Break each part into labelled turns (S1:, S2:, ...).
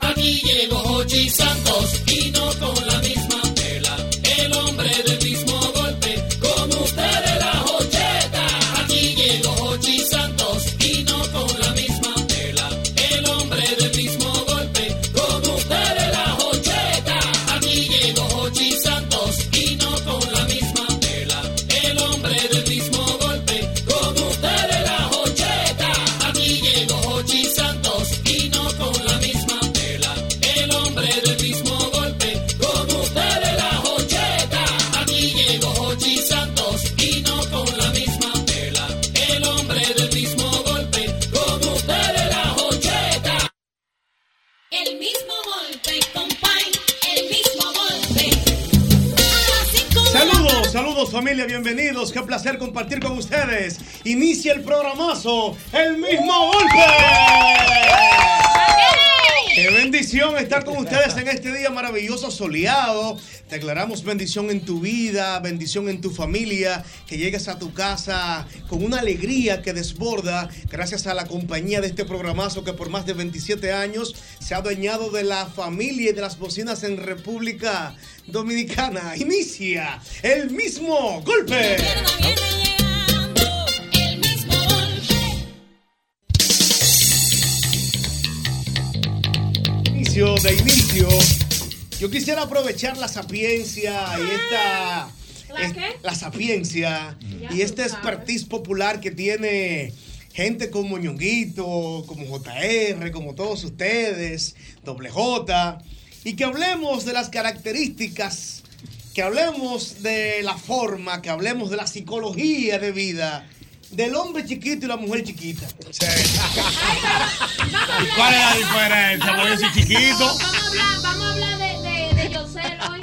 S1: Aquí llegó Hochi Santos y no con la misma tela. El hombre del mismo golpe, como ustedes la jocheta. Aquí llegó Hochi Santos y no con la misma tela. El hombre del mismo golpe, como ustedes la jocheta. Aquí llegó Hochi Santos y no con la misma tela. El hombre del mismo golpe, como ustedes la jocheta. Aquí llegó Hochi Santos y no con la misma tela. El hombre del mismo golpe, como ustedes la jocheta. Aquí llegó Hochi Santos y no con la misma tela. El hombre del mismo golpe, como ustedes la jocheta.
S2: El mismo golpe, compay, el mismo golpe. A las cinco de la
S3: Saludos, saludos familia, bienvenidos. Qué placer compartir con ustedes. Inicia el programazo, el mismo golpe. Qué bendición estar con ustedes en este día maravilloso, soleado. Declaramos bendición en tu vida, bendición en tu familia, que llegues a tu casa con una alegría que desborda gracias a la compañía de este programazo que por más de 27 años se ha adueñado de la familia y de las bocinas en República Dominicana. Inicia el mismo golpe. inicio, de inicio, yo quisiera aprovechar la sapiencia y esta. es- la sapiencia y este expertise popular que tiene gente como Ñonguito, como JR, como todos ustedes, doble J, y que hablemos de las características, que hablemos de la forma, que hablemos de la psicología de vida del hombre chiquito y la mujer chiquita.
S4: ¿Cuál es la diferencia? Porque yo soy chiquito.
S5: Vamos a hablar de, de, de Yosel hoy.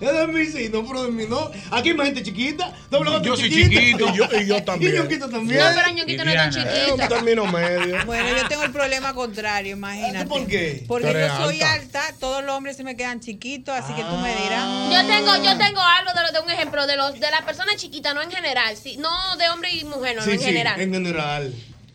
S3: Ese es mi signo, pero de mí no. Aquí hay más gente chiquita. Doble J
S4: Yo soy
S3: chiquita.
S4: chiquito y yo- y yo también.
S3: Y Ñonguito también.
S5: No, pero Ñonguito no está
S4: Viviana. eh.
S3: Es un
S5: chiquito.
S3: término medio.
S6: Bueno, yo tengo el problema contrario, imagínate.
S3: ¿Por qué?
S6: Porque
S4: Tú eres
S6: yo soy
S4: alta.
S6: alta. todos los hombres se me quedan chiquitos, así que tú me
S3: Ah.
S6: dirás. "Mm,
S5: Yo tengo, yo tengo algo de, lo- de un ejemplo de los de las personas chiquitas, no en general, sí, no de hombre y mujer, no, no en general,
S3: En general.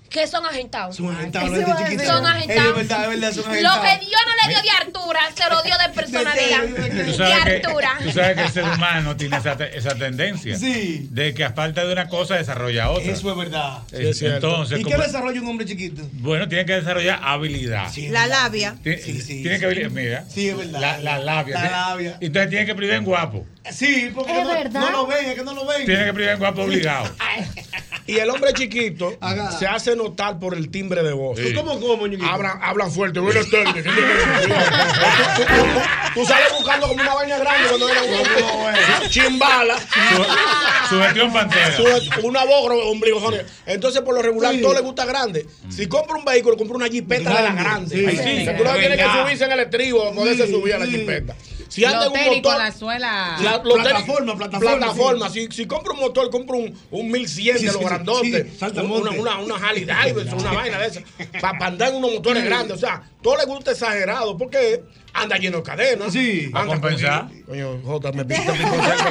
S5: que son agentados.
S3: Son agentados,
S6: eso
S3: gente
S6: iba a
S3: chiquita.
S6: decir.
S5: Son
S3: Es de
S5: agentados.
S3: verdad, es verdad, son
S5: Lo
S3: agentados.
S5: que Dios no le dio de altura, se lo dio de
S3: De-
S5: personalidad.
S3: de-
S4: Tú
S3: de-
S4: sabes, que,
S5: altura.
S4: tú sabes que el ser humano tiene esa, te- esa tendencia
S3: Sí.
S4: de que a falta de una cosa desarrolla otra.
S3: Eso es verdad.
S4: Eh, Entonces,
S3: ¿Y qué
S4: como-
S3: desarrolla un hombre chiquito?
S4: bueno, tiene que desarrollar habilidad.
S3: Sí, es
S6: La
S3: verdad.
S6: labia.
S4: Tiene,
S3: Sí, sí,
S4: tiene
S3: sí.
S4: que habilidad- mira,
S3: Sí, es verdad.
S4: La, la labia.
S3: La
S4: Tiene-
S3: labia.
S4: Entonces tiene que privar en guapo.
S3: Sí, porque
S5: Es
S3: no,
S5: verdad.
S3: no lo ven, es que no lo ven.
S4: Tiene que privar en guapo obligado.
S7: Y el hombre chiquito
S3: Ajá.
S7: se hace notar por el timbre de voz.
S4: Sí.
S3: ¿Cómo, cómo, Ñonguito?
S7: Hablan, hablan fuerte, buenas tardes. ¿Quién te quiere? tú, tú- tú- tú sales buscando como una vaina grande cuando eres un chimbala,
S4: Su- Sugestión pantera.
S7: su- una bogra, ombligojones. Entonces, por lo regular, todo le gusta grande.
S4: Mm.
S7: Si compra un vehículo, compra una jipeta de la
S3: Grande,
S7: grande.
S3: sí.
S7: Ay,
S4: Sí,
S7: O sea, tú no tienes que
S4: venga.
S7: subirse en el estribo, poderse
S3: Sí,
S7: subir a la
S3: sí.
S7: jipeta. Si anda en un
S8: Loteri con
S7: motor.
S8: la suela.
S7: La,
S3: Plataforma, plataforma,
S7: plataforma. Si, si compro un motor, compro un, un 1100
S3: Sí,
S7: de
S3: sí,
S7: los
S3: sí,
S7: grandotes.
S3: sí, salta
S7: un- una,
S3: monte.
S7: una, una Harley Davidson, una vaina de esas. Para andar en unos motores grandes. O sea, todo le gusta exagerado porque anda lleno de cadenas.
S3: Sí.
S7: Anda
S4: Pa' compensar.
S7: con- Coño, Jota, me piste mi consejo.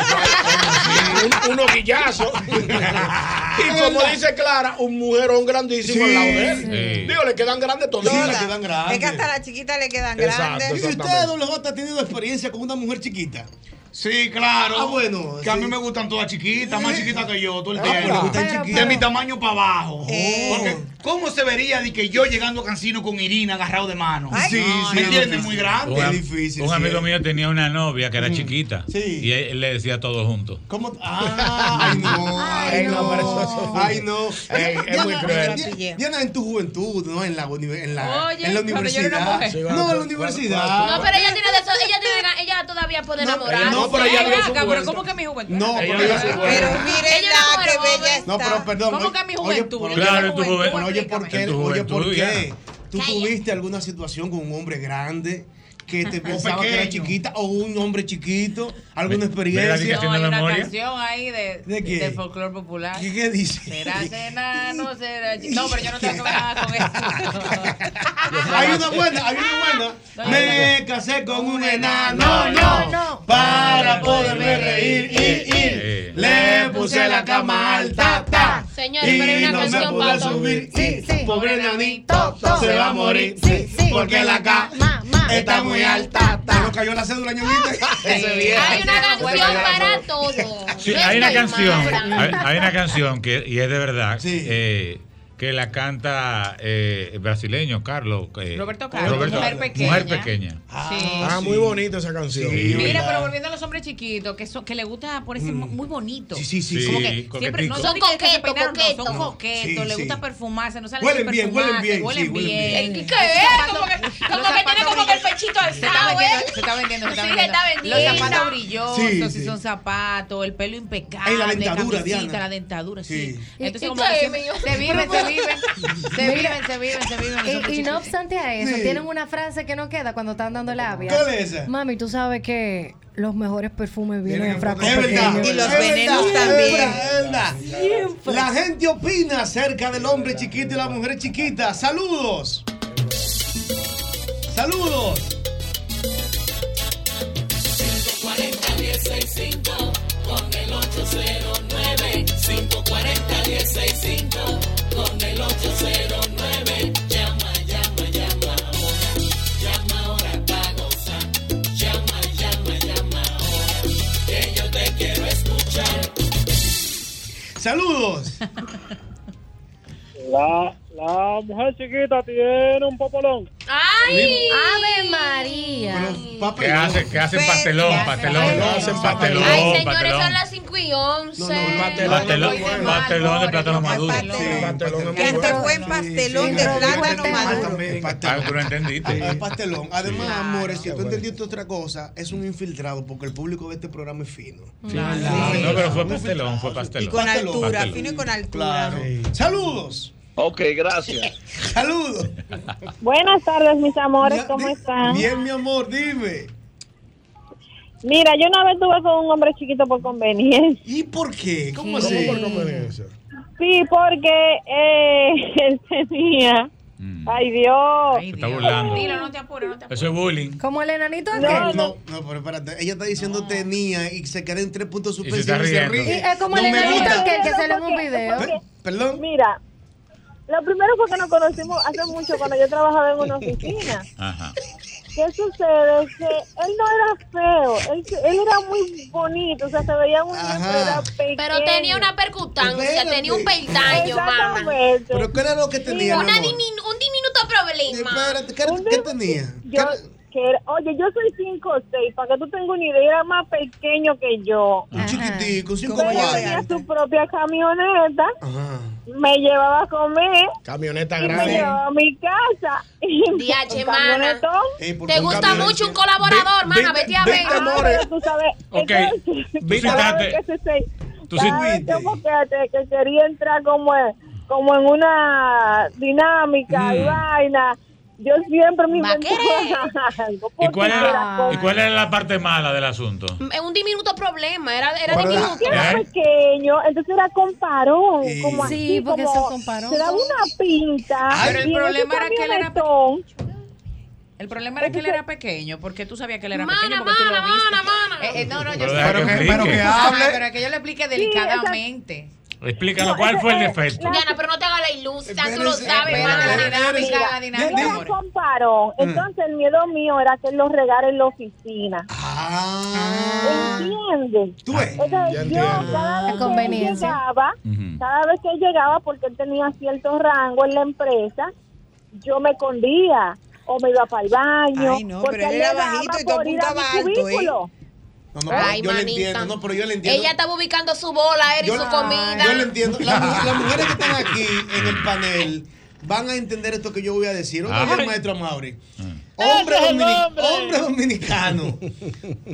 S7: Un- Unos guillazos. y como dice Clara, un mujerón grandísimo al
S3: Sí.
S7: lado de él.
S4: Sí.
S7: Digo, le quedan grandes
S3: Sí,
S7: toneladas.
S3: le quedan grandes.
S6: Es que hasta la chiquita le quedan
S7: Exacto,
S3: ¿Y
S6: grandes.
S7: exacto.
S3: usted,
S7: Exactamente.
S3: doble J, ha tenido experiencia con una mujer chiquita?
S4: Sí, claro.
S3: Ah, bueno,
S4: Que a mí
S3: sí.
S4: me gustan todas chiquitas, más chiquitas que yo, todo el
S3: Ah, pero le
S4: tiempo.
S3: gustan
S4: de
S3: chiquitas. Oh.
S4: mi tamaño para abajo.
S6: Eh.
S4: Porque, ¿cómo se vería de que yo llegando a Cancino con Irina agarrado de mano?
S6: Ay,
S3: Sí,
S6: no,
S3: sí.
S4: ¿Me
S3: es
S4: entiendes?
S3: difícil.
S4: Muy grande.
S3: Es
S9: am-
S3: difícil.
S9: un
S3: sí
S9: amigo
S3: es.
S9: mío tenía una novia que era chiquita.
S3: Sí.
S9: Y él, él le decía todo junto.
S3: ¿Cómo? Ah, ay, no, ay, no, pero eso- ay, no.
S7: Ey, es muy cruel.
S3: Diana, Diana, en tu juventud, ¿no? En la, uni- en la,
S8: Oye,
S3: en
S8: cuando yo era
S3: la universidad.
S8: una mujer.
S7: Sí,
S3: no, en la
S7: cuando-
S3: universidad.
S5: No, pero ella tiene de eso, ella tiene, ga- ella todavía puede
S3: No,
S5: enamorar.
S3: no, pero ella
S8: Ven
S3: no
S8: acá,
S3: se
S8: pero
S3: puede.
S8: ¿cómo que mi juventud?
S7: Ella
S3: No, pero ella
S7: no
S3: se
S7: se
S3: puede.
S6: Pero
S5: Ella
S6: mírenla,
S5: no
S6: qué
S5: muere,
S6: bella
S3: No,
S6: está.
S3: pero perdón.
S8: ¿Cómo que mi
S3: oye,
S8: juventud?
S3: pero-
S8: Ella
S9: Claro,
S8: no
S9: en tu juventud.
S3: Pero oye, ¿por
S8: explícame.
S3: qué?
S9: En tu
S3: Oye, ¿por
S9: juventud,
S3: qué?
S9: Diana.
S3: ¿Tú tuviste alguna situación con un hombre grande que te
S8: O
S3: pensaba que era
S8: pequeño.
S3: chiquita o un hombre chiquito? ¿Alguna experiencia?
S8: No, hay una canción ahí de,
S3: ¿De qué?
S8: del folclore popular.
S3: ¿Qué, qué dice?
S8: Será cena, no será. chi- No, pero yo no tengo nada con
S3: Hay una buena, hay una buena. Me casé con un enano, no, para poderme reír, y,
S8: Eh,
S3: y. Le puse la cama alta, ta,
S5: Señores,
S3: y
S5: pero hay una
S3: no me
S5: canción
S3: pude
S5: para
S3: subir, y, pobre enanito, se va a morir, porque la cama está muy alta, ta. No cayó la cédula, ñoñita. Ese viejo.
S5: Hay una canción para todo.
S4: Sí,
S5: No
S4: hay una
S5: estoy
S4: canción,
S5: mala.
S4: hay, hay una canción que, y es de verdad, eh, que la canta eh, el brasileño Carlos. eh,
S8: Roberto Carlos, Mujer Pequeña.
S4: Mujer Pequeña.
S7: Ah, muy bonita esa canción.
S4: Sí,
S8: Mira, pero volviendo a los hombres chiquitos, que, son- que le gusta por
S3: Mm.
S8: ese muy bonito.
S4: Sí, sí, sí,
S8: Como
S4: sí,
S8: que siempre no
S4: coquetico. Son
S8: son coquetos,
S5: coquetos,
S8: no, son
S5: coquetos.
S8: coquetos,
S4: Sí,
S8: le
S4: sí.
S8: gusta perfumarse, no sale
S3: Huelen
S8: sin
S3: bien, huelen
S8: perfumarse,
S3: bien, sí, huelen bien.
S5: ¿Qué es? Como que, como que tiene como que el pechito
S8: Se está
S5: alzado,
S8: vendiendo,
S5: ¿eh?
S8: se está vendiendo, se está
S5: Sí,
S8: vendiendo.
S5: está vendiendo.
S8: Los zapatos brillosos,
S3: Sí,
S8: si
S3: sí.
S8: son zapatos, el pelo impecable,
S3: Ey, la dentadura,
S8: camisita,
S3: Diana.
S8: la dentadura, sí.
S3: Sí.
S8: Entonces
S5: ¿Y
S8: como
S5: qué,
S8: que siempre-
S5: mío?
S8: se viven, se viven, se viven, se viven, se viven. los
S10: Y, y
S8: hombres
S10: no
S8: chiquitos.
S10: obstante a eso,
S8: Sí.
S10: tienen una frase que no queda cuando están dando labia.
S8: ¿Cuál es esa?
S10: Mami, tú sabes que los mejores perfumes vienen en frascos
S3: Es verdad.
S10: pequeños.
S3: es verdad, es verdad, es verdad. La gente opina acerca del hombre chiquito y la mujer chiquita. Saludos. Saludos.
S1: 540-165 con el 809. 540-165 con el 809. Llama, llama, llama ahora. Llama ahora para gozar. Llama, llama, llama ahora. Que yo te quiero escuchar.
S3: Saludos.
S11: La, la mujer chiquita tiene un popolón.
S5: ¡Ay!
S10: ¡Ave María!
S4: Que hacen, que hacen pastelón, pastelón, hacen pastelón,
S5: Ay, señores,
S4: pastelón.
S5: son las 5 y 11.
S4: Pastelón, pastelón de plátano maduro.
S3: Que hasta
S8: fue en pastelón de
S3: este
S8: plátano maduro.
S4: Ah, tú no entendiste.
S3: Ah, pastelón. Además, amores, si tú entendiste otra cosa, es un infiltrado porque el público de este programa es fino.
S4: Sí. No, pero fue pastelón, fue pastelón.
S3: Pastelón.
S4: Pastelón.
S8: con
S3: altura. Saludos.
S12: Ok, gracias.
S3: Saludos.
S2: Buenas tardes, mis amores, ¿cómo están?
S3: Bien, mi amor, dime.
S2: Mira, yo una vez estuve con un hombre chiquito por conveniencia.
S3: ¿Y por qué? ¿Cómo
S2: Sí.
S3: así?
S2: ¿Cómo por conveniencia? Sí, porque eh, él tenía. Ay, Dios.
S4: Se está burlando.
S8: Dilo, no te apures, no te
S4: Eso es bullying.
S10: Como el enanito
S3: No,
S10: aquel.
S3: no, no, pero espérate. Ella está diciendo tenía y se queda en tres puntos
S4: se está
S3: suspensivos y se
S4: riendo.
S10: Y
S3: ríe.
S10: es como
S3: No
S10: el
S3: me
S10: enanito
S3: gusta.
S10: aquel que sale en un video.
S3: Perdón.
S2: Mira, lo primero fue que nos conocimos hace mucho cuando yo trabajaba en una oficina.
S4: Ajá.
S2: ¿Qué sucede? Que él no era feo, él, él era muy bonito, o sea, se veía muy bien, pero era pequeño.
S5: Pero tenía una percutancia,
S2: Espérate.
S5: tenía un peldaño, mamá.
S3: Pero ¿qué era lo que tenía? mi
S5: Una
S3: amor? Eh,
S5: diminu- un diminuto problema.
S3: Espérate, ¿qué, qué tenía?
S2: Yo, que era- oye, yo soy 5 o 6, para que tú tengas una idea, era más pequeño que yo.
S3: Un chiquitico, cinco
S2: Pero
S3: cuadros.
S2: tenía su propia camioneta, me llevaba a comer
S7: Camioneta
S2: y me
S7: grande.
S2: llevaba a mi casa. Y
S5: DH,
S2: un
S5: mana.
S2: camionetón.
S5: Te gusta mucho un colaborador, mana. Vete a ver.
S2: Ah, pero tú sabes,
S5: Ok,
S2: entonces,
S5: tú
S2: cada vez
S5: citaste-
S2: que se- se-
S5: tú
S2: cada vez
S5: citaste.
S2: como que, te- que quería entrar como en, como en una dinámica y vaina. Yo siempre me inventaba algo.
S4: ¿Y cuál,
S2: porque era
S4: era,
S2: como-
S4: ¿Y cuál era la parte mala del asunto?
S5: Es un diminuto problema. Era, era
S4: Pero-
S5: diminuto.
S2: era
S4: ¿Eh?
S2: pequeño, entonces era comparón,
S4: Sí.
S2: como
S10: Sí,
S2: así,
S10: porque
S2: como
S10: son comparón.
S2: se daba una pinta.
S8: Pero el
S2: y en ese
S8: problema era que él era
S2: camionetón,
S8: El problema era que él era pequeño, porque tú sabías que él era
S5: Mana,
S8: pequeño. Porque tú lo
S5: mana,
S8: viste.
S5: mana, mana.
S8: Eh, eh, no, no, yo
S4: Pero
S8: sé.
S4: deja que Pero que- explique. pero que hable.
S8: Ah, Pero que yo le explique delicadamente.
S4: Explícanos cuál fue el defecto.
S5: Diana, pero no te hagas la ilusa. Tú lo
S8: Espérense,
S5: sabes,
S8: espérense.
S5: mana.
S8: La dinámica,
S2: Mira, Mm.
S8: la dinámica,
S2: yo
S8: amores.
S2: la comparo. Entonces el miedo mío era que él los regara en la oficina. Ah. ¿Entiendes? O sea, yo cada vez que él
S10: Conveniencia.
S2: llegaba, cada vez que él llegaba, porque él tenía cierto rango en la empresa, yo me escondía o me iba para el baño.
S3: Ay, no,
S2: porque
S3: pero él
S2: él
S3: era
S2: le daba
S3: bajito y tú
S2: por ir a mi
S3: apuntabas alto, ¿eh?
S2: cubículo.
S3: No, no, pero
S5: Ay,
S3: yo le
S5: manita.
S3: entiendo, no, pero yo le entiendo.
S5: Ella estaba ubicando su bola, él y
S3: Yo-
S5: su comida.
S3: Yo lo entiendo. La mu- las mujeres que están aquí en el panel van a entender esto que yo voy a decir. Otra
S4: Ajá.
S3: vez, maestro Mauri. Hombre,
S8: Ese es el
S3: domini-
S8: hombre.
S3: hombre dominicano.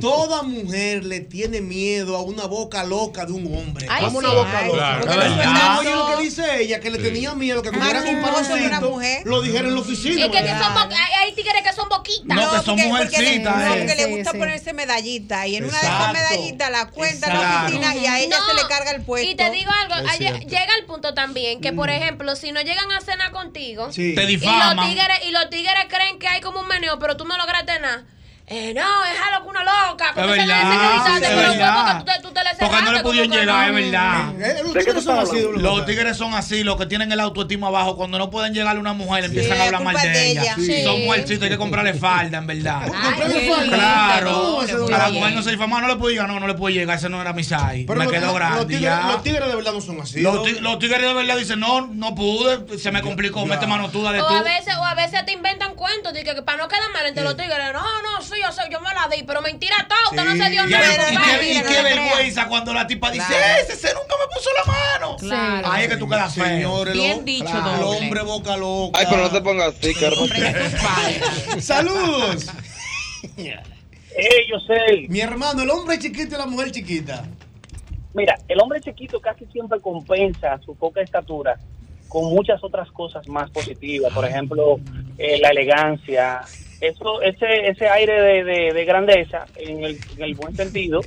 S3: Toda mujer le tiene miedo a una boca loca de un hombre.
S8: Ay,
S3: Vamos
S8: sí.
S3: a una boca
S8: Ay,
S3: loca.
S8: sí.
S3: Porque
S8: Claro,
S3: después,
S8: claro.
S3: oye lo que dice ella, que le tenía miedo, que comieran
S6: Más
S3: un
S6: hermoso que una
S3: paloncito,
S6: mujer.
S3: lo dijera en la
S5: Sí,
S3: oficina.
S5: que
S3: porque-
S5: son bo- hay, hay tigres que son boquitas.
S3: No, que son mujercitas,
S6: Porque, le- no,
S3: eh.
S6: porque le
S3: Sí,
S6: gusta
S3: sí.
S6: ponerse medallita. Y en una
S3: Exacto.
S6: de esas medallitas la cuenta en la
S3: Exacto.
S6: oficina y a ella
S5: No,
S6: se le carga el puesto.
S5: Y te digo algo,
S6: Es
S5: ay-
S6: cierto. Mm.
S5: llega el punto también que, por ejemplo, si no llegan a cenar contigo,
S8: Sí. Te
S5: y, los
S8: difaman.
S5: tigres, y los tigres creen que hay como un meneo, pero tú no lograste nada. Eh, no, es algo que una loca. Como se le
S13: verdad,
S5: dice que visitaste
S13: es
S5: con los
S13: verdad.
S5: huevos que tú te, tú te le
S13: Porque no
S5: cerraste,
S13: le pudieron
S5: como que
S13: llegar,
S5: no.
S13: es verdad.
S3: Los tigres son así, doble
S13: Los tigres son así, los que tienen el autoestima abajo. Cuando no pueden llegarle a una mujer, empiezan
S3: Sí,
S13: a hablar
S3: culpa
S13: mal de
S3: de
S13: ella.
S3: ella. Sí.
S13: Son muercitos, hay que comprarle falda, en verdad.
S3: Comprarle qué falda.
S13: Claro.
S3: lindo. Ese doble
S13: A la
S3: rayado.
S13: mujer no se difama, no le puedo llegar, no, no le puedo llegar, ese no era mi size.
S3: Pero
S13: Me
S3: los-
S13: quedó
S3: los
S13: grande.
S3: tigres-
S13: ya.
S3: Los tigres de verdad no son así.
S13: Los,
S3: ¿no?
S13: ti- los tigres de verdad dicen, no, no pude, se me complicó, mete mano tú, dale
S5: O a
S13: tú.
S5: veces, o a veces te inventan cuentos de que, que para no quedar mal entre los tigres, no, no, sí, yo, sé, yo me la di, pero mentira toda, usted no se dio
S13: Y-
S5: nada.
S13: y
S5: compadre.
S13: qué, y qué vergüenza cuando la tipa dice,
S3: Claro.
S13: ese se nunca me puso la mano.
S3: Claro.
S13: Ahí es que tú quedas feo.
S3: Señores, lo- Bien dicho, claro, el doble. hombre boca loca. Ay, pero no te
S14: pongas así, Carlos.
S3: Saludos.
S11: Ellos, él.
S3: Mi hermano, el hombre chiquito y la mujer chiquita.
S11: Mira, el hombre chiquito casi siempre compensa su poca estatura con muchas otras cosas más positivas. Por ejemplo, eh, la elegancia. Eso, ese, ese aire de, de- de grandeza, en el, en el buen sentido,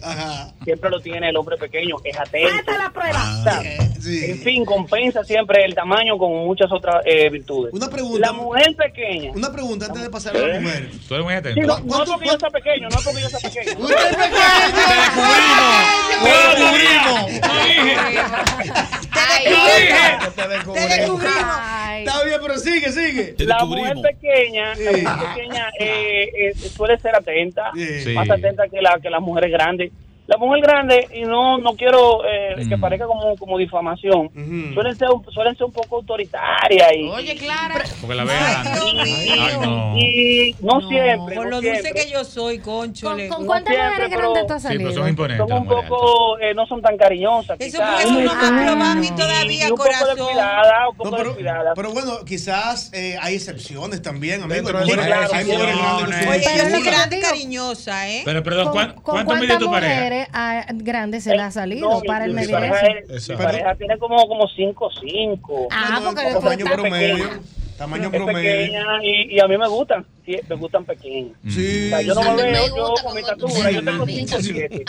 S11: siempre lo tiene el hombre pequeño. Es atento.
S3: Ah,
S11: O sea, En fin, compensa siempre el tamaño con muchas otras eh, virtudes. Una pregunta. La mujer pequeña. Eh.
S3: Una pregunta antes de pasar a la mujer.
S4: Tú eres muy
S11: Sí,
S4: atento.
S11: no, no es porque yo sea pequeño, no es porque yo sea pequeño.
S3: Está bien, pero sigue, sigue.
S11: La mujer pequeña, la mujer pequeña eh, eh, suele ser atenta,
S3: Sí.
S11: más atenta que, la, que las mujeres grandes. La mujer grande, y no no quiero eh, que
S4: Mm.
S11: parezca como, como difamación, suelen, ser, un- suelen ser un poco autoritaria y,
S6: Oye, Clara.
S4: Porque la vea. Ay, no.
S11: y no, siempre.
S6: Por
S11: no
S6: lo dulce
S11: siempre.
S6: que yo soy, conchole.
S11: ¿Con- con cuántas
S6: No
S11: mujeres
S6: pero-
S11: grandes tú has
S4: Sí, pero son imponentes.
S11: Son un poco, eh, no son tan cariñosas.
S6: Eso
S11: quizás.
S6: porque son más probadas y
S11: Y
S6: todavía,
S11: un poco
S6: corazón.
S11: descuidada, un poco
S3: No, pero,
S11: descuidada.
S3: pero bueno, quizás eh, hay excepciones también, amigo.
S4: Dentro
S3: Hay
S4: de
S3: mujeres-
S4: las
S3: hay mujeres
S4: excepciones.
S3: grandes que
S4: Oye,
S3: son
S4: pero
S3: muy
S6: Una
S3: chulas.
S6: gran cariñosa, ¿eh?
S4: Pero perdón, ¿cuán-
S10: ¿Con
S4: ¿cuánto mide
S10: cuántas
S4: tu pareja?
S10: mujeres ah, grandes se le ha salido
S11: No, mi-
S10: para el
S11: mi
S10: medir
S11: pareja
S10: eso?
S11: es- Mi pareja tiene como como 5 5.
S10: Ah,
S11: No,
S10: porque
S11: no,
S10: tú
S11: tamaño
S10: estás-
S11: promedio.
S3: Tamaño
S11: Es pequeña y, y a mí me gustan, sí, me gustan pequeñas.
S3: Sí.
S11: O sea, yo no
S3: A
S11: me
S3: mí me
S11: veo yo con mi estatura, yo tengo 5 7.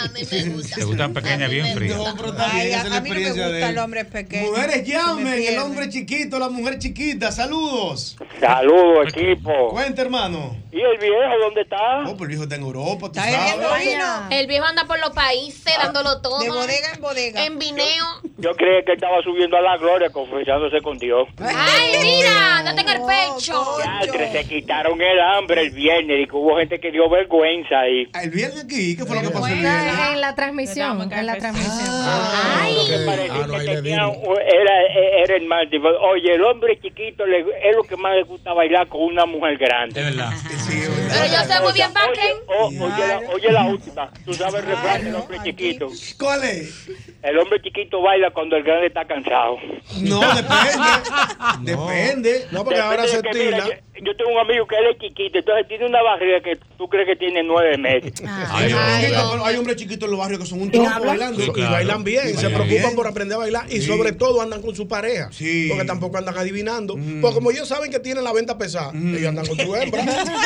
S4: Te gustan pequeñas, bien frías.
S3: No, pero está bien, esa es la experiencia de él.
S6: hombre pequeño.
S3: Mujeres llamen, el
S6: pierde.
S3: hombre chiquito, la mujer chiquita. Saludos.
S15: Saludos, equipo.
S3: Cuenta, hermano.
S15: ¿Y el viejo dónde está?
S3: Oh, pero el viejo está en Europa, tú
S5: Ay,
S3: sabes.
S5: no. El viejo anda por los países dándolo todo.
S6: Ah, De bodega en bodega.
S5: En vineo.
S15: Yo creía que estaba subiendo a la gloria confesándose con Dios.
S5: Ay, mira, date en el pecho.
S15: Pero se quitaron el hambre el viernes y que hubo gente que dio vergüenza ahí.
S3: El viernes aquí, ¿qué fue lo que pasó el viernes?
S10: Ah, En la transmisión, en la transmisión.
S3: Ah,
S15: Lo que parecía que tenía un- era, era el mal. Digo, Oye, el hombre chiquito le- es lo que más le gusta bailar con una mujer grande.
S4: Es verdad.
S5: Pero yo sé muy bien, Paquen.
S15: Oye, la, oye la última. Tú sabes el refrán del hombre chiquito.
S3: ¿Cuál es?
S15: El hombre chiquito baila cuando el grande está cansado.
S3: No, depende. Depende. No, porque ahora se
S15: Depende de que, mira,
S3: estila.
S15: Yo, yo tengo un amigo que él es chiquito, entonces tiene una barriga que tú crees que tiene nueve meses.
S3: Hay chiquitos, pero hay hombres chiquitos en los barrios que son un
S7: Y,
S3: tronco
S7: hablan,
S3: bailando.
S7: y bailan bien, y se
S3: Bailan
S7: preocupan
S3: bien.
S7: por aprender a bailar y
S3: Sí.
S7: sobre todo andan con su pareja.
S3: Sí. Mm.
S7: Porque tampoco andan adivinando. Porque como ellos saben que tienen la venta pesada, ellos andan con su hembra.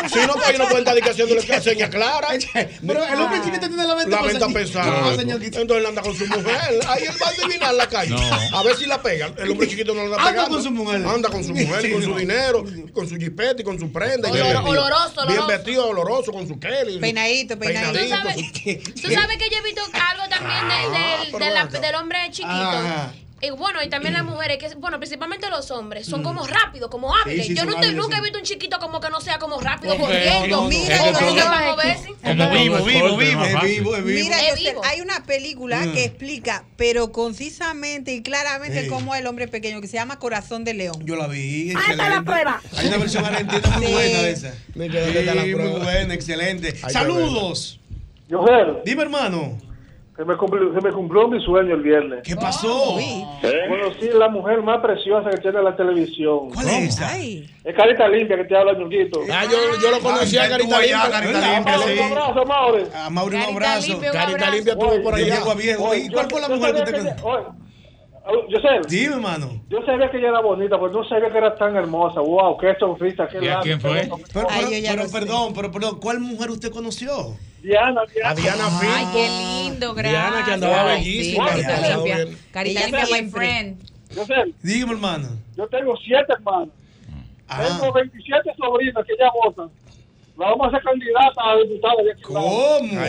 S7: si no, pues ellos no pueden estar diciendo la seña clara.
S3: Pero el hombre chiquito tiene la venta
S7: La venta pesada.
S3: No, señor.
S7: Entonces él anda con su mujer. Ahí él va a adivinar la calle.
S4: No.
S7: A ver si la pega. El hombre chiquito no la
S3: Anda
S7: pega.
S3: con su mujer.
S7: Anda con su mujer,
S3: Sí,
S7: con su
S3: no.
S7: dinero, con su jipete y con su prenda.
S5: Olor-
S7: y bien vestido.
S5: oloroso,
S7: Bien
S5: oloroso.
S7: vestido, oloroso, con su Kelly.
S6: Peinadito, peinadito.
S5: Tú sabes- Tú sabes que yo he visto algo también del-
S7: Ah,
S5: del,
S7: pero
S5: de la-
S7: bueno.
S5: del hombre chiquito.
S7: Ajá.
S5: Y bueno, y también las mujeres, que bueno, principalmente los hombres, son como rápidos, como hábiles.
S4: Sí, sí,
S5: yo
S4: son
S5: nunca,
S4: hábiles,
S5: nunca
S4: sí.
S5: he visto un chiquito como que no sea como rápido,
S4: Como
S5: corriendo.
S4: feo, no, no.
S5: Mira,
S4: Es que
S5: como que
S4: todo-
S5: para moverse.
S4: Como vivo, vivo, vivo.
S3: Es vivo, es vivo.
S6: Mira, José, hay una película
S4: Mm.
S6: que explica, pero concisamente y claramente,
S3: Sí.
S6: cómo es el hombre pequeño, que se llama Corazón de León.
S3: Yo la vi.
S6: Ahí está la
S3: excelente.
S6: prueba.
S3: Hay una versión argentina muy
S6: Sí.
S3: buena de esa.
S7: ¿dónde está la
S3: Sí, muy
S7: prueba?
S3: buena, excelente.
S7: que
S3: Saludos. Dime, hermano.
S11: Se me, cumplió, se me cumplió mi sueño el viernes.
S3: ¿Qué pasó? ¿Eh?
S11: Conocí la mujer más preciosa que tiene la televisión.
S3: ¿Cuál es esa?
S11: Es Carita Limpia que te habla, ñonguito.
S7: Ah, yo, yo lo conocí a Carita Limpia.
S11: Un abrazo, Maure.
S3: A Mauri un abrazo.
S7: Carita Limpia estuvo por
S3: Yo
S7: allá.
S3: llego a viejo. ¿Y cuál fue la mujer que te
S11: Yo sé,
S3: Dime, hermano.
S11: oh, yo sabía que ella era bonita, pero no sabía que era tan hermosa. Wow, qué sonrisa, qué
S3: ¿Y a
S11: labios,
S3: quién
S11: qué
S3: fue?
S11: boca.
S3: Pero, pero- pero perdón, pero perdón, ¿cuál mujer usted conoció?
S11: Diana,
S7: A Diana Finn.
S8: Ay, qué lindo, gracias.
S7: Diana, que andaba
S8: Ay,
S7: bellísima.
S8: sí, Carita
S7: Andaba
S8: limpia.
S7: bien.
S8: Carita
S11: Ella
S8: limpia, my
S11: siempre.
S8: friend.
S11: Yo sé,
S3: Dígame, hermano. Ah.
S11: yo tengo siete hermanos. Tengo 27 sobrinos que ya votan. La vamos a hacer candidata a diputada de aquí.
S7: eh,
S3: ¿Cómo?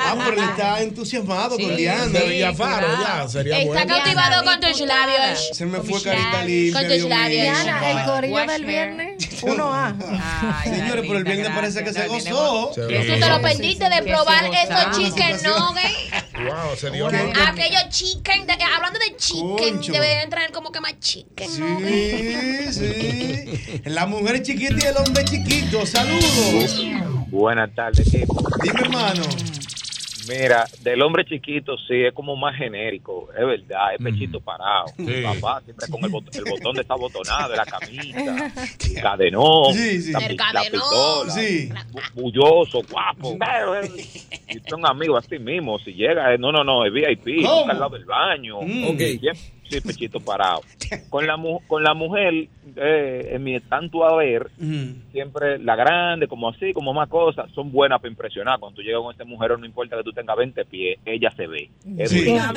S3: Ah, pero él está entusiasmado
S11: Sí,
S3: con Diana.
S7: de Villafaro, ya, sería
S5: Está
S7: bueno.
S5: cautivado con tus labios.
S3: Se me fue Carita Limpia.
S5: Con tus
S3: Dios mío.
S5: labios.
S16: Diana, el corillo
S5: Wash
S16: del
S5: me.
S16: viernes, uno a
S3: Señores, pero el viernes parece que se gozó.
S7: Se
S5: Tú te lo perdiste de probar estos chicken nuggets.
S7: Wow, se dio lindo.
S5: Aquello Ah, chicken, de- hablando de chicken,
S3: Concho.
S5: deberían traer como que más chicken.
S3: Sí, sí. La mujer chiquita y el hombre chiquito. Saludos.
S17: Buenas tardes, equipo.
S3: Dime, hermano.
S17: Mira, del hombre chiquito sí es como más genérico, es verdad, es pechito
S3: Mm.
S17: parado. Papá siempre con el, bot- el botón desabotonado de la camisa, cadenón,
S3: Sí, sí.
S17: La,
S3: El
S17: pi- la
S3: cadenón.
S17: pistola,
S3: Sí.
S17: bu- bulloso, guapo. Pero, eh, Y son amigos así mismo, si llega, eh, no, no, no, es VIP,
S18: ¿Cómo?
S17: nunca al lado del baño.
S18: Mm. Ok.
S17: Siempre- Sí, pechito parado. Con la, mu- con la mujer, eh, en mi tanto haber,
S1: Mm.
S17: siempre la grande, como así, como más cosas, son buenas para impresionar. Cuando tú llegas con este mujer, no importa que tú tengas 20 pies, ella se ve. Es
S1: Sí.
S17: durísima.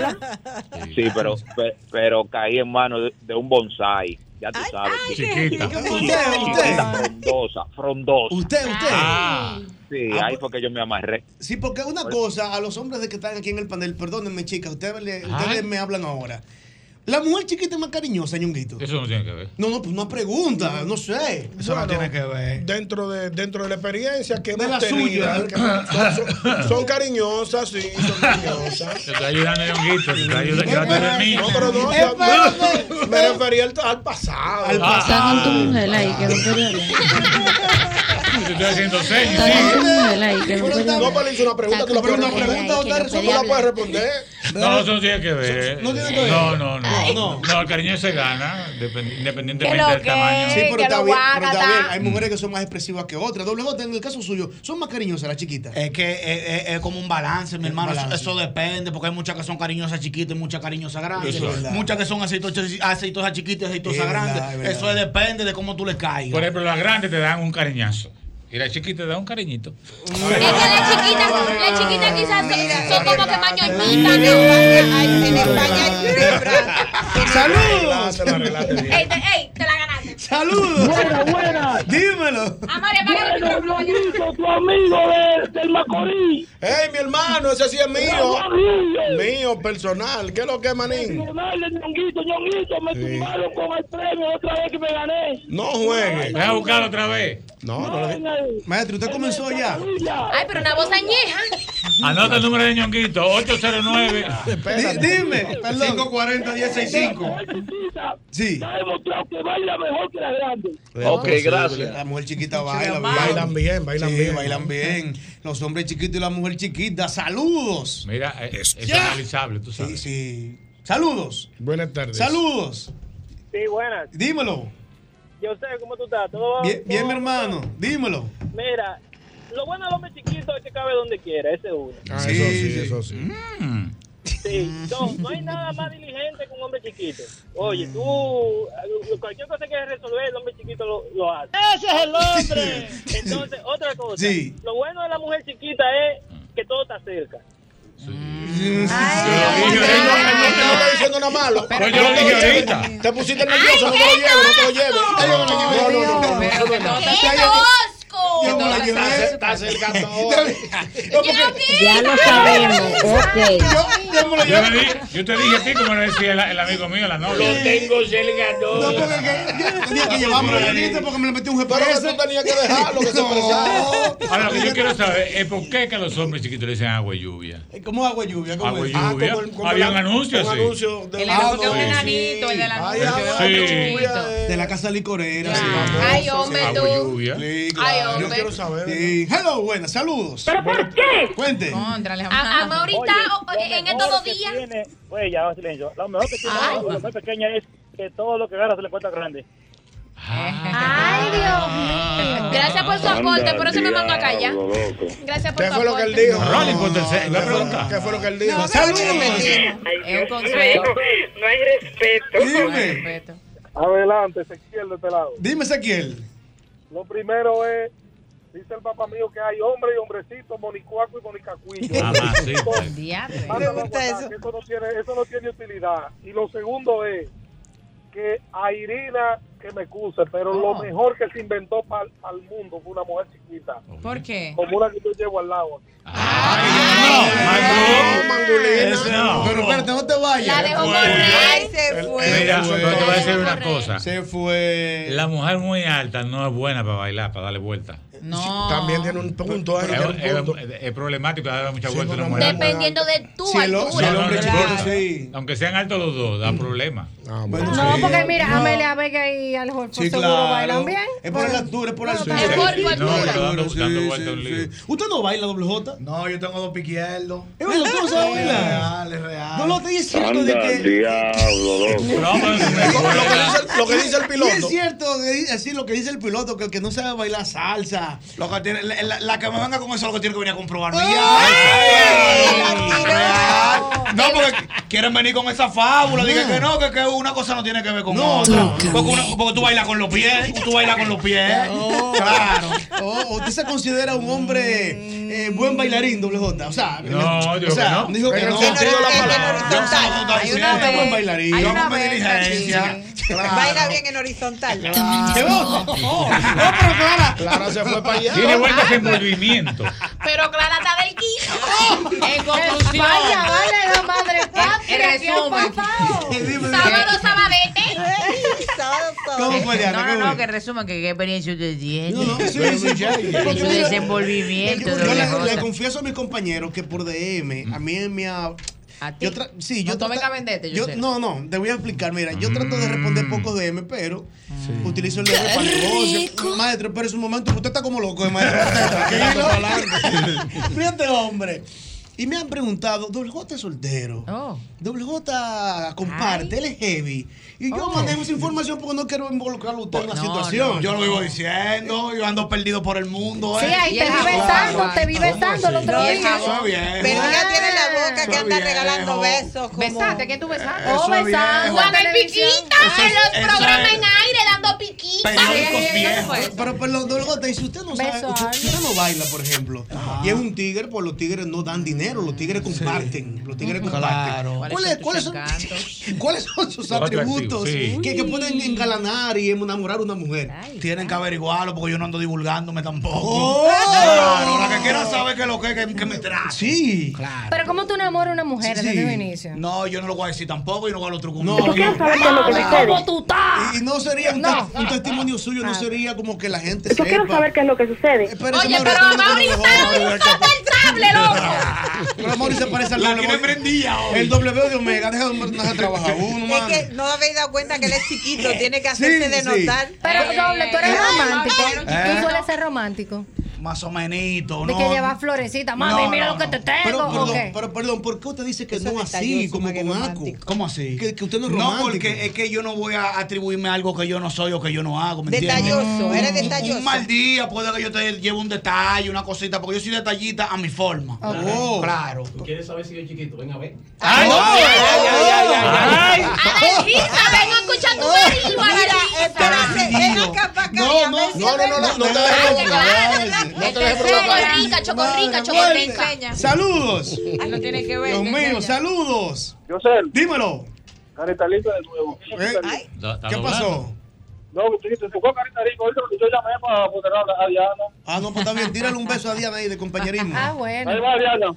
S17: Sí, pero, pe- pero caí en manos de, de un bonsai. Ya tú sabes.
S1: Chiquita.
S17: chiquita,
S1: Usted, usted.
S17: Frondosa, frondosa.
S3: Usted, usted.
S17: Ah, sí, ahí fue que yo me amarré.
S3: Sí, porque una cosa, a los hombres de que están aquí en el panel, perdónenme, chicas, ustedes, le- ustedes me hablan ahora. La mujer chiquita es más cariñosa, ñonguito.
S4: Eso no tiene que ver.
S3: No, no, pues una pregunta, no sé.
S4: Eso no tiene que ver.
S7: Dentro de, dentro de la experiencia que
S3: De
S7: hemos
S3: la
S7: tenido,
S3: suya.
S7: son, son- son cariñosas, sí, son cariñosas.
S4: Te está ayudando, Yonguito. Te está ayudando. Yo te de mí.
S7: No, pero no,
S4: Es
S7: ya- me, me refería al, al pasado.
S4: Al pasado. Está con tu mujer
S7: ahí, que
S3: Ah.
S7: no
S4: Te estoy haciendo señas.
S7: No, pero le hice una pregunta, tú la puedes
S3: una
S7: responder.
S3: pregunta, otra
S7: Tú la puedes responder.
S4: No, eso no tiene que ver.
S3: No tiene que ver.
S4: No, no, no.
S3: Ay.
S4: No, el cariño se gana depend- independientemente
S3: Que lo
S4: del
S3: que,
S4: tamaño.
S3: Sí, pero está, bien, pero está bien. Hay mujeres que son más expresivas que otras. Doble J, en el caso suyo, son más cariñosas las chiquitas.
S13: Es que es, es- es como un balance, mi hermano. Eso-
S3: balance.
S13: Eso, depende, porque hay muchas que son cariñosas chiquitas y muchas cariñosas grandes.
S4: Eso es verdad.
S13: muchas que son aceitosas, aceitosas chiquitas y aceitosas
S4: Es verdad,
S13: grandes.
S4: es verdad.
S13: Eso depende de cómo tú le caigas.
S4: Por ejemplo, las grandes te dan un cariñazo. Y las chiquitas te dan un cariñito.
S5: Es que las chiquitas, las chiquitas quizás son, son como que más ñoñitas, ¿no?
S19: Ay, En España hay una
S3: ¡Saludos!
S5: Ey, te, ey, te la ganaste.
S3: ¡Saludos!
S1: Buena, buena.
S3: Dímelo.
S5: Amores, apaga el
S1: Bueno,
S5: micrófono.
S1: Ñonguito, tu amigo de- del Macorís.
S7: ¡Ey, mi hermano! Ese sí es mío.
S1: Mamorillo.
S7: Mío, personal. ¿Qué es lo que es, manín?
S1: Dale, Ñonguito, Ñonguito, me tumbaron con el premio otra vez que me gané.
S7: No juegue.
S4: Ve a buscar otra vez.
S7: No, no le
S3: Maestro, usted comenzó ya.
S5: Ay, pero una voz añeja.
S4: Anota el número de ñonguito: 809.
S3: Dime, perdón.
S4: 540
S3: 1065. Sí.
S1: Ha demostrado que baila mejor que la grande.
S3: Ok, gracias. La mujer chiquita baila,
S7: bailan bien, bailan
S3: Sí,
S7: bien.
S3: Bailan bien. Los hombres chiquitos y la mujer chiquita. Saludos.
S4: Mira, eh, es,
S3: Ya.
S4: analizable, tú sabes.
S3: Sí, Saludos.
S7: Buenas tardes.
S3: Saludos.
S20: Sí, buenas.
S3: Dímelo.
S20: Yo sé cómo tú estás. ¿Todo va?
S3: Bien, bien, mi
S20: ¿Todo va?
S3: hermano. Dímelo.
S20: Mira, lo bueno del hombre chiquito es que cabe donde quiera, ese es uno.
S7: Ah, eso sí, eso sí.
S3: Mm.
S20: Sí,
S7: Mm.
S20: no, no hay nada más diligente que un hombre chiquito.
S7: Mm.
S20: Oye, tú, cualquier cosa que quieras resolver, el hombre chiquito lo, lo hace. ¡Ese es el hombre! Entonces, otra cosa.
S1: Sí.
S20: Lo bueno de la mujer chiquita es que todo está cerca. Mm.
S7: no está diciendo nada malo.
S4: Pues yo lo dije ahorita.
S7: Te pusiste nervioso, no te lo lleves, no te lo lleves. No, no, no, no, no, no, no.
S5: ¡Qué tosco!
S7: Yo me la llevé.
S3: Está
S7: cerca todo.
S5: Ya
S1: lo sabemos,
S3: ok. Yo, me lo
S4: Yo,
S3: llevo.
S4: le di- yo te dije a ti, como le decía el, el amigo mío, la novia.
S3: Lo tengo
S4: cerca
S3: No, porque que, yo tenía que llevarme la porque este me le metí un
S7: Pero que
S3: GPS.
S7: tú tenías que dejarlo, que se
S3: No.
S7: expresara.
S4: Ahora, lo que yo quiero saber es por qué que los hombres chiquitos le dicen agua y lluvia.
S3: ¿Cómo agua y lluvia? ¿Cómo
S4: Agua y
S3: es? Ah,
S4: lluvia.
S3: como el- como
S4: Había
S3: la-
S4: un anuncio
S3: un
S4: así.
S3: anuncio de
S5: El
S3: la-
S5: anuncio de un
S3: Sí.
S5: enanito, el del
S3: Ay,
S5: anuncio de
S3: agua,
S5: un
S3: lluvia.
S5: chiquito.
S3: De la casa licorera.
S5: Claro.
S3: sí, famoso,
S5: Ay, hombre,
S3: sí.
S5: tú. Agua y lluvia.
S3: Sí, claro.
S5: Ay, hombre.
S3: Yo quiero saber. Sí. Hello, buenas, saludos. ¿Pero por
S5: qué?
S3: Cuente.
S5: A- a Maurita, o-
S11: Oye,
S5: en
S11: lo
S5: estos dos
S11: mejor que
S5: días.
S11: tiene- Oye, ya, silencio. Lo mejor que tiene la
S5: Ay.
S11: mujer pequeña es que todo lo que agarra se le cuenta grande.
S5: Ay, Dios mío. Gracias por su aporte, por eso me mando a callar. Gracias por
S7: ¿Qué
S5: su aporte.
S7: fue lo que él dijo?
S4: Rolling con tercera. Iba a preguntar.
S7: ¿Qué fue lo que él dijo?
S5: No,
S1: pues.
S21: Es un consuelo. No hay respeto. No hay respeto.
S22: Adelante, Ezequiel de este lado.
S3: Dime, Ezequiel.
S22: Lo primero es, dice el papá mío que hay hombre y hombrecito, monicuaco y monicacuillo.
S4: Mamacita.
S22: Mándalo a guardar, que Eso no, tiene, eso no tiene utilidad. Y lo segundo es que a Irina, que me excuse, pero lo
S21: Oh.
S22: mejor que se inventó para el mundo fue una mujer chiquita.
S21: ¿Por qué?
S22: Como una que yo llevo al lado.
S3: Pero espérate, no te vayas.
S22: La dejó
S6: Ay, se fue.
S4: Mira, pero te voy a decir una cosa.
S3: Se fue.
S4: La mujer muy alta no es buena para bailar, para darle vuelta.
S21: No.
S7: También tiene un punto ahí.
S4: Es, es- es problemático darle mucha vuelta a una mujer.
S5: Dependiendo de tu
S4: Si el o- si
S5: altura.
S4: el hombre chiquito, Aunque sean altos los dos, da problema.
S10: No, porque mira, Amelia Vega y Al Holford
S4: Sí,
S10: seguro
S4: claro.
S10: bailan bien.
S3: Es por la altura, es por la altura.
S4: Es por tu
S3: No,
S4: altura.
S3: pero dando-
S4: Sí,
S3: dando
S4: sí,
S3: vuelta a un
S4: sí.
S3: lío. ¿Usted no baila WJ?
S13: No, yo tengo dos piquierdos.
S3: Es verdad, tú no sabes bailar.
S13: Real, es real.
S3: No lo estoy diciendo de
S23: Anda,
S3: que.
S23: diablo,
S3: Lo
S7: que dice el piloto.
S3: Sí, Ah, es cierto, que dice- sí, lo que dice el piloto, que el que no sabe bailar salsa.
S13: Lo que tiene- la, la- la que me venga con eso lo que tiene que venir a comprobarme.
S3: ¡Ay!
S13: ¡Ya! Real. No, porque quieren venir con esa fábula. Dije que no, que, que una cosa no tiene que ver con
S3: No,
S13: otra.
S3: no.
S13: Porque, una- porque tú bailas con los pies. Tú bailas con los pies. Claro.
S3: O- Oh, ¿Usted se considera un hombre eh, buen bailarín, WJ? O sea,
S4: No,
S3: me-
S4: digo
S3: o sea,
S4: que no.
S3: dijo que
S4: En el
S3: no.
S4: sentido de la palabra.
S3: Yo soy
S6: Hay una
S3: un buen
S6: vez,
S3: bailarín.
S6: hay
S3: Yo
S6: una
S3: hago mi
S6: vez,
S3: diligencia.
S6: Baila bien en horizontal.
S3: ¿Qué vos?
S7: Clara se fue para allá.
S4: Tiene vueltas en movimiento.
S5: Pero Clara está del quiso.
S21: En conclusión.
S10: Vaya, vale, la madre patria.
S21: En
S10: que han
S21: resumen.
S10: pasado.
S5: Sábado, sabadete.
S3: ¿Cómo fue, Diana?
S21: No, no,
S3: ¿Cómo
S21: no,
S3: fue?
S21: que resumen, que qué experiencia usted tiene.
S3: No, no, sí, sí, sí.
S21: Y su desenvolvimiento.
S3: Yo
S21: doble
S3: le,
S21: J.
S3: le confieso a mis compañeros que por DM, a mí me ha. Yo tra- sí, yo
S21: No, tú
S3: trata-
S21: vengas a venderte, yo
S3: yo-
S21: sé.
S3: No, no, te voy a explicar. Mira, yo trato de responder poco DM, pero utilizo el DM para
S1: ¡Qué
S3: negocio. Maestro, pero es un momento que usted está como loco, eh, maestro. Tranquilo. Fíjate, hombre. Y me han preguntado, ¿Doble J es soltero?
S21: Oh.
S3: ¿Doble J comparte? ¿Él es heavy? Y
S21: Oh.
S3: yo manejo esa información porque no quiero involucrarlo a usted en la
S13: No,
S3: situación.
S13: no, yo lo vivo diciendo, yo ando perdido por el mundo.
S10: Sí,
S13: ¿eh?
S10: ahí te vi
S13: Claro.
S10: besando, te vi besando el otro
S13: No,
S10: día.
S13: eso es bien.
S6: Pero ella tiene la boca que
S13: Eso
S6: anda
S13: viejo.
S6: regalando besos. Como...
S21: Besate, ¿qué tú besaste?
S6: Oh,
S13: Eso es
S6: besando.
S13: viejo.
S5: Juan el Piquita en los
S13: eso
S5: programas
S13: es-
S5: en aire dando piquita.
S3: periódicos
S5: Sí,
S3: viejos.
S5: eso fue.
S3: Pero, pero, Doble J, y si usted no sabe,
S5: Beso,
S3: usted,
S5: ay.
S3: usted no baila, por ejemplo, y es un tigre, pues los tigres no dan dinero, los tigres comparten. Los tigres
S13: Ujú.
S3: comparten.
S13: Claro.
S3: ¿Cuáles, ¿cuáles son, ¿Cuáles son sus
S13: Otro activo,
S3: atributos
S13: sí.
S3: que, que pueden engalanar y enamorar a una mujer?
S13: Tienen que averiguarlo porque yo no ando divulgándome tampoco.
S3: Oh.
S13: Claro, la que quiera saber qué es lo que, que, que me trae.
S3: Sí.
S13: Claro.
S10: Pero ¿cómo tú enamoras a una mujer
S13: Sí.
S10: desde el inicio?
S13: No, yo no lo voy a decir tampoco, yo no voy a los trucos.
S3: No, no.
S10: ¿Cómo tú estás?
S3: Y, y no sería un,
S10: No.
S3: te- un testimonio suyo, no sería como que la gente
S10: Yo quiero saber
S3: qué es lo que sucede.
S5: Oye, pero Mauri está insoportable, loco.
S3: Pero Mauri se parece al
S13: La
S3: doble.
S13: tiene prendida hoy.
S3: El W de Omega, deja de deja de trabajar uno,
S6: Es
S3: mano.
S6: que no habéis dado cuenta que él es chiquito, tiene que
S3: Sí,
S6: hacerse de
S3: sí.
S6: notar.
S10: Pero
S6: Eh,
S10: doble, tú eres
S6: eh,
S10: romántico.
S13: eh.
S10: Tú sueles ser romántico.
S13: Más o menito,
S10: De
S13: ¿no?
S10: que llevas florecita. Mami,
S13: No,
S10: mira
S13: no,
S10: lo que te
S13: no.
S10: tengo.
S3: Pero,
S10: ¿o
S3: perdón,
S10: qué?
S3: pero perdón, ¿por qué usted dice que no así,
S13: detalloso,
S3: como con Aco?
S13: ¿Cómo así?
S3: Que, que usted no es
S13: No,
S3: romántico.
S13: porque es que yo no voy a atribuirme algo que yo no soy o que yo no hago. ¿me entiendes?
S6: Detalloso, eres
S13: Un-
S6: detalloso.
S13: Un mal día puede que yo te lleve un detalle, una cosita, porque yo soy detallita a mi forma.
S3: Oh.
S13: Claro.
S24: ¿Tú quieres saber si yo es chiquito? Oh, Ven a ver.
S13: ¡Ay, ay, ay, ay, ay, ay!
S5: Adelgisa, ven a escuchar tu marido. Adelgisa.
S3: No, no, no, no, no, no, no te dejes provocar. No te dejes provocar.
S5: Chocorrica, chocorrica,
S3: Madre,
S5: chocorrica.
S3: Saludos.
S21: Ah, no tiene que ver.
S3: Dios
S21: te
S3: mío,
S21: enseña.
S3: saludos.
S22: Yo sé.
S3: Dímelo.
S22: Carita linda de nuevo. Ay.
S3: ¿Qué pasó?
S22: No, usted se fue a Carita Rica. Ahorita yo llamé para poder hablar a Diana.
S3: Ah, no, pues está bien. Tírale un beso a Diana ahí de compañerismo.
S10: Ah, bueno.
S22: Ahí va Diana.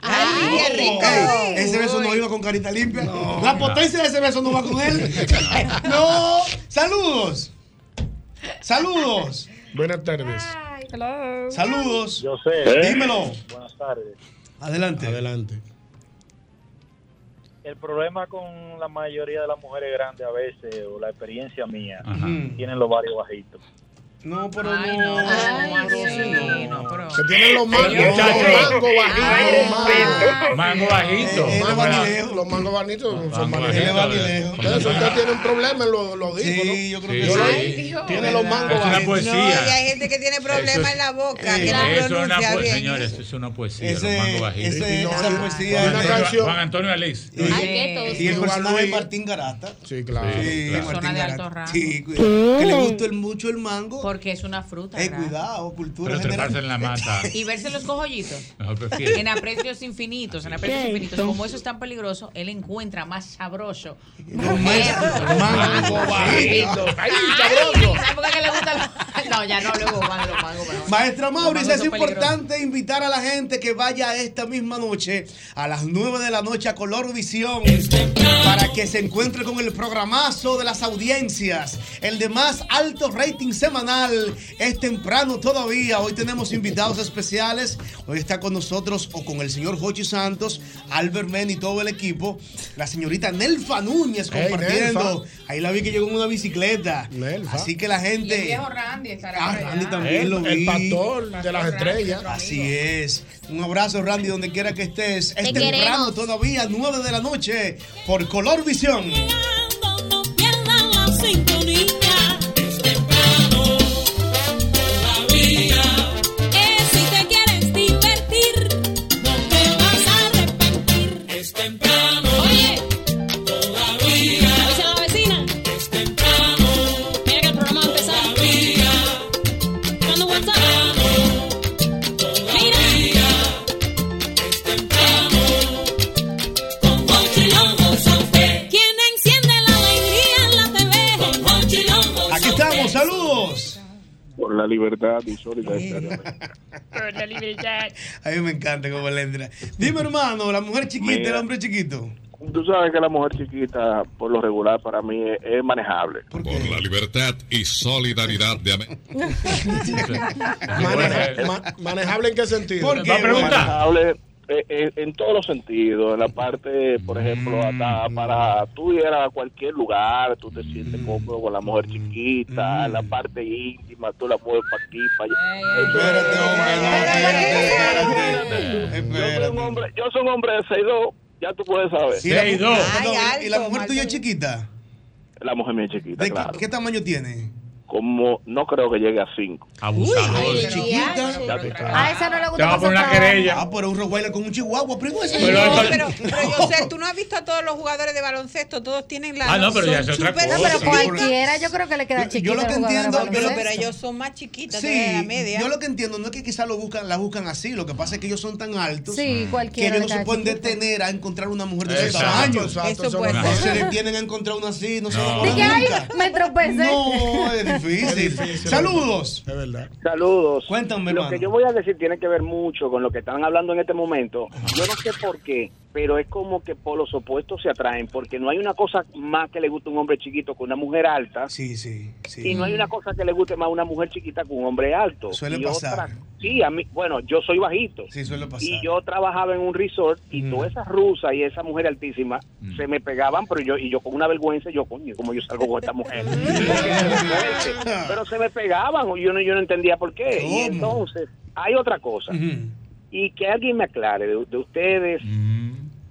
S10: Ay, qué rico.
S3: Ey, ese beso no iba con carita limpia. La potencia de ese beso no va con él. No. Saludos. Saludos.
S7: Buenas tardes.
S10: Hello.
S25: Saludos.
S11: Yo sé.
S3: ¿Eh?
S25: Dímelo.
S11: Buenas tardes.
S25: Adelante. Adelante.
S11: El problema con la mayoría de las mujeres grandes a veces, o la experiencia mía,
S25: Ajá.
S4: Mm.
S11: tienen los varios bajitos.
S25: No, pero
S11: Ay,
S25: no.
S11: no. Ay,
S25: sí, no,
S11: pero-
S25: Que tienen los mangos.
S7: Ay,
S25: los
S7: muchachos.
S25: mangos bajitos.
S7: Ay, respeto.
S4: Mango
S7: Eh, eh,
S4: bajito. Mango
S7: los
S4: bajito.
S7: vanileos, Los mangos banitos son
S4: Mango
S7: vanileos.
S4: bajito.
S7: Entonces, usted tiene un problema, lo, lo digo, ¿no? Sí, yo
S4: creo que sí.
S7: Tiene los mangos
S4: Es una
S7: bajitos.
S4: poesía.
S6: No, y hay gente que tiene
S4: Eso
S6: problemas
S4: es- eh,
S6: en la boca, que
S4: eso
S6: no
S4: es una
S6: pronuncia
S4: poe-
S6: bien.
S4: Señores, eso es una poesía.
S3: Ese-
S4: los mangos bajitos.
S3: ese- esa poesía
S4: Juan
S3: es una
S4: Antonio-
S3: canción.
S4: Juan Antonio Aleix.
S3: Y el personaje de Martín Garata.
S7: Sí,
S4: claro.
S3: Sí,
S4: Persona
S3: Martín
S8: de
S3: Garata.
S8: alto rango.
S3: Sí, cuidado.
S8: ¿Qué?
S3: que le gusta el- mucho el mango.
S8: Porque es una fruta.
S3: Eh,
S8: ¿verdad?
S3: cuidado, cultura
S4: Pero
S3: general.
S4: treparse en la mata.
S8: Y verse los cojollitos.
S4: No, prefiero.
S8: En aprecios infinitos, en aprecios
S4: Perfecto.
S8: infinitos. Como eso es tan peligroso, él encuentra más sabroso.
S3: Mango bajito.
S8: Ay,
S3: sabroso.
S8: ¿Sabes por qué que le gusta? el- No, ya no, luego van los mangos. pero-
S3: Maestra
S8: Los
S3: Maurice,
S8: mangos son
S3: es
S8: peligrosos.
S3: importante invitar a la gente que vaya esta misma noche a las 9 de la noche a Color Visión para que se encuentre con el programazo de las audiencias, el de más alto rating semanal. Es temprano todavía. Hoy tenemos invitados especiales. Hoy está con nosotros o con el señor Jochi Santos, Albert Men y todo el equipo. La señorita Nelfa Núñez
S7: Hey,
S3: compartiendo. Ahí la vi que llegó en una bicicleta. Así que la
S8: Y el
S3: gente.
S8: viejo Randy estará
S3: Ah,
S8: por allá.
S3: Randy también
S7: El-
S3: lo vi.
S7: el pastor de las
S3: Randy,
S7: estrellas.
S3: nuestro Así es. Un abrazo, Randy, donde quiera que estés. Es
S8: Te
S3: temprano
S8: queremos.
S3: todavía, 9 de la noche, por Color Visión.
S26: Pierdan la sintonía. Es temprano todavía. Eh, si te quieres divertir, no te vas a arrepentir. Es temprano. Oye. Todavía. Dice la vecina. Es temprano. Mira que el programa va a empezar. Todavía. ¿Cuándo WhatsApp? Mira. Es temprano. Con Cochilongo Sofe. ¿Quién enciende la alegría en la TV? Con Cochilongo
S3: Aquí estamos, saludos.
S15: Por la libertad insólita
S3: Eh.
S15: de este estar
S3: Por la libertad. A mí me encanta como le entra. Dime, hermano, la mujer chiquita,
S15: Mira.
S3: el hombre chiquito.
S15: Tú sabes que la mujer chiquita, por lo regular, para mí es, es manejable.
S27: Por la libertad y solidaridad de América.
S7: Maneja- ma- ¿Manejable en qué sentido?
S15: Manejable eh, eh, en todos los sentidos. En la parte, por ejemplo,
S3: Mm.
S15: hasta para tú ir a cualquier lugar, tú te sientes cómodo con la mujer
S3: Mm.
S15: chiquita. En la parte íntima, tú la mueves para aquí, para allá. Espérate, Yo soy un hombre, yo soy un hombre de 6'2", ya tú puedes saber.
S3: Y la mu- perdón, ¿Y la mujer tuya es chiquita?
S15: La mujer mía es chiquita,
S3: ¿De qué,
S15: claro.
S3: qué tamaño tiene?
S15: Como no creo que llegue a 5.
S4: Abusador.
S3: Ay, chiquita.
S10: A esa no le gusta. pasar trabajo.
S4: querella.
S3: Ah, pero un Rottweiler con un chihuahua, primo. ese-
S4: Pero
S6: No,
S4: eso-
S6: pero, pero yo sé, tú no has visto a todos los jugadores de baloncesto, todos tienen la.
S4: Ah, no, pero ya
S6: son
S4: es otra
S6: súper-
S4: cosa. No, pero
S10: Cualquiera, yo creo que le queda chiquita.
S3: lo que
S10: al jugador de
S3: entiendo, yo lo-
S10: baloncesto.
S6: pero ellos son más chiquitas de la
S3: Sí,
S6: media.
S3: yo lo que entiendo no es que quizás lo buscan, la buscan así, lo que pasa es que ellos son tan altos
S10: Sí,
S3: que
S10: cualquiera
S3: ellos
S10: le
S3: no se
S10: cae
S3: pueden
S10: chiquito.
S3: detener a encontrar una mujer de esos
S7: Exacto,
S3: tamaños.
S7: exacto, Eso eso puede no
S3: no
S7: ser.
S3: se detienen a encontrar una así, no, se
S7: No.
S3: enamoran
S10: Dije, ay,
S3: nunca.
S10: me tropecé.
S3: No, es difícil. Saludos.
S7: Es verdad.
S15: Saludos.
S3: Cuéntame,
S15: Lo
S3: hermano.
S15: que yo voy a decir tiene que ver mucho con lo que están hablando en este momento. Yo no sé por qué, pero es como que por los opuestos se atraen, porque no hay una cosa más que le guste a un hombre chiquito que una mujer alta.
S3: Sí, sí.
S15: Y no hay una cosa que le guste más a una mujer chiquita que un hombre alto.
S3: Suele
S15: Y
S3: pasar.
S15: otra- sí, a mí, bueno, yo soy bajito.
S3: Sí, suele pasar.
S15: Y yo trabajaba en un resort y todas esas rusas y esa mujer altísima se me pegaban, pero yo y yo con una vergüenza, yo coño, como yo salgo con esta mujer. pero se me pegaban, yo no yo no entendía por qué. Y entonces, hay otra cosa.
S1: Mm.
S15: Y que alguien me aclare de, de ustedes.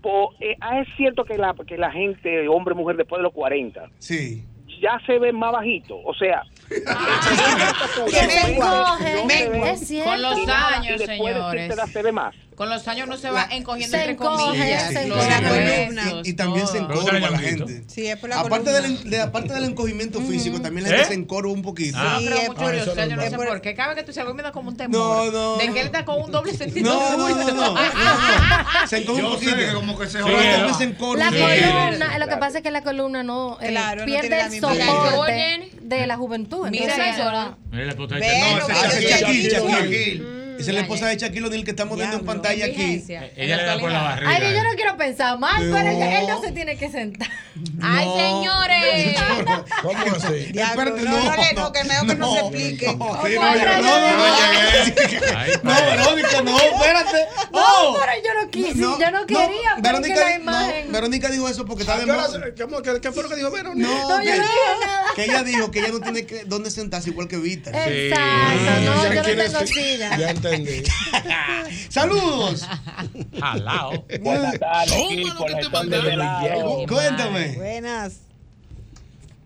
S15: Po- eh, ah, es cierto que la, que la gente, hombre, mujer, después de los 40,
S3: Sí.
S15: ya se ve más bajito. O sea,
S8: Que
S15: se
S8: encogen,
S15: ve- no se ve-
S8: es cierto. Con los
S15: y nada,
S8: años,
S15: y después de
S8: señores.
S15: cierta edad se ve más.
S8: Con los años uno se va encogiendo
S10: se
S8: entre
S10: encoge,
S8: comillas.
S3: Sí,
S8: los
S3: sí,
S8: huesos,
S3: Y, y también se
S8: todo.
S3: encorva la gente.
S6: Sí, es por la
S3: Aparte
S6: columna.
S3: del, de, aparte del encogimiento físico, también la gente
S6: ¿Eh?
S3: se encorva un poquito.
S7: Ah,
S8: Sí, Ah, pero mucho curioso, yo no sé
S3: por-
S8: por qué. Cada vez que tú salgo me da como un temor.
S3: No, no.
S8: De que él está con un doble sentido
S3: No,
S8: de
S3: no,
S8: orgullo.
S3: no, no. Se encoge un
S7: Yo sé
S3: poquito.
S7: que como que se
S3: Pero
S7: jode.
S3: también se encorva.
S10: La
S3: Sí.
S10: columna, lo que pasa es que la columna no eh,
S6: Claro, no
S10: pierde
S6: tiene la
S10: el
S6: misma
S10: soporte de la juventud.
S6: Mira,
S10: Entonces,
S6: Sora.
S4: Mira, pues,
S10: Ve
S4: no,
S10: lo
S4: ese-
S10: que yo
S3: Ah,
S4: ese-
S10: te
S4: Shaquille,
S10: digo.
S4: Shaquille.
S3: Esa es la esposa de Shaquille O'Neal que estamos viendo en pantalla aquí.
S4: Ella le da con la barriga.
S10: Ay, yo no quiero pensar más,
S3: No.
S10: pero él, él no se tiene que sentar.
S1: Ay, señores.
S3: ¿Cómo así? Espérate,
S10: no,
S3: no.
S10: no le-
S6: no, que mejor que no se explique.
S3: No,
S6: ¿Cómo
S3: sí, no,
S6: era?
S3: yo- no, no, no. No, Verónica, no, espérate.
S10: No,
S3: Oh.
S10: pero yo no quise, yo no quería, pero es
S3: Verónica,
S10: que la
S3: di- no,
S10: imagen-
S3: Verónica dijo eso porque está de
S7: ¿Qué hora
S3: moda.
S7: ¿Qué, qué fue lo que dijo Verónica?
S3: No,
S10: No, yo
S3: que,
S10: no dije nada.
S3: que ella dijo que ella no tiene que, dónde sentarse igual que Vita.
S10: Exacto, no, yo no tengo
S7: Ya
S10: silla.
S7: entendí.
S3: Saludos.
S4: Jalao.
S11: Buenas tardes,
S3: Toma
S11: Gil,
S3: lo
S11: por
S3: que
S11: la
S3: te
S11: están de
S3: mandaron.
S11: lado.
S3: Cuéntame.
S6: Buenas.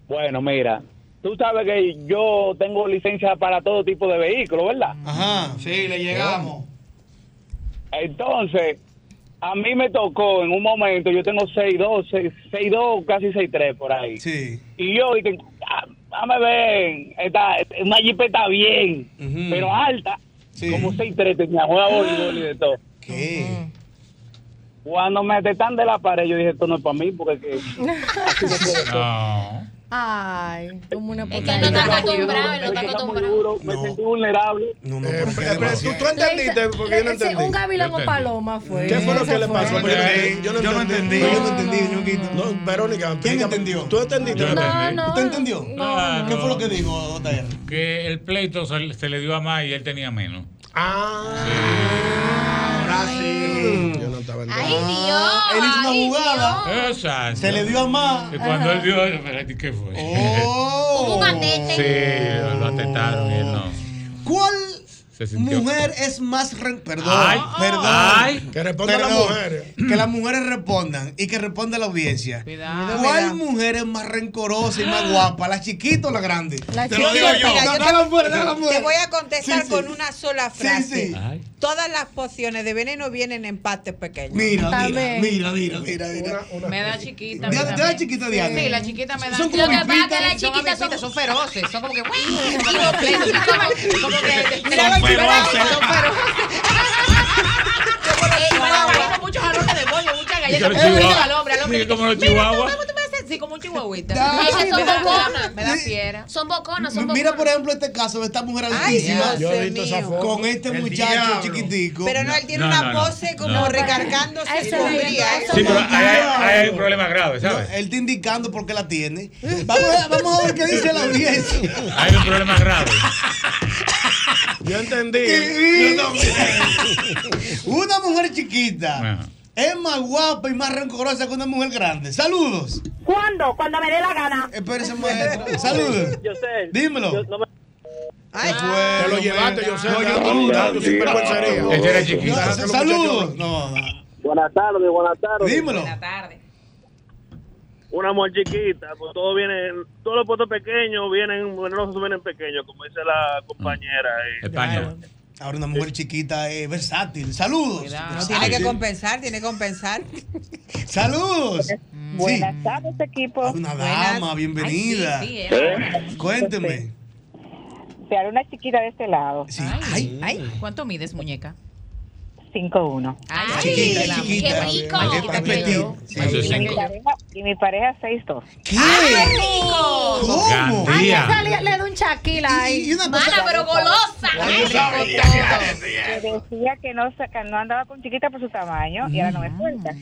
S11: Bueno, mira, tú sabes que yo tengo licencia para todo tipo de vehículos, ¿verdad?
S3: Ajá.
S28: Sí, le llegamos.
S11: Entonces, a mí me tocó en un momento, yo tengo 6'2, 6'2, 6'2, casi 6'3 por ahí.
S3: Sí.
S11: Y yo dije, "Ah, dame ver, esta, una jipeta bien, pero alta, como 6'3, tenía juega voleibol y de todo.
S3: ¿Qué?
S11: Cuando me detectan de la pared, yo dije, esto no es para mí, porque... que-
S4: No.
S10: Ay, como una
S11: que no está acostumbrado,
S10: no está
S11: acostumbrado. Me sentí vulnerable.
S7: Eh, pero- pero tú, tú entendiste porque yo no entendí.
S10: Un gavilán o paloma fue.
S7: ¿Qué fue lo que
S10: Esa
S7: le pasó?
S10: fue.
S7: Yo no entendí. Yo no entendí. No, Verónica, ¿quién entendió? ¿Tú entendiste?
S4: Yo entendí. No, no.
S3: ¿Usted entendió?
S4: No,
S3: ¿Qué
S4: no.
S3: fue lo que dijo JR?
S4: Que el pleito se, se le dio a más y él tenía menos.
S7: Ahora sí. Yo no estaba
S1: Ay,
S7: entendiendo.
S1: Dios.
S3: él hizo una
S1: ay,
S3: jugada.
S1: Dios.
S4: Exacto.
S3: Se le dio a más.
S4: Y cuando
S3: Ajá. Eh,
S4: él vio, espérate, ¿qué fue?
S1: Hubo
S3: Oh.
S1: un
S4: sí,
S1: atete.
S4: lo atestaron y él no.
S3: ¿Cuál
S4: Se sintió.
S3: mujer es más re- perdón,
S4: Ay,
S3: perdón,
S4: ay.
S7: Que respondan las
S3: Perdón.
S7: mujeres.
S3: Que las mujeres respondan y que responda la audiencia.
S8: Cuidado.
S3: ¿Cuál mujer es más rencorosa y más guapa, la chiquita o la grande?
S6: La
S3: Te lo digo
S6: chiquita.
S3: yo.
S6: Mira, yo
S3: Dale
S6: te-
S3: a la mujer, dale a la mujer.
S6: Te voy a contestar
S3: Sí, sí.
S6: con una sola frase.
S3: sí. Ay.
S6: Todas las pociones de veneno vienen en partes pequeñas.
S3: Mira, mira, mira, mira, mira, mira.
S8: Me da chiquita.
S3: ¿Te
S8: me
S3: da-
S8: da
S3: te da
S8: bien.
S3: chiquita, Diana?
S8: Sí, la chiquita me da.
S3: Son como Lo que pasa
S1: es que las chiquitas
S8: Son avispas,
S1: son-
S8: son feroces. Son como que. Como que. Mira,
S1: Son
S8: los
S1: feroces.
S8: Son feroces. Ey, Muchos alones de pollo, muchas galletas.
S4: Como los
S8: mucho
S4: chihuahuas.
S8: al hombre, al hombre.
S4: Sí, como los
S8: Mira, ¿cómo-
S4: chihuahuas.
S8: cómo tú me haces? Sí, como un chihuahuita.
S3: Ay,
S8: Esa
S3: me
S8: me
S3: da
S8: da
S3: boconas.
S8: me da
S3: Sí.
S8: fiera.
S1: Son boconas, son
S3: Mira,
S1: boconas.
S3: por ejemplo, este caso de esta mujer
S6: Ay,
S3: altísima
S6: Dios Yo he visto esa mío. foto.
S3: con este
S6: El
S3: muchacho
S6: diablo.
S3: chiquitico.
S6: Pero no, él tiene
S4: No,
S6: una
S4: no, no.
S6: pose como
S4: No.
S6: recargándose.
S10: Eso
S6: su
S10: es
S6: hombría, ¿eh?
S4: Sí, pero ahí hay, ahí hay un problema grave,
S3: No,
S4: ¿sabes?
S3: él está indicando por qué la tiene. Vamos a, vamos a ver qué dice la audiencia.
S4: Hay un problema grave.
S7: Yo entendí.
S3: Yo Una mujer chiquita es más guapa y más rencorosa que una mujer grande. Saludos.
S29: ¿Cuándo? Cuando me dé la gana.
S3: Espérese, maestra. Saludos.
S29: Yo sé.
S3: Dímelo.
S6: Ay,
S7: Te lo llevaste, yo sé. Yo sin vergüencería.
S4: Ella era chiquita.
S3: No, Saludos. No, no.
S11: Buenas tardes, buenas tardes.
S3: Dímelo.
S11: Una mujer chiquita, pues todo viene, todos los puestos pequeños vienen, bueno, no vienen pequeños, como dice la compañera. eh.
S4: Mm. España.
S3: Ahora una mujer chiquita es versátil. Saludos.
S6: No tiene que
S3: Sí.
S6: compensar, tiene que compensar.
S3: Saludos.
S29: Buenas tardes, equipo.
S3: Ah, Una dama, bienvenida. ¿Eh?
S29: Ay, sí, ¿eh? sí, era
S3: Cuénteme.
S29: Se hará una chiquita de este lado.
S8: Ay, ay. ¿Cuánto mides, muñeca?
S29: 5-1.
S8: Ay,
S3: Chiquita,
S8: la-
S3: chiquita.
S1: qué rico.
S3: Chiquita, petit.
S4: Eso es
S29: Y mi
S4: cinco.
S29: pareja- y mi pareja 6-2.
S3: ¿Qué?
S10: ¡Ah, rico! Ay,
S4: ¿Cómo? Gandía.
S10: esa le, le da un chaquila ahí.
S3: Y una cosa-
S1: Mala, pero golosa.
S29: Que decía que no, se- que no andaba con chiquita por su tamaño y ahora no me suelta.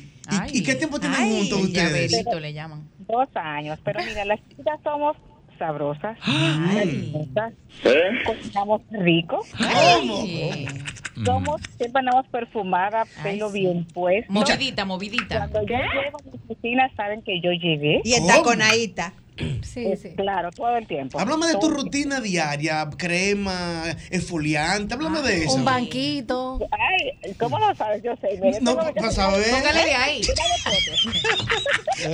S3: ¿Y, y qué tiempo tienen
S8: Ay,
S3: juntos ustedes?
S8: llaverito le llaman.
S29: Dos años. Pero mira, las chiquitas somos sabrosas. sabrosas,
S8: ¿Eh?
S29: Cocinamos rico.
S3: ¿Cómo?
S8: Mm.
S29: Somos, siempre andamos perfumadas, pelo
S8: sí.
S29: bien puesto.
S8: Movidita, movidita.
S29: Cuando yo llego a mi oficina, saben que yo llegué.
S6: Y está
S3: ¿Cómo?
S6: con Aita.
S2: Eh,
S10: Sí, sí.
S29: Claro, todo el tiempo.
S3: Háblame de tu
S29: Todo-
S3: rutina diaria, crema, esfoliante, háblame
S2: Ah,
S29: Ah,
S3: de eso.
S10: Un banquito.
S29: Ay, ¿cómo lo sabes? Yo sé. mira,
S3: No,
S29: tengo que-
S3: para saber.
S8: Póngale de ahí.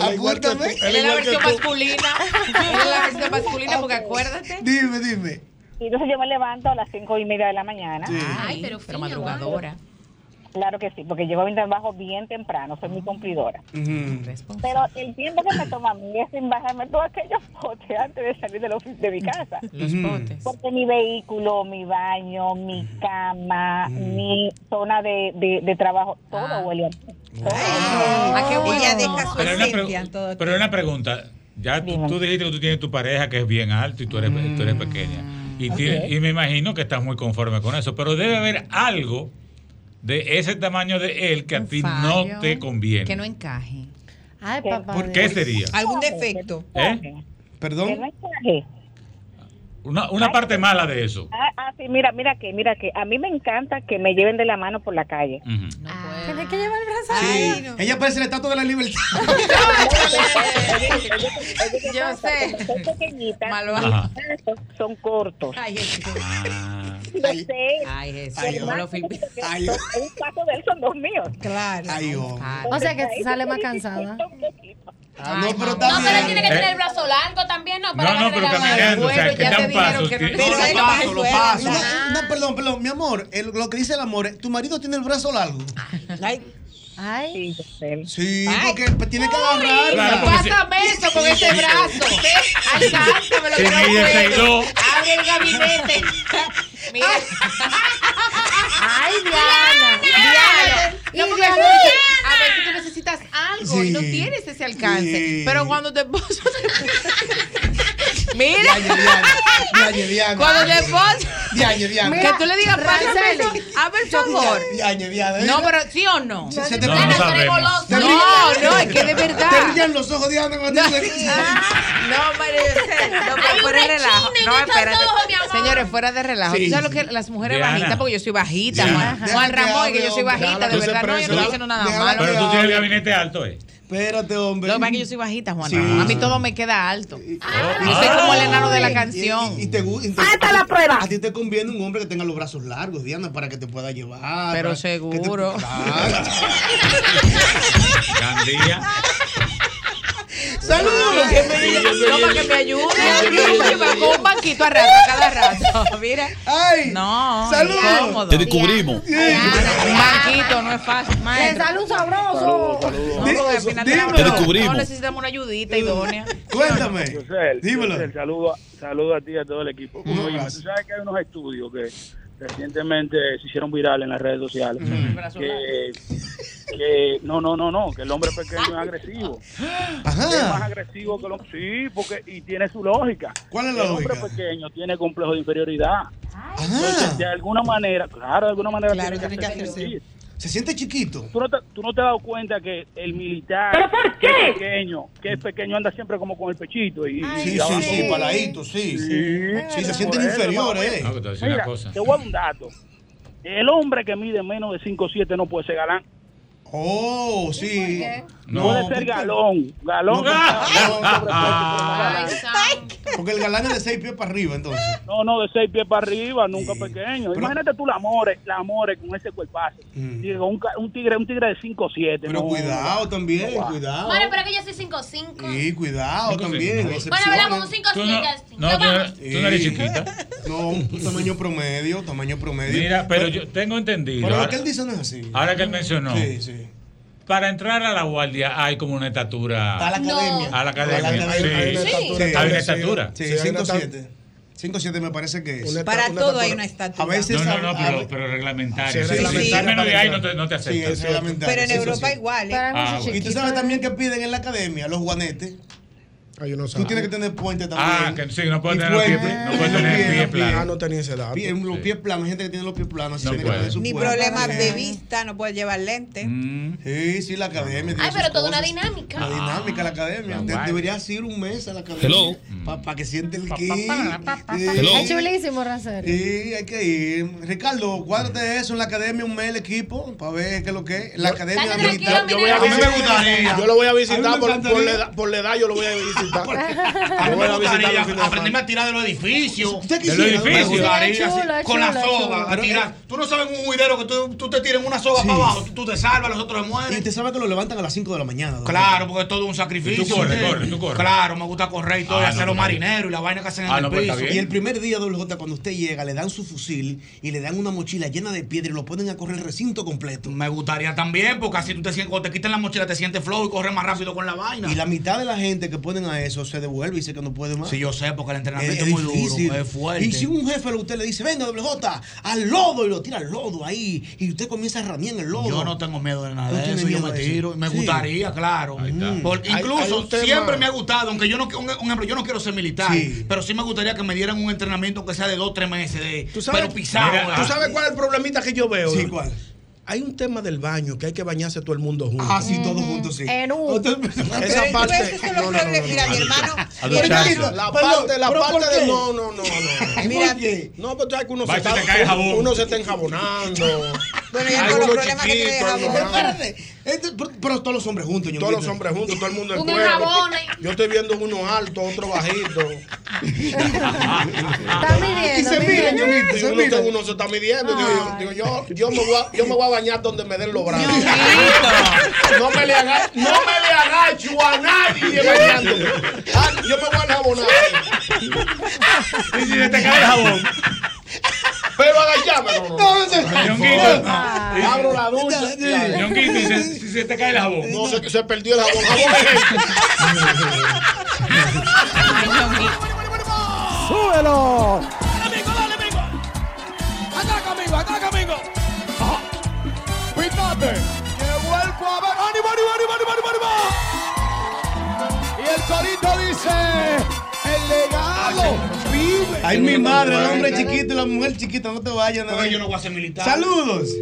S3: Apúntame.
S8: Él es la versión masculina. Él es la versión masculina porque acuérdate.
S3: Dime, dime.
S29: Y entonces yo me levanto a las cinco y media de la mañana.
S8: Ay, pero, madrugadora.
S29: Claro que sí, porque llego a mi trabajo bien temprano, soy muy
S8: Ah.
S29: cumplidora.
S8: Responsable.
S29: Pero el tiempo que me toma a mí es sin bajarme todo aquello pote antes de salir de, la ofi- de mi casa.
S8: Los potes.
S29: Porque mi vehículo, mi baño, mi cama, mi zona de, de, de trabajo, todo
S8: Ah.
S29: huele a
S8: ¿A qué huele?
S6: Ella deja su
S4: Pero una,
S6: esencia en todo
S4: pregu- pero una pregunta. Ya tú, tú dijiste que tú tienes tu pareja que es bien alto y tú eres, tú eres pequeña. Y, tiene-
S13: Ok.
S4: y me imagino que estás muy conforme con eso, pero debe haber algo de ese tamaño de él que a ti no
S8: fallo.
S4: te conviene.
S8: Que no encaje.
S1: Ay, papá.
S4: ¿Por qué sería?
S6: ¿Algún defecto?
S4: ¿Eh?
S2: Que no encaje.
S4: Una, una parte mala de eso.
S2: Ah, ah, sí, mira, mira que, mira que. A mí me encanta que me lleven de la mano por la calle.
S1: Tienes que llevar el brazo.
S3: Sí. Ella parece la estatua de la libertad.
S2: Yo sé. Soy pequeñita.
S8: Ajá. Ah.
S2: mis brazos son cortos.
S8: Ay, Jesús.
S2: Yo sé.
S8: Ay, Jesús.
S2: Ay,
S8: ¿cómo
S2: yo.
S8: lo filmé?
S2: Ay, un paso de él son dos míos.
S6: Claro.
S1: O sea que sale más cansada.
S3: no, pero
S5: No, pero él tiene que
S4: Eh.
S5: tener el brazo largo también, ¿no? Para
S4: No, no, Ah, pero
S5: agarrar la mano.
S4: caminando, o sea, que
S5: ya
S4: da
S5: te
S4: un
S5: dijeron
S4: paso.
S5: que no.
S4: que-
S5: Pero
S3: Lo
S5: él
S3: paso,
S5: baja
S3: lo
S5: el
S3: paso.
S5: suelo.
S3: No, no, perdón, perdón, mi amor, el- lo que dice el amor, tu marido tiene el brazo largo.
S6: Ay.
S2: Ay.
S3: Sí, porque pues, tiene que agarrar.
S8: Claro, porque si- Pásame eso con ese brazo. Alcánzamelo, que no puedo. Abre el gabinete. Mira.
S1: Ay, Diana.
S8: Diana.
S1: Diana.
S8: No,
S1: Y
S8: porque
S1: Diana.
S8: a veces tú necesitas algo y no
S1: Sí.
S8: tienes ese alcance.
S3: Sí.
S8: Pero cuando te esposo Mira.
S3: Diana, Diana, Diana, Diana.
S8: Cuando te esposo
S3: Diana, Diana.
S8: Que tú le digas,
S3: Mira,
S8: pásame eso.
S3: Raizel.
S8: Hazme el favor.
S3: Diana, Diana,
S8: No,
S3: mira.
S8: pero sí o no.
S3: Se- se te- No, no sabemos.
S8: No, no, es que de verdad.
S3: Te brillan los ojos, Diana, cuando
S8: No.
S3: te dicen.
S8: No, María, yo sé. no,
S5: Hay
S8: pero fuera de
S5: una
S8: relajo.
S5: chimney
S8: No,
S5: en estos
S8: espérate.
S5: ojos, mi amor.
S8: Señores, fuera de relajo.
S5: Sí,
S8: Tú sabes
S5: sí.
S8: lo que las mujeres
S4: Diana.
S8: bajitas, porque yo soy bajita.
S4: Diana.
S8: Juan,
S4: Déjala
S8: Juan
S4: que
S8: Ramón,
S4: hable,
S8: que yo soy
S4: hombre.
S8: bajita, de
S4: Déjala que
S8: verdad. No, yo
S4: se
S8: no
S4: exprese.
S8: estoy diciendo nada
S4: Pero
S8: malo.
S4: tú tienes el gabinete alto, ¿eh?
S3: Espérate, hombre.
S8: Lo que pasa es que yo soy bajita, Juan.
S4: Sí.
S8: Ramón. A mí todo me queda alto. Yo soy
S3: Ah.
S8: como el enano de la canción.
S3: Y, y te gusta.
S8: Ah, la prueba!
S3: A ti te conviene un hombre que tenga los brazos largos, Diana, para que te pueda llevar.
S8: Pero
S3: para que te-
S8: seguro.
S3: Claro.
S4: Candía.
S3: ¡Saludos!
S8: Que me- No, para que me ayude. Me pongo un banquito a rato, a cada rato. Mira.
S3: ¡Ay!
S8: No.
S27: Saludos.
S8: incómodo.
S27: Te descubrimos.
S8: Un banquito no es fácil.
S1: Le
S8: maestro.
S1: sale un sabroso.
S8: No, porque al final de la-
S27: dímelo. Te descubrimos.
S8: No necesitamos una ayudita idónea.
S3: Cuéntame.
S27: Dímelo.
S11: Dímelo. Saludo, a- saludo a ti y a todo el equipo.
S27: Un
S11: Oye,
S27: abrazo.
S11: tú sabes que hay unos estudios que recientemente se hicieron viral en las redes sociales.
S3: Mm.
S11: Que, que- no, no, no, no, que el hombre pequeño es agresivo. Es más agresivo que el hombre. Sí, porque y tiene su lógica.
S3: ¿Cuál es
S11: la el hombre pequeño tiene complejo de inferioridad.
S3: Ah.
S11: Entonces, de alguna manera, claro, de alguna manera
S3: Claro,
S11: tiene que hacerse sentir.
S3: Se siente chiquito.
S11: ¿Tú no, te, tú no te has dado cuenta que el militar que es pequeño, que es pequeño anda siempre como con el pechito y,
S3: Sí, sí, sí, paladito, sí, sí. Sí, se sienten
S11: Por eso,
S3: inferiores,
S11: mamá, mira,
S3: eh. No, pero te voy a decir
S11: mira,
S3: una cosa.
S11: Te voy a dar un dato. El hombre que mide menos de 5'7 no puede ser galán.
S3: Oh, sí.
S11: No, puede ser galón. Galón.
S3: No,
S11: galón, sobrepeso,
S3: Porque el galán es de seis pies para arriba, entonces.
S11: No, no, de seis pies para arriba, nunca pequeño. Imagínate tú la amores, la amores con ese cuerpazo. Digo, un, ca- un tigre, un tigre de 5'7.
S3: Mm. Pero cuidado también, cuidado.
S5: Bueno, pero que yo soy 5'5".
S3: Sí, cuidado también. hay
S5: Bueno, ¿verdad? Como
S3: excepciones.
S5: 5
S4: Tú no- no, tú no eres- tú no eres chiquita.
S3: No, un tamaño promedio, tamaño promedio.
S4: Mira, pero yo tengo entendido.
S3: Pero lo
S4: ahora-
S3: que él dice no es así.
S4: Ahora que él mencionó.
S3: Sí, sí.
S4: Para entrar a la guardia hay como una estatura.
S3: A la academia.
S4: A la academia.
S3: A la academia,
S4: Sí.
S3: hay una estatura
S4: Hay una
S3: establecida.
S4: estatura.
S3: Sí, 5'7. 5'7 me parece que es.
S6: Para estatua- una todo hay estatura. una estatua.
S3: A veces.
S4: No, no,
S3: a-
S4: no,
S3: a-
S4: pero, pero
S3: Sí,
S4: reglamentario.
S3: es
S4: Sí, sí, sí.
S3: reglamentario
S4: menos de
S3: para
S4: ahí
S3: entrar.
S4: no te, no te
S3: Sí,
S4: aceptan.
S3: es reglamentario.
S6: Pero en
S3: sí, sí,
S6: Europa
S3: sí.
S6: igual. ¿eh?
S3: Ah,
S4: Ah, bueno.
S3: Y tú sabes también que piden en la academia los guanetes.
S6: Ah,
S3: Tú tienes que tener puente
S4: Ah,
S3: también.
S4: que sí, no puede
S3: Y
S4: tener los pies,
S3: puede-
S4: no puede tener
S3: pie,
S4: pie plano.
S3: Ah, no tenía ese dato. Pie, los pies planos, hay gente que tiene los pies planos.
S4: No
S3: tiene que
S4: puede.
S3: tener su
S6: Ni
S3: puente.
S6: problemas de
S3: Sí.
S6: vista, no puedes llevar lentes.
S4: Mm.
S3: Sí, sí, la academia. tiene
S5: Ay,
S3: sus
S5: pero toda una
S3: cosas.
S5: dinámica.
S3: La dinámica, la academia. Te- deberías ir un mes a la academia.
S27: Hello.
S3: Para que siente el que.
S1: Es chulísimo, Racer.
S3: Sí, hay que ir. Ricardo, cuádrate eso en la academia un mes el equipo para ver qué es lo que es. La academia
S7: Yo-
S3: militar.
S7: yo voy a visitar- Yo lo voy a visitar por, por la edad, por la edad, yo lo voy a visitar. Yo voy a visitar los fines de
S13: Aprendeme a tirar de los edificios.
S3: De
S7: quisiera, ¿no?
S13: Me gustaría,
S7: Sí, es
S13: así,
S7: chulo, es
S13: con la
S7: chulo, es
S13: soga, a
S7: chulo.
S13: tirar. Tú no sabes un juidero que tú, tú te tiras una soga
S3: Sí.
S13: para abajo, tú, tú te salvas, los otros se mueren.
S3: Y te sabes que lo levantan a las 5 de la mañana. doctor.
S13: Claro, porque es todo un sacrificio.
S3: Y tú corres,
S13: ¿sí?
S3: corres, tú corres.
S13: Claro, me gusta correr y todo,
S3: Ah,
S13: y
S3: no, Ah,
S13: hacer los
S3: pero-
S13: marineros y la vaina que hacen en el piso.
S3: Y el primer día, WJ, cuando usted llega, le dan su fusil y le dan una mochila llena de piedra y lo ponen a correr el recinto completo.
S13: Me gustaría también, porque así tú te sientes, cuando te quitan la mochila, te sientes flojo y corres más rápido con la vaina.
S3: Y la mitad de la gente que ponen a más, eso se devuelve y dice que no puede más.
S13: Sí, yo sé, porque el entrenamiento es muy duro, es fuerte.
S3: Y si un jefe a usted le dice, venga, WJ, al lodo, y lo tira al lodo ahí, y usted comienza a ramear en el lodo.
S13: Yo no tengo miedo de nada
S3: No
S13: de
S3: tiene
S13: eso, yo
S3: miedo
S13: me
S3: de eso.
S13: tiro. Me
S3: Sí. mm.
S13: gustaría, claro. Porque
S3: Hay- hay
S13: incluso
S3: un tema-
S13: siempre me ha gustado, aunque yo no, un, un ejemplo, yo no quiero ser militar,
S7: Sí.
S13: pero sí me gustaría que me dieran un entrenamiento que sea de dos, tres meses, de,
S7: ¿Tú sabes,
S13: pero pisado. ah. eh,
S7: Mira,
S13: ¿verdad?
S7: ¿Tú sabes cuál es el problemita que yo veo?
S13: Sí,
S7: ¿cuál? Hay un tema del baño que hay que bañarse todo el mundo juntos.
S3: Ah, sí, todos juntos, sí.
S10: En un.
S7: Esa parte.
S6: Pero esos son los problemas. Mira, mi hermano.
S7: A
S6: mi
S7: los
S6: hermano-
S7: chachos. La parte, la
S6: ¿pero por
S7: parte de.
S6: qué?
S7: No, no, no, no.
S6: Mira,
S7: No, pero tú sabes que uno
S4: Va,
S7: se,
S4: se
S7: está,
S4: te cae el jabón.
S7: uno se está enjabonando.
S6: Bueno,
S3: ya con los problemas que tiene el jabón.
S7: Pero
S3: Pero espérate, Este, pero, todos los hombres juntos.
S7: Todos los hombres juntos, todo el mundo en
S3: Un
S7: cuero.
S3: enjabone.
S7: Yo estoy viendo uno alto, otro bajito.
S10: midiendo,
S7: y se
S10: midiendo.
S7: miran, ñonguito, y
S10: Se
S7: uno,
S10: miran.
S7: se- uno se está midiendo. Digo, yo, digo, yo, yo me voy a, yo me voy a bañar donde me den los brazos. No me le agacho, no me le agacho a nadie bañando. Ah, yo me voy a enjabonar.
S4: Y si se te cae el jabón.
S7: Pero agachámelo. No, no,
S4: Ñonguito.
S7: Abro la ducha.
S4: Ñonguito, y se- si se te cae el jabón.
S7: No, se, se perdió el jabón. Jabón es este.
S1: ¡Súbelo! ¡Dale, amigo, dale, amigo! ¡Acá conmigo, acá conmigo! Ajá. ¡Cuídate! ¡Que vuelvo a ver! ¡Ánimo, ánimo, ánimo, ánimo, ánimo, ánimo! Y el corito dice... ¡El legado
S13: Ah,
S1: vive!
S3: Ay, mi madre, el hombre chiquito y la mujer chiquita, no te vayas.
S13: Porque yo no voy a ser militar.
S3: Saludos.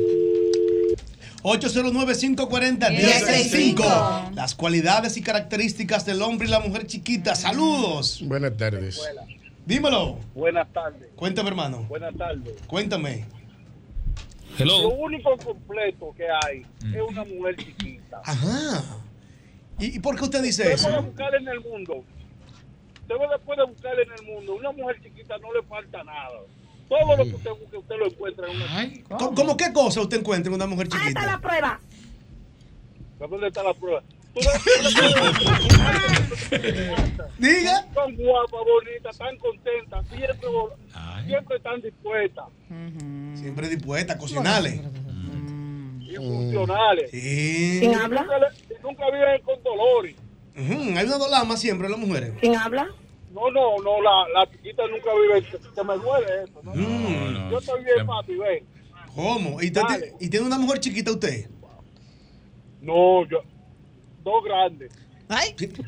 S3: 809-540-1065. Las cualidades y características del hombre y la mujer chiquita. Saludos.
S7: Buenas tardes.
S3: Dímelo.
S11: Buenas tardes.
S3: Cuéntame, hermano.
S11: Buenas tardes.
S3: Cuéntame.
S11: Lo único completo que hay
S3: Mm.
S11: es una mujer chiquita.
S3: Ajá. ¿Y, y por qué usted dice
S11: Usted
S3: eso?
S11: puede buscar en el mundo. Usted puede- puede buscar en el mundo. Una mujer chiquita no le falta nada. Todo lo que usted busque, usted lo encuentra en una chiquita.
S3: ¿Cómo, cómo qué cosa usted encuentra en una mujer
S11: está
S3: chiquita?
S11: prueba? ¿Dónde está la prueba?
S3: Diga.
S11: Son guapas, bonitas, tan contentas, siempre, vol- siempre están dispuestas
S3: Siempre dispuesta a cocinarle.
S11: y Mm. funcionales.
S3: Sí.
S11: Y Nunca, le- y nunca viven con dolores.
S3: Ujú, Hay una dolama siempre en las mujeres.
S11: ¿Quién habla? No, no, no, la, la chiquita nunca vive. Se, se me duele eso. ¿no?
S3: Mm.
S11: Yo estoy bien, papi, ven.
S3: ¿Cómo? ¿Y, usted
S11: Dale.
S3: ti- y tiene una mujer chiquita usted?
S11: No, yo. Dos grandes.
S3: Ay,
S11: entonces,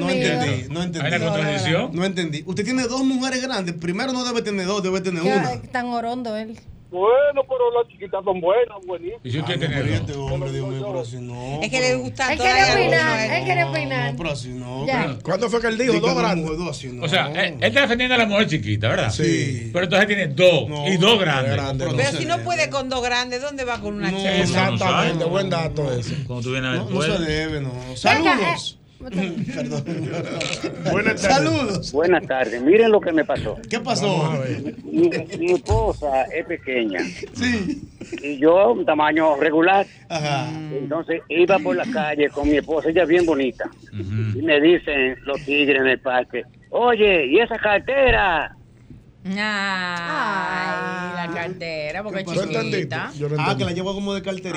S3: no
S11: mira.
S3: entendí, no entendí.
S4: Hay la contradicción.
S3: No entendí. Usted tiene dos mujeres grandes. Primero no debe tener dos, debe tener
S10: Ya,
S3: una.
S10: eh, tan orondo él.
S11: Bueno, pero las chiquitas son buenas, buenísimas.
S3: ¿Y si usted tiene este hombre, Dios mío, pero así no.
S6: Es que le gusta
S10: Él
S6: todavía
S10: quiere
S6: mucho
S10: opinar,
S6: a él.
S10: él quiere opinar.
S3: Pero así no.
S10: Ya.
S3: pero-
S7: ¿Cuándo fue que él dijo?
S3: Diga,
S7: Dos
S3: no,
S7: grandes.
S3: no, dos así no.
S4: O sea, él, él está defendiendo a la mujer chiquita, ¿verdad? Sí. Pero entonces tiene dos. y dos grandes.
S6: Pero si no puede con dos grandes, ¿dónde va con una
S4: No,
S6: chica?
S4: Exactamente,
S7: Exactamente, buen dato ese.
S4: Como tú vienes a ver,
S3: No, no
S4: pues,
S3: se debe, no.
S6: eh.
S8: eh,
S10: Saludos.
S3: Buenas tardes. Saludos.
S15: Buenas tardes. Miren lo que me pasó.
S3: ¿Qué pasó?
S15: Mi, mi esposa es pequeña. Y yo, un tamaño regular. Entonces iba por la calle con mi esposa, ella es bien bonita. Y me dicen los tigres en el parque, oye, ¿y esa cartera?
S8: Ay, la cartera, porque es chiquita.
S3: Ah, que la lleva como de carterita.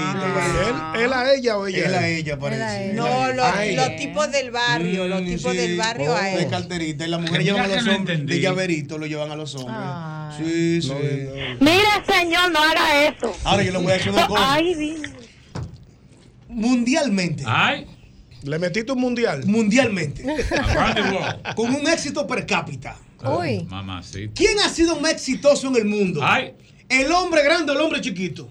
S6: Ah.
S7: ¿Él, él a ella o ella?
S3: Él a ella, parece.
S6: No, los,
S3: Ay.
S6: los tipos del barrio,
S3: Mm,
S6: los tipos del barrio a
S3: Oh, De
S6: él.
S3: carterita. Y las mujeres
S4: mira
S3: llevan a
S4: que
S3: los
S4: no
S3: hombres.
S4: entendí.
S3: De llaverito lo llevan a los hombres.
S6: Ah.
S3: Sí, sí.
S30: Mira, señor, no haga eso.
S3: Ahora yo le voy a decir una cosa.
S30: Ay, dime.
S3: Mundialmente.
S4: Ay.
S7: Le metiste un mundial.
S3: Mundialmente.
S4: Around the world.
S3: Con un éxito per cápita.
S4: Uy. Mamacita.
S3: ¿Quién ha sido más exitoso en el mundo? ¿El hombre grande o el hombre chiquito?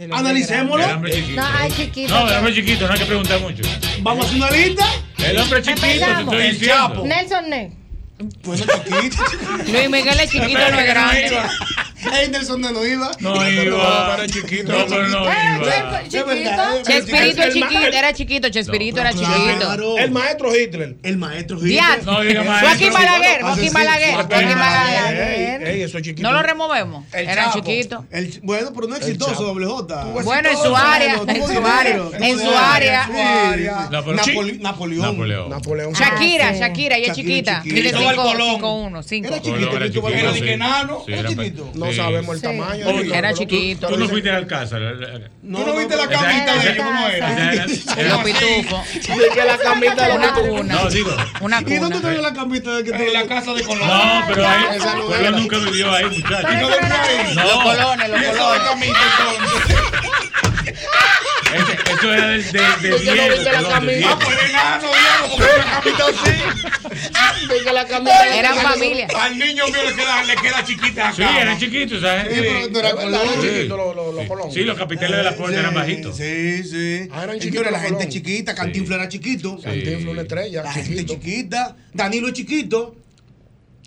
S3: Analicémoslo.
S4: El hombre chiquito.
S10: No, ay, chiquito.
S4: No, el hombre chiquito, no hay que preguntar mucho.
S3: Vamos a hacer una lista.
S4: El hombre chiquito, te
S10: Empezamos.
S4: estoy diciendo.
S10: Nelson Ne.
S3: Pues es chiquito.
S8: Luis Miguel es chiquito, no es grande.
S3: Ey, Nelson no iba.
S4: No iba. Pero chiquito. No, pero no iba.
S3: Es verdad, es verdad.
S8: Chespirito es
S3: El ma-
S8: chiquito, era chiquito, Chespirito era chiquito.
S7: El maestro Hitler.
S3: El maestro
S8: Diaz.
S4: No diga maestro.
S8: Joaquín Balaguer, Joaquín Balaguer, Joaquín Balaguer.
S7: Ey, ey, eso es chiquito.
S8: No lo removemos, era chiquito.
S3: El ch- bueno, pero no exitoso, doble J.
S8: Bueno, en su área, en su área, en su área.
S7: Ah,
S3: Napoleón. Napoleón.
S7: Napoleón.
S8: Shakira, Shakira, ella es
S3: Shakira es
S8: chiquita.
S3: chiquita.
S8: Mide
S3: Cristóbal
S8: 5,
S3: Colón.
S8: 5, 1, 5. Ah,
S3: Era chiquito, Cristóbal Colón. Era de que enano.
S4: Sí, era pe-
S3: No,
S7: no sabemos el tamaño.
S4: Oye,
S23: Era
S4: tú-
S23: chiquito.
S4: Tú, no fuiste al Alcázar. No,
S7: ¿Tú no viste la camita de ellos cómo era?
S23: Los pitufos.
S7: Sí, que la camita de los
S23: Una
S7: pitufos.
S23: cuna.
S4: No, digo.
S23: Una
S3: ¿Y dónde
S23: cuna.
S3: te dio la campita de que te
S31: En la casa de Colón.
S4: No, pero ahí.
S3: Esa no
S4: Pero
S3: era.
S4: nunca vivió ahí, muchachos.
S3: ¿Y no durmió ahí?
S4: No.
S3: Los colones, los
S4: ¿Y eso
S3: colones.
S4: de camita, entonces? Ese- Eso era del de, de,
S7: Tú que no
S4: Diego,
S7: viste la
S4: Colón, de
S7: camisa.
S4: Diego.
S7: Sí, que la camita de-
S23: Eran familia.
S31: Al niño mío le queda, le queda
S7: Ah,
S31: chiquita acá.
S4: Sí, eran chiquitos, ¿sabes?
S31: Sí, pero tú eras
S4: Sí.
S31: Colón.
S4: Sí.
S7: Los- los- los colones.
S4: Sí, los capiteles de la puerta eran bajitos.
S3: Sí, sí.
S7: eran
S3: Señores,
S7: chiquitos
S3: la
S7: los
S3: gente
S7: Colón.
S3: es chiquita, Cantinfla era chiquito.
S7: Cantinfla, una estrella,
S3: La gente es chiquita. Danilo es chiquito.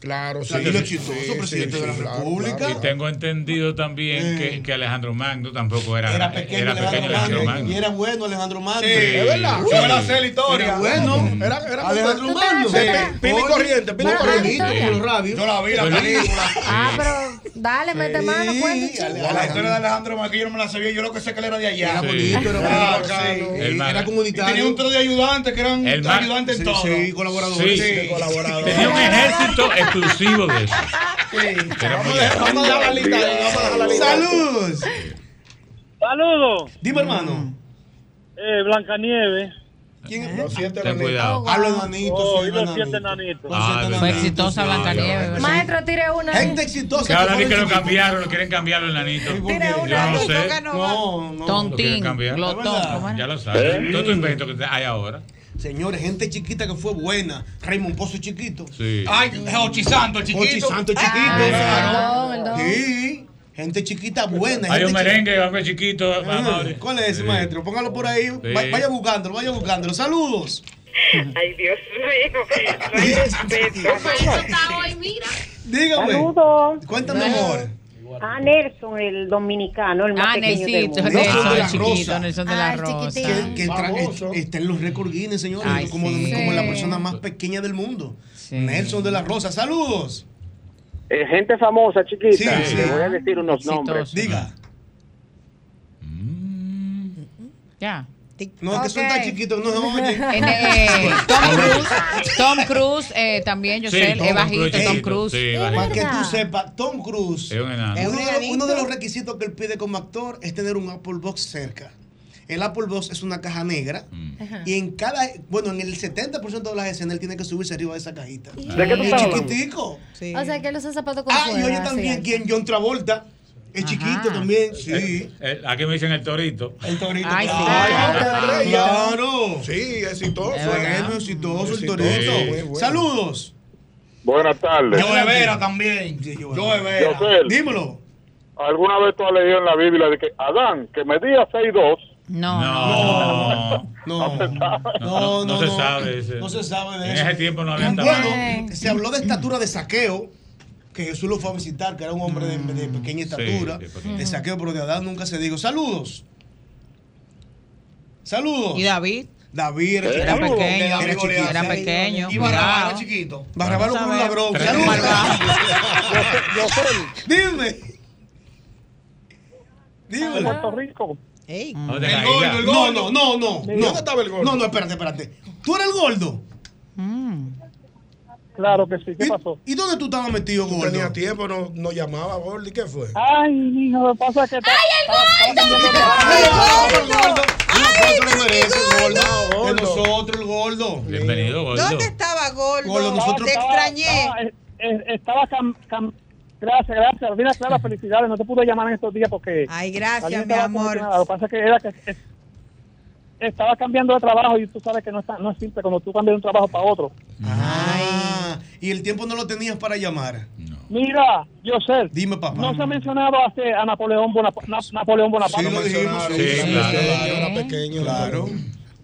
S7: Claro, sí.
S3: Danilo es chistoso,
S7: Sí, sí,
S3: presidente
S7: sí,
S3: de la
S7: claro,
S3: República.
S7: claro.
S4: Y tengo entendido también que, que Alejandro Magno tampoco era,
S3: Era pequeño,
S4: era
S3: Alejandro
S4: pequeño Alejandro
S3: Magno.
S4: Magno.
S3: Y era bueno Alejandro Magno.
S4: Sí, es verdad.
S3: Sí.
S4: Yo me la sé la
S7: historia.
S3: Era bueno.
S7: Era, era
S3: Alejandro
S7: ¿Tú te
S3: Magno.
S7: la sabes? Pino y corriente, pino y corriente.
S3: Por los radios.
S31: Yo la vi, la película.
S10: Ah, pero dale, mete mano, cuenta. chico.
S31: La historia de Alejandro Maquillo no me la sabía, yo lo que sé que él era de allá.
S3: Era bonito, era
S31: Ah,
S3: bonito,
S31: sí.
S3: bacano.
S4: El
S3: Era
S4: Magno.
S3: comunitario.
S31: Tenía un tro de ayudantes que eran
S4: El Magno.
S31: ayudantes en
S4: Sí,
S31: todo.
S4: sí,
S31: colaboradores.
S4: Sí. Tenía un ejército exclusivo de eso. Era muy-
S3: Vamos a dejar la lista, vamos a dejar la lista. Saludos.
S11: Saludos.
S3: Dime, hermano.
S11: Eh, Blancanieve.
S3: ¿Quién es?
S7: Los siete
S4: Ten cuidado.
S3: Hablo enanito.
S11: Oh,
S3: sí,
S11: y los
S3: enanito.
S11: siete nanitos.
S4: Ah, es verdad. Sí, es verdad.
S10: Maestro, tire una. ahí.
S3: Gente exitosa.
S4: Que ahora
S3: que
S4: ni que lo
S3: fueron
S4: cambiaron, lo quieren cambiar el nanito. Yo no
S10: Nanito
S4: sé.
S3: No, no.
S4: Lo quieren cambiar. Ya lo sabes. Todo tu invento que te- hay ahora.
S3: Señores, gente chiquita que fue buena. Raymond Pozo es chiquito.
S4: Sí.
S31: Ay, Jochi Santo, el chiquito.
S3: Ochi Santo es
S31: Ah,
S3: chiquito.
S31: claro.
S10: el don.
S3: Sí. Gente chiquita buena.
S4: Hay
S3: gente
S4: un
S3: chi-
S4: merengue, hombre chiquito. vamos a
S3: Ah,
S4: abrir.
S3: ¿Cuál es ese,
S4: Sí.
S3: maestro? Póngalo por ahí. Va- Vaya buscándolo, vaya buscándolo. Saludos.
S32: Ay, Dios mío.
S2: pues,
S32: Respeto.
S5: está hoy, mira.
S3: Dígame.
S32: Saludos.
S3: Cuéntame, amor.
S32: A Nelson, el dominicano, el más
S23: Ah,
S32: pequeño del
S23: Nelsito,
S32: Ah, mundo.
S23: Nelson
S3: de
S23: el
S3: la
S23: chiquito,
S3: Rosa.
S23: Nelson de la Rosa.
S3: Que, que tra- est- está en los récords Guinness, señores.
S23: Ay,
S3: como,
S23: sí.
S3: como la persona más pequeña del mundo. Nelson de la Rosa. Saludos.
S11: Eh, gente famosa, chiquita.
S3: Sí, sí.
S11: Le voy a decir unos
S3: Exitoso.
S11: nombres.
S3: Diga.
S23: Ya.
S3: No, es que son tan chiquitos que no se oyen.
S23: En, eh, Tom Cruise, Tom Cruise eh, también, yo
S3: Sí,
S23: sé,
S3: Tom
S23: es bajito,
S3: Cruise,
S23: Tom
S3: chiquito,
S23: Cruise.
S4: sí,
S3: Para que tú sepas, Tom Cruise,
S4: Es un
S7: Ah.
S4: enano.
S3: uno de, los-
S32: enanito.
S3: uno de los requisitos que él pide como actor es tener un Apple Box cerca. El Apple Box es una caja negra
S11: Mm.
S3: y en cada, bueno, en el 70% de las escenas él tiene que subirse arriba de esa cajita.
S11: ¿De qué tú
S3: Y
S11: estás hablando?
S3: chiquitico.
S10: O sea, que él usa zapatos con
S3: Ah, y
S10: suela,
S3: oye
S10: así
S3: también
S10: es.
S3: quien John Travolta. Es chiquito también, sí.
S4: El- Eh, Aquí me dicen el torito.
S3: El torito.
S23: Ay, sí.
S3: claro,
S7: Ay,
S3: claro.
S7: Sí, exitoso.
S3: Es bueno, exitoso el torito.
S4: Sí.
S3: Muy bueno. Saludos.
S11: Buenas tardes.
S31: Yo de Vera también. Yo de Vera.
S11: Yosel,
S3: Dímelo.
S11: ¿alguna vez tú has leído en la Biblia de que Adán, que medía 6'2"?
S23: No.
S4: No.
S3: No.
S4: No, no,
S3: no,
S4: se
S3: no.
S4: sabe. ese.
S3: No se sabe de
S4: En
S3: eso.
S4: ese tiempo no había
S3: Bueno, se habló de estatura de saqueo, que Jesús lo fue a visitar, que era un hombre de, de pequeña estatura.
S4: de
S3: de,
S4: pequeña.
S3: saqueo, pero de Adán nunca se dijo. Saludos. Saludos.
S23: ¿Y David?
S3: David era,
S23: Era
S3: chiquito.
S23: pequeño,
S3: David
S23: era
S3: goleador.
S23: chiquito, era pequeño.
S3: Y Barrabás era
S23: Cuidado.
S3: chiquito. Barrabás lo
S23: Vamos a
S3: puso un
S23: ver.
S3: ladrón.
S23: Tres
S3: Saludos.
S23: malvados.
S3: Dime. Dime.
S11: Puerto Rico.
S6: Ey.
S4: No, de la
S3: El gordo,
S4: isla.
S3: el gordo. No, no, no, no.
S11: ¿Y dónde estaba el gordo?
S3: No, no, espérate, espérate. ¿Tú eres el gordo?
S11: Claro que sí. ¿Qué pasó?
S3: ¿Y dónde tú estabas metido,
S7: Tú
S3: gordo?
S7: tenías tiempo, no, no llamaba, Gordy. ¿Qué fue?
S11: Ay, niño, lo que pasa es que... ¡Ay,
S3: ¡Ay, el gordo! Un aplauso lo merece, el gordo. De nosotros, el gordo.
S4: Bienvenido, gordo.
S6: ¿Dónde estaba Gordo?
S3: Gordo, nosotros-
S6: Te extrañé.
S11: eh, Estaba cam... cam- Gracias, gracias. Mira, Clara, felicidades. No te pude llamar en estos días porque...
S6: Ay, gracias,
S11: Alguien
S6: mi
S11: estaba
S6: amor.
S11: congestionado. Lo que pasa es que era que estaba cambiando de trabajo y tú sabes que no, está, no es simple cuando tú cambias de un trabajo para otro.
S3: Ah, y el tiempo no lo tenías para llamar.
S11: Mira, yo sé,
S3: Dime, papá.
S11: no se ha mencionado hace a Napoleón Bonaparte. Napoleón Bonaparte.
S3: Sí, lo dijimos.
S4: Sí, claro.
S3: Era pequeño. Claro.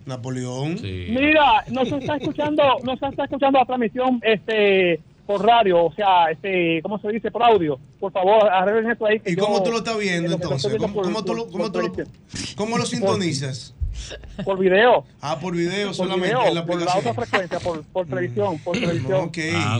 S3: Napoleón.
S11: Mira, nos está escuchando, nos está escuchando la transmisión este por radio, o sea, este, ¿cómo se dice? Por audio. Por favor, arreglen eso ahí. que
S3: ¿Y
S11: yo-
S3: cómo tú lo estás
S11: eh,
S3: viendo
S11: que te estoy
S3: entonces?
S11: viendo
S3: ¿Cómo,
S11: por-
S3: cómo tú lo,
S11: por-
S3: cómo
S11: por
S3: tú lo-
S11: Facebook.
S3: cómo lo sintonizas?
S11: Por video.
S33: Ah, por video
S11: Por
S33: solamente
S11: video,
S33: en la
S11: por la
S33: aplicación.
S11: otra frecuencia, por,
S3: Mm.
S11: por televisión, por televisión.
S33: Ok,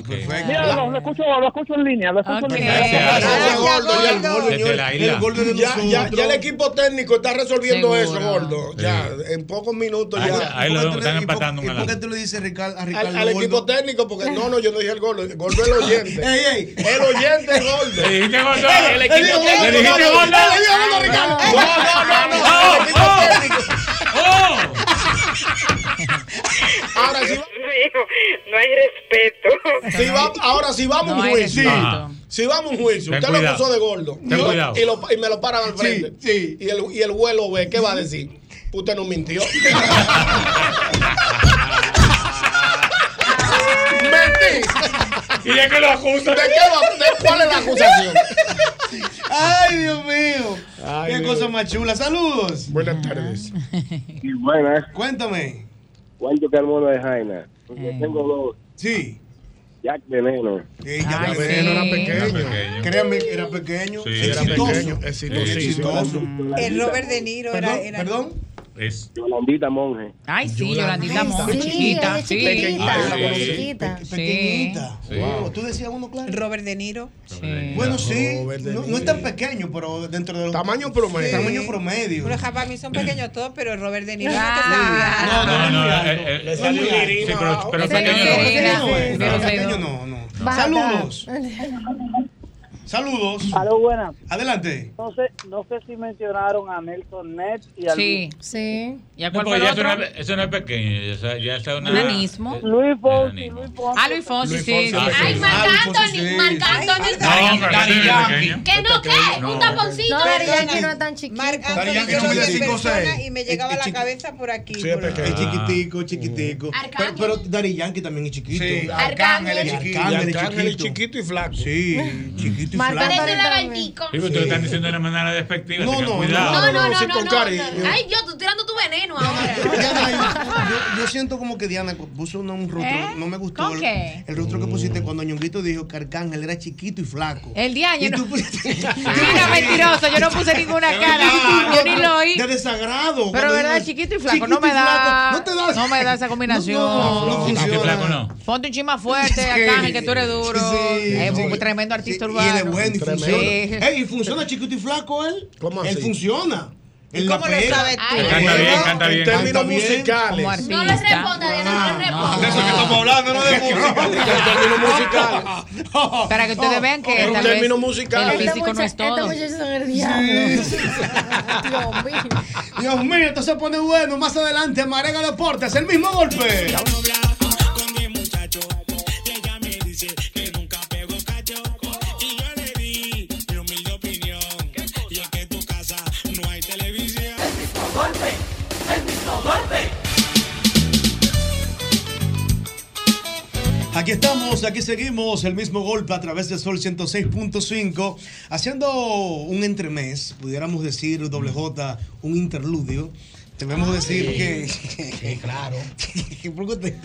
S33: perfecto.
S11: Mira, lo, lo escucho, lo escucho en línea, lo escucho en línea.
S7: Gracias, Gordo. Ya el Gordo,
S11: Desde
S7: señor,
S11: la
S7: el
S11: isla.
S7: Gordo de
S11: Ya-
S7: nosotros.
S11: ya-
S7: ya el equipo técnico está resolviendo
S3: Seguro.
S7: eso, Gordo. Ya, en pocos minutos
S4: Ahí-
S7: ya.
S4: ahí lo vemos, están empatando un
S7: ¿Y por
S4: galán.
S7: qué
S3: tú le dices Ricardo, a
S7: Al,
S3: Ricardo
S7: al
S3: Gordo?
S7: equipo técnico, porque no, no, yo no dije el gordo, el gordo es el oyente. El oyente es gordo.
S4: Le dijiste gordo.
S1: Eh,
S7: El equipo
S4: Le dijiste
S7: técnico. no, no,
S4: gordo.
S7: no, le dije gordo, Ricardo. No, no, no, no. Oh, el equipo técnico. ¡Oh! Ahora sí.
S32: No hay respeto.
S7: Si va- ahora, si vamos a
S32: No
S7: un
S32: hay
S7: juicio,
S32: respeto.
S7: Ajá. si vamos a un juicio,
S4: Ten
S7: usted
S4: cuidado.
S7: lo acusó de gordo
S4: Ten
S7: Yo-
S4: cuidado.
S7: y, lo- y me lo paran al frente. Y el, y el juez lo ve, ¿qué va a decir? Usted no mintió. Mentí.
S4: ¿Y de qué lo acusan?
S7: ¿De qué lo- de cuál es la acusación?
S3: Ay, Dios mío.
S7: Ay,
S3: Qué
S7: Dios.
S3: cosa más chula. Saludos.
S7: Buenas tardes.
S22: Y buenas.
S3: Cuéntame.
S22: Guardo Carmona de Jaina. Porque tengo dos.
S3: Sí.
S22: Jack Veneno.
S7: Ya
S3: Ay,
S7: Veneno
S3: sí.
S7: era pequeño.
S3: Era pequeño.
S7: Créanme que era pequeño.
S3: Sí,
S4: era
S7: exitoso.
S4: pequeño.
S7: Exitoso.
S4: Sí,
S7: exitoso.
S6: El Robert De Niro era. era-
S4: Es.
S22: Yolandita Monge.
S23: Ay, sí, Yolandita
S6: Ay,
S23: Monge,
S6: sí,
S23: chiquita,
S6: ella es
S23: sí.
S6: chiquitita.
S22: Ah, sí.
S6: Chiquita.
S3: Pequeñita.
S22: Sí.
S3: Wow. Tú decías uno claro.
S6: Robert De Niro.
S3: Bueno, sí. No, no es tan pequeño, pero dentro de los. Tamaño promedio. Tamaño promedio.
S6: Los japamis son pequeños todos, pero el Robert De Niro. es
S4: No, no, no. eh, eh,
S3: Le
S4: eh,
S3: salió
S4: sí,
S3: dirima.
S4: pero, pero
S3: Ese
S4: pequeño
S3: no
S4: no.
S3: es, ese no es,
S4: No,
S3: ese
S4: no.
S3: pequeño no, no. Saludos. Saludos.
S24: Aló, buenas.
S3: Adelante.
S24: No sé, no sé si mencionaron a Nelson Net y a
S23: Sí.
S24: Luis. Sí.
S23: ¿Y a
S4: No,
S23: cuál
S4: porque
S23: fue
S4: ya
S23: el
S4: eso
S23: otro?
S4: no es- eso no es pequeño, ya está, ya está una.
S23: Nanismo.
S24: Luis
S4: Fonsi,
S24: Luis
S23: Ah, Luis Fonsi, sí.
S4: Fonsi,
S5: Ay,
S4: sí.
S5: Marc
S4: Ah,
S5: Anthony, Marc Anthony.
S4: No, hombre, ese no es pequeño.
S5: Que no, ¿qué?
S4: No.
S5: Un taponcito.
S10: No, Daddy Yankee no
S5: Perdona.
S10: es tan chiquito.
S6: Anthony,
S3: Yankee
S6: yo
S3: no
S6: lo vi
S3: mide
S6: en
S3: cinco,
S6: persona
S3: seis.
S6: y me llegaba
S3: Es- es
S6: la
S3: chiqui-
S6: cabeza por aquí.
S3: Sí, es
S6: por
S3: pequeño.
S6: acá.
S3: Es chiquitico, chiquitico. Pero, pero Daddy Yankee también es chiquito.
S7: Sí,
S6: Arcángel
S7: es chiquito.
S3: Arcángel es
S7: Arcángel es
S3: chiquito.
S7: chiquito y flaco.
S3: Sí, chiquito y
S5: Parece
S3: flaco.
S5: lagartico.
S4: Sí, pero ustedes están diciendo de una manera despectiva.
S3: No,
S4: tengan
S3: no,
S4: cuidado.
S5: No, no, no,
S3: sí,
S5: no,
S3: con
S5: no,
S3: cariño.
S5: no. Ay, yo, tú tirando tu veneno ahora.
S3: Yo, yo siento como que Diana puso una- un rostro,
S23: ¿Eh?
S3: no me gustó
S23: ¿Con
S3: el,
S23: qué?
S3: el rostro que pusiste cuando Ñonguito dijo que Arcángel era chiquito y flaco.
S23: El día
S3: Y
S23: año.
S3: tú
S23: no-
S3: pusiste-
S23: Mira, mentiroso, yo no puse ninguna
S3: Es
S23: cara.
S3: verdad,
S23: Yo ni lo oí.
S3: De
S23: Pero
S3: desagrado. Cuando
S23: verdad,
S3: digas,
S23: chiquito y flaco, no me
S3: y
S23: da.
S3: flaco, no te da-
S23: me da esa combinación.
S3: No, no, no
S7: Ah,
S4: Chiquito y
S3: funciona.
S4: Ah, flaco no.
S23: Ponte un chima fuerte, Arcángel, que tú eres duro. es un tremendo artista urbano.
S3: Y él es bueno y
S23: Tremendo.
S3: funciona.
S23: Sí.
S3: Ey, y funciona chiquito y flaco él. ¿Cómo Él
S7: así?
S3: funciona.
S7: ¿Y
S3: Él la
S7: cómo lo
S3: pega.
S7: sabes tú?
S3: Él
S7: Canta bien,
S3: pega
S7: canta
S3: en
S7: bien.
S3: términos
S7: Canta bien.
S3: musicales.
S7: Como
S5: No le responda, Diana, no le
S3: Ah.
S5: responda.
S7: De eso que estamos hablando, no de música. En términos musicales.
S23: Para que
S1: Oh.
S3: Oh,
S23: ustedes vean que.
S7: En
S23: tal
S7: términos
S23: vez
S7: musicales.
S23: El físico no es todo.
S3: Dios mío, esto se pone bueno. Más adelante, Marega Deportes, el mismo golpe.
S1: Ella me dice que nunca pegó cacho y yo le di mi humilde opinión y es que en tu casa no hay televisión. El mismo golpe, el mismo golpe.
S3: Aquí estamos, aquí seguimos, el mismo golpe a través de Sol 106.5, haciendo un entremés, pudiéramos decir, doble J, un interludio. Debemos decir que...
S7: claro.
S3: ¿Por qué te-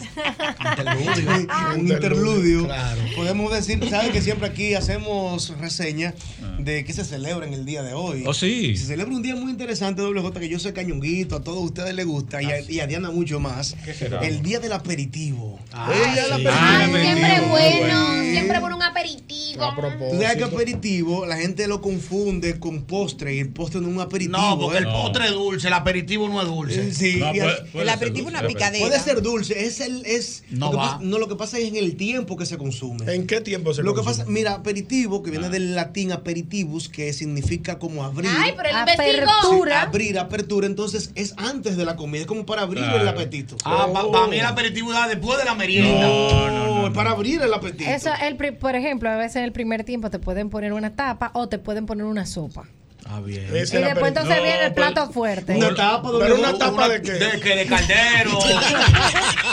S3: un interludio. Podemos decir, ¿saben que siempre aquí hacemos reseña de qué se celebra en el día de hoy?
S4: Oh, sí.
S3: Se celebra un día muy interesante, WJ, que yo sé cañonguito, a todos ustedes les gusta y a, y a Diana mucho más.
S4: ¿Qué será?
S3: El día del aperitivo.
S5: Ay, Ah, Ay, siempre bueno, siempre bueno un aperitivo.
S3: Tú sabes que aperitivo la gente lo confunde con postre y el postre no es un aperitivo. ¿eh?
S31: No, porque el postre
S3: es dulce, el aperitivo no es dulce. Sí,
S31: Pues, No,
S3: y
S31: puede-
S3: el-
S31: puede
S3: el
S31: ser
S3: aperitivo es
S31: dulce,
S3: una
S31: pero-
S3: picadera. Puede ser dulce, es el es
S31: No
S3: lo que
S31: va.
S3: pasa- no lo que pasa es en el tiempo que se consume.
S7: ¿En qué tiempo se
S3: Lo que
S7: consume?
S3: pasa, mira, aperitivo que
S31: Ah.
S3: viene del latín aperitivus que significa como abrir.
S5: Ay, pero él investigó. Apertura.
S3: Sí, abrir, apertura, entonces es antes de la comida, es como para abrir
S31: Claro.
S3: el apetito.
S31: Ah, pa-
S7: Oh.
S31: para mí el
S3: aperitivo da después de la
S31: merienda.
S3: No, no, es para abrir el apetito.
S10: Eso, el, pri- por ejemplo, a veces el primer tiempo te pueden poner una tapa o te pueden poner una sopa.
S31: Ah, bien.
S10: Y después entonces viene el plato fuerte.
S3: Una tapa,
S7: Pero una tapa de qué?
S31: De, que de caldero.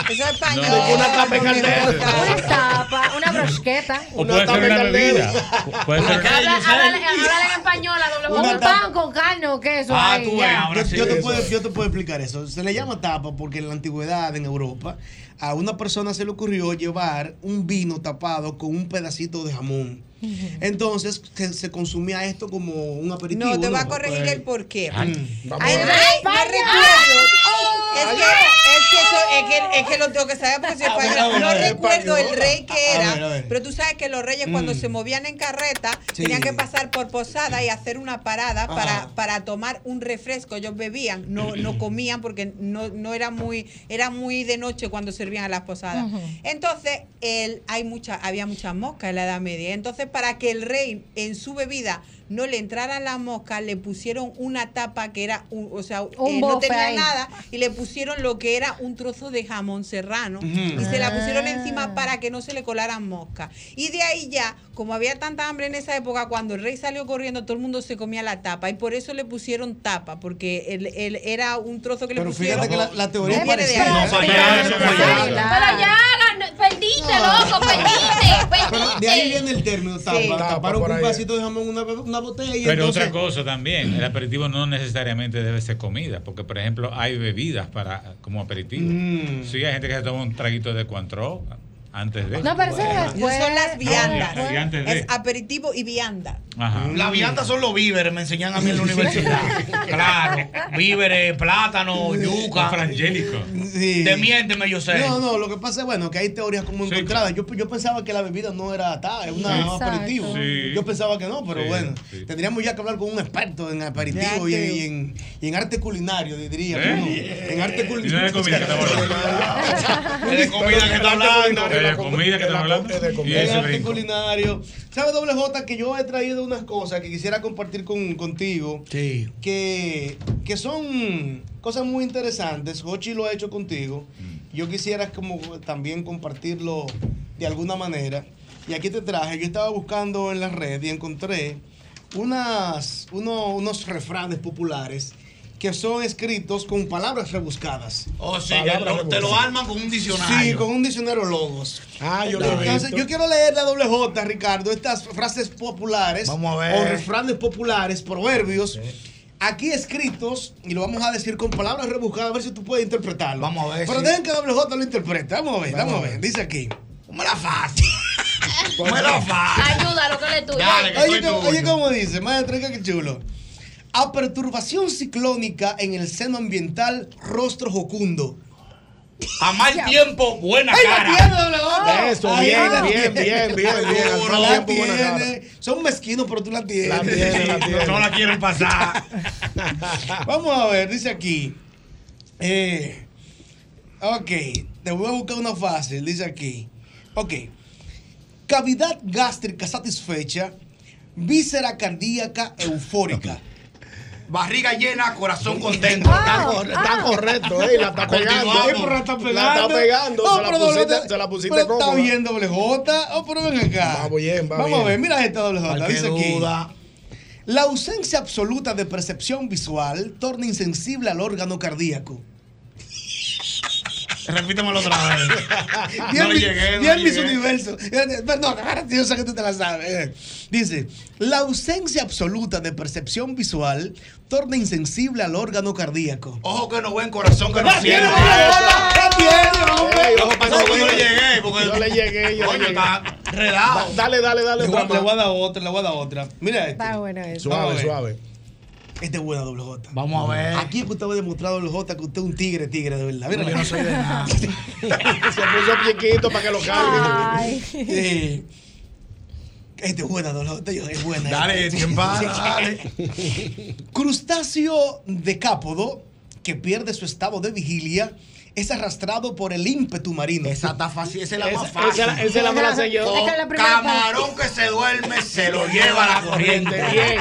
S10: Eso es
S31: español.
S7: Una tapa de caldero.
S10: Una tapa, una brosqueta.
S4: O puede ser una bebida. Puede ser una
S5: Habla- Háblale háblale en español a doble
S10: Con
S5: voz.
S10: un pan con carne o queso.
S7: Ah,
S8: Ah,
S10: ahí, ya.
S3: yo, yo te puedo, yo te puedo explicar eso. Se le llama tapa porque en la antigüedad, en Europa, a una persona se le ocurrió llevar un vino tapado con un pedacito de jamón. Entonces se, se consumía esto como un aperitivo.
S6: No, te va a corregir el porqué.
S3: Ay,
S6: Ay,
S3: a
S6: no,
S3: ver.
S6: no recuerdo. Es que, es, que eso, es, que, es que lo tengo que saber porque soy
S1: A ver,
S6: española.
S1: a ver,
S6: no
S1: a ver,
S6: recuerdo
S1: Ah, española.
S6: el rey que
S1: A
S6: era,
S1: ver, a ver.
S6: pero tú sabes que los reyes cuando
S1: Mm.
S6: se movían en carreta
S1: Sí. Ah.
S6: tenían que pasar por posada y hacer una parada
S1: Ajá.
S6: para, para tomar un refresco. Ellos bebían, no, no comían porque no, no era muy era muy de noche cuando servían a las posadas.
S1: Ujú.
S6: Entonces, él, hay mucha, había muchas moscas en la Edad Media. Entonces, para que el rey en su bebida no le entrara la mosca, le pusieron una tapa que era, un- o sea,
S10: Un
S6: eh, no
S10: bofe
S6: tenía
S10: ahí.
S6: nada y le pusieron lo que era un trozo de jamón serrano y se
S10: Ah.
S6: la pusieron encima para que no se le colaran moscas. Y de ahí ya, como había tanta hambre en esa época, cuando el rey salió corriendo, todo el mundo se comía la tapa y por eso le pusieron tapa, porque él, él era un trozo que le
S3: Pero
S6: pusieron.
S3: fíjate que la- la teoría
S6: No
S3: es
S6: viene de
S3: parecida.
S6: ahí.
S3: No, fallada, eso es fallada.
S5: Pero ya, gan-
S6: pues,
S5: perdiste, loco, pues perdiste,
S3: Pero de ahí viene el término tapa.
S5: Sí.
S3: Taparon
S7: por
S3: un
S7: ahí.
S3: pedacito de jamón, una, una botella. y
S4: Pero
S3: entonces,
S4: otra cosa también, el aperitivo no necesariamente debe ser comida, porque por ejemplo hay bebidas para como aperitivo.
S3: Mm.
S4: Sí, hay gente que se toma un traguito de cuantro antes de.
S6: No, pero eso es después. Son las viandas.
S4: No, y- y antes de.
S6: Es aperitivo y vianda.
S4: Ajá.
S3: Mm.
S31: Las viandas son los víveres, me enseñan a mí en la universidad. claro, víveres, plátano, yuca.
S4: Frangélico.
S3: Sí.
S31: Demiénteme, yo sé.
S3: No, no, lo que pasa es bueno, que hay teorías como encontradas. Yo, yo pensaba que la bebida no era atada, es una-
S31: Sí.
S3: un aperitivo.
S31: Exacto. Sí.
S3: Yo pensaba que no, pero
S31: Sí,
S3: bueno,
S31: sí.
S3: tendríamos ya que hablar con un experto en aperitivo y, y en, y en arte culinario, diría.
S4: ¿Eh?
S3: uno. En arte culinario.
S4: No es de comida que estamos hablando.
S3: Es de comida que estamos hablando.
S4: Es de Eh, comida que estamos hablando. Y
S3: En
S4: ese
S3: arte
S4: brinco.
S3: culinario. ¿Sabes, doble J, que yo he traído unas cosas que quisiera compartir con, contigo?
S31: Sí.
S3: Que, que son cosas muy interesantes. Hochi lo ha hecho contigo. Yo quisiera como también compartirlo de alguna manera. Y aquí te traje, yo estaba buscando en la red y encontré unas, uno- unos refranes populares que son escritos con palabras rebuscadas.
S31: O sea, que Oh, lo- te lo arman con un
S3: Sí,
S31: diccionario.
S3: con un diccionario logos. Ah,
S31: yo lo he
S3: Entonces,
S31: visto.
S3: yo quiero leer la doble J, Ricardo, estas frases populares.
S31: Vamos a ver.
S3: O refranes populares, proverbios. Aquí escritos, y lo vamos a decir con palabras rebuscadas, a ver si tú puedes interpretarlo. Vamos a
S31: ver,
S3: Pero
S31: sí.
S3: dejen que doble J lo interprete. Vamos a ver, vamos, a ver. Pues Dice aquí. ¿Cómo la fácil? ¿Cómo la fácil?
S5: Ayuda, lo que le tuyo.
S3: Oye, cómo- oye, ¿cómo dice? Maestra, qué chulo. A perturbación ciclónica en el seno ambiental, rostro jocundo.
S31: A mal tiempo, buena
S3: Ahí la
S31: cara.
S3: tiene, doble J.
S31: Eso,
S3: Ahí
S31: bien,
S3: la
S31: bien,
S3: tiene.
S31: bien, bien, bien. Al
S3: Tú
S31: mal
S3: la
S31: tiempo, buena cara.
S3: tienes. Son mezquinos, pero tú la tienes.
S31: La tiene, la tiene. No la quieren pasar.
S3: Vamos a ver, dice aquí. Eh, ok, te voy a buscar una fácil, dice aquí. Ok. Cavidad gástrica satisfecha, víscera cardíaca eufórica.
S31: Barriga llena, corazón contento.
S13: Ah,
S7: Está, cor- está correcto, eh, la está pegando.
S31: Continuamos.
S7: Eh, pero la está pegando.
S3: No,
S7: se, la
S3: pero
S7: pusiste,
S3: doble-
S7: se la pusiste
S3: pero
S7: cómoda.
S3: Está bien, doble J. Oh, pero ven acá.
S7: Vamos bien, va
S3: Vamos
S7: bien.
S3: a ver, mira esta doble J.
S7: Cualquier
S3: Dice aquí.
S7: duda.
S3: La ausencia absoluta de percepción visual torna insensible al órgano cardíaco.
S31: Repítemelo otra
S7: Ah,
S31: vez.
S3: Bien,
S31: no
S3: mi-
S31: llegué, no
S3: bien mis
S31: llegué.
S3: universos. Pero No, espérate, yo sé que tú te la sabes. eh. Dice, la ausencia absoluta de percepción visual torna insensible al órgano cardíaco.
S31: Ojo que no ven, corazón que no
S3: ¡La tiene,
S31: siente.
S3: ¡La tiene, hombre!
S31: Ey, ojo para que
S3: Yo
S31: no
S3: le-
S31: le llegué, porque-
S7: Yo le llegué, yo
S31: Coño,
S7: le llegué.
S31: está redado.
S7: Va- Dale, dale, dale.
S3: Le voy, a-
S7: otra
S3: le voy
S7: más.
S3: a dar otra, le voy a dar otra. Mira este.
S10: Está bueno eso.
S7: Suave,
S3: Vamos a ver.
S7: suave.
S3: Este es buena doble J.
S31: Vamos a ver.
S3: Aquí es que usted va a demostrar doble J que usted es un tigre, tigre, de verdad. Mira,
S31: No, yo no soy de nada.
S7: Se puso chiquito para que lo cambie.
S3: Sí. Este es buena, doble J. yo- Es buena.
S31: Dale, tiempo,
S3: Sí.
S31: dale.
S3: Crustáceo decápodo que pierde su estado de vigilia es arrastrado por el ímpetu marino. Esa
S31: está fácil, esa
S7: es la más Esa- fácil. esa- esa es la más la sé yo.
S31: O
S7: Esta es la primera
S31: Camarón que se duerme se lo lleva la corriente.
S7: Bien.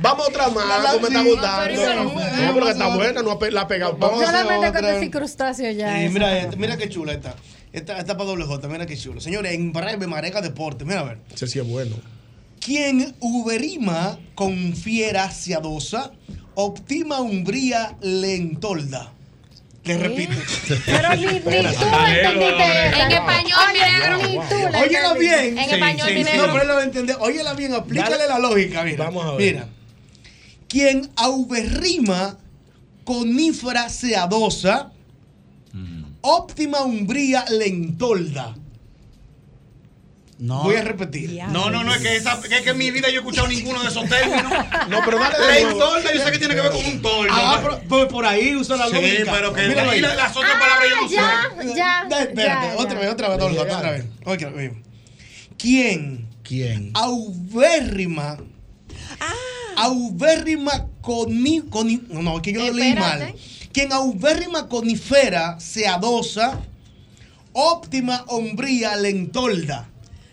S7: Vamos a otra más.
S10: La-
S7: Tú me estás
S10: sí,
S7: gustando.
S10: pero
S7: No,
S10: eso no-
S7: pero que está buena. No ha pe- la ha pegado. Vamos a
S10: Solamente
S7: otra.
S10: con decir crustáceo ya.
S3: Sí,
S10: es
S3: mira,
S10: otra
S3: este, mira qué chula esta. Esta, esta para doble J, mira qué chulo. Señores, en breve Mareca Deporte, mira a ver.
S7: Ese sí es bueno.
S3: Quien uberima con fiera siadosa, optima umbría lentolda. Te repito.
S10: Pero ni, ni tú entendiste esa.
S5: En español,
S10: Oye,
S5: mira.
S10: ni tú la
S3: Óyela
S10: entendiste.
S3: bien.
S5: En español, mi
S3: No,
S5: negro.
S3: pero él lo va a entender. Óyela bien, aplícale
S7: Dale.
S3: la lógica. Mira.
S7: Vamos a ver.
S3: Mira. Quien auberrima conífera seadosa,
S7: Mm.
S3: óptima umbría lentolda. Voy
S5: Oh.
S3: a repetir.
S13: No, no, no, es que, esa, que, es que en mi vida yo he escuchado ninguno de esos términos.
S3: No, pero dale de
S13: Ley
S3: nuevo.
S13: torta, yo sé que tiene que ver con un Pues torno.
S3: Ah, pero- pero por ahí usa la
S13: Sí,
S3: lógica.
S13: pero que
S3: Míralo
S13: ahí
S3: ahí.
S13: la- las otras Ah, palabras yo no
S10: ya, sé. ya,
S3: Da- Espérate,
S10: ya,
S3: otra
S10: ya.
S3: vez, otra vez, Don Loto, otra vez. Otra vez. ¿Quién? ¿Quién? Aubérrima.
S10: Ah.
S3: Aubérrima coni, coni- No, no, es que yo lo leí
S1: Espérate.
S3: mal. Quien aubérrima conifera se adosa, óptima hombría le entolda.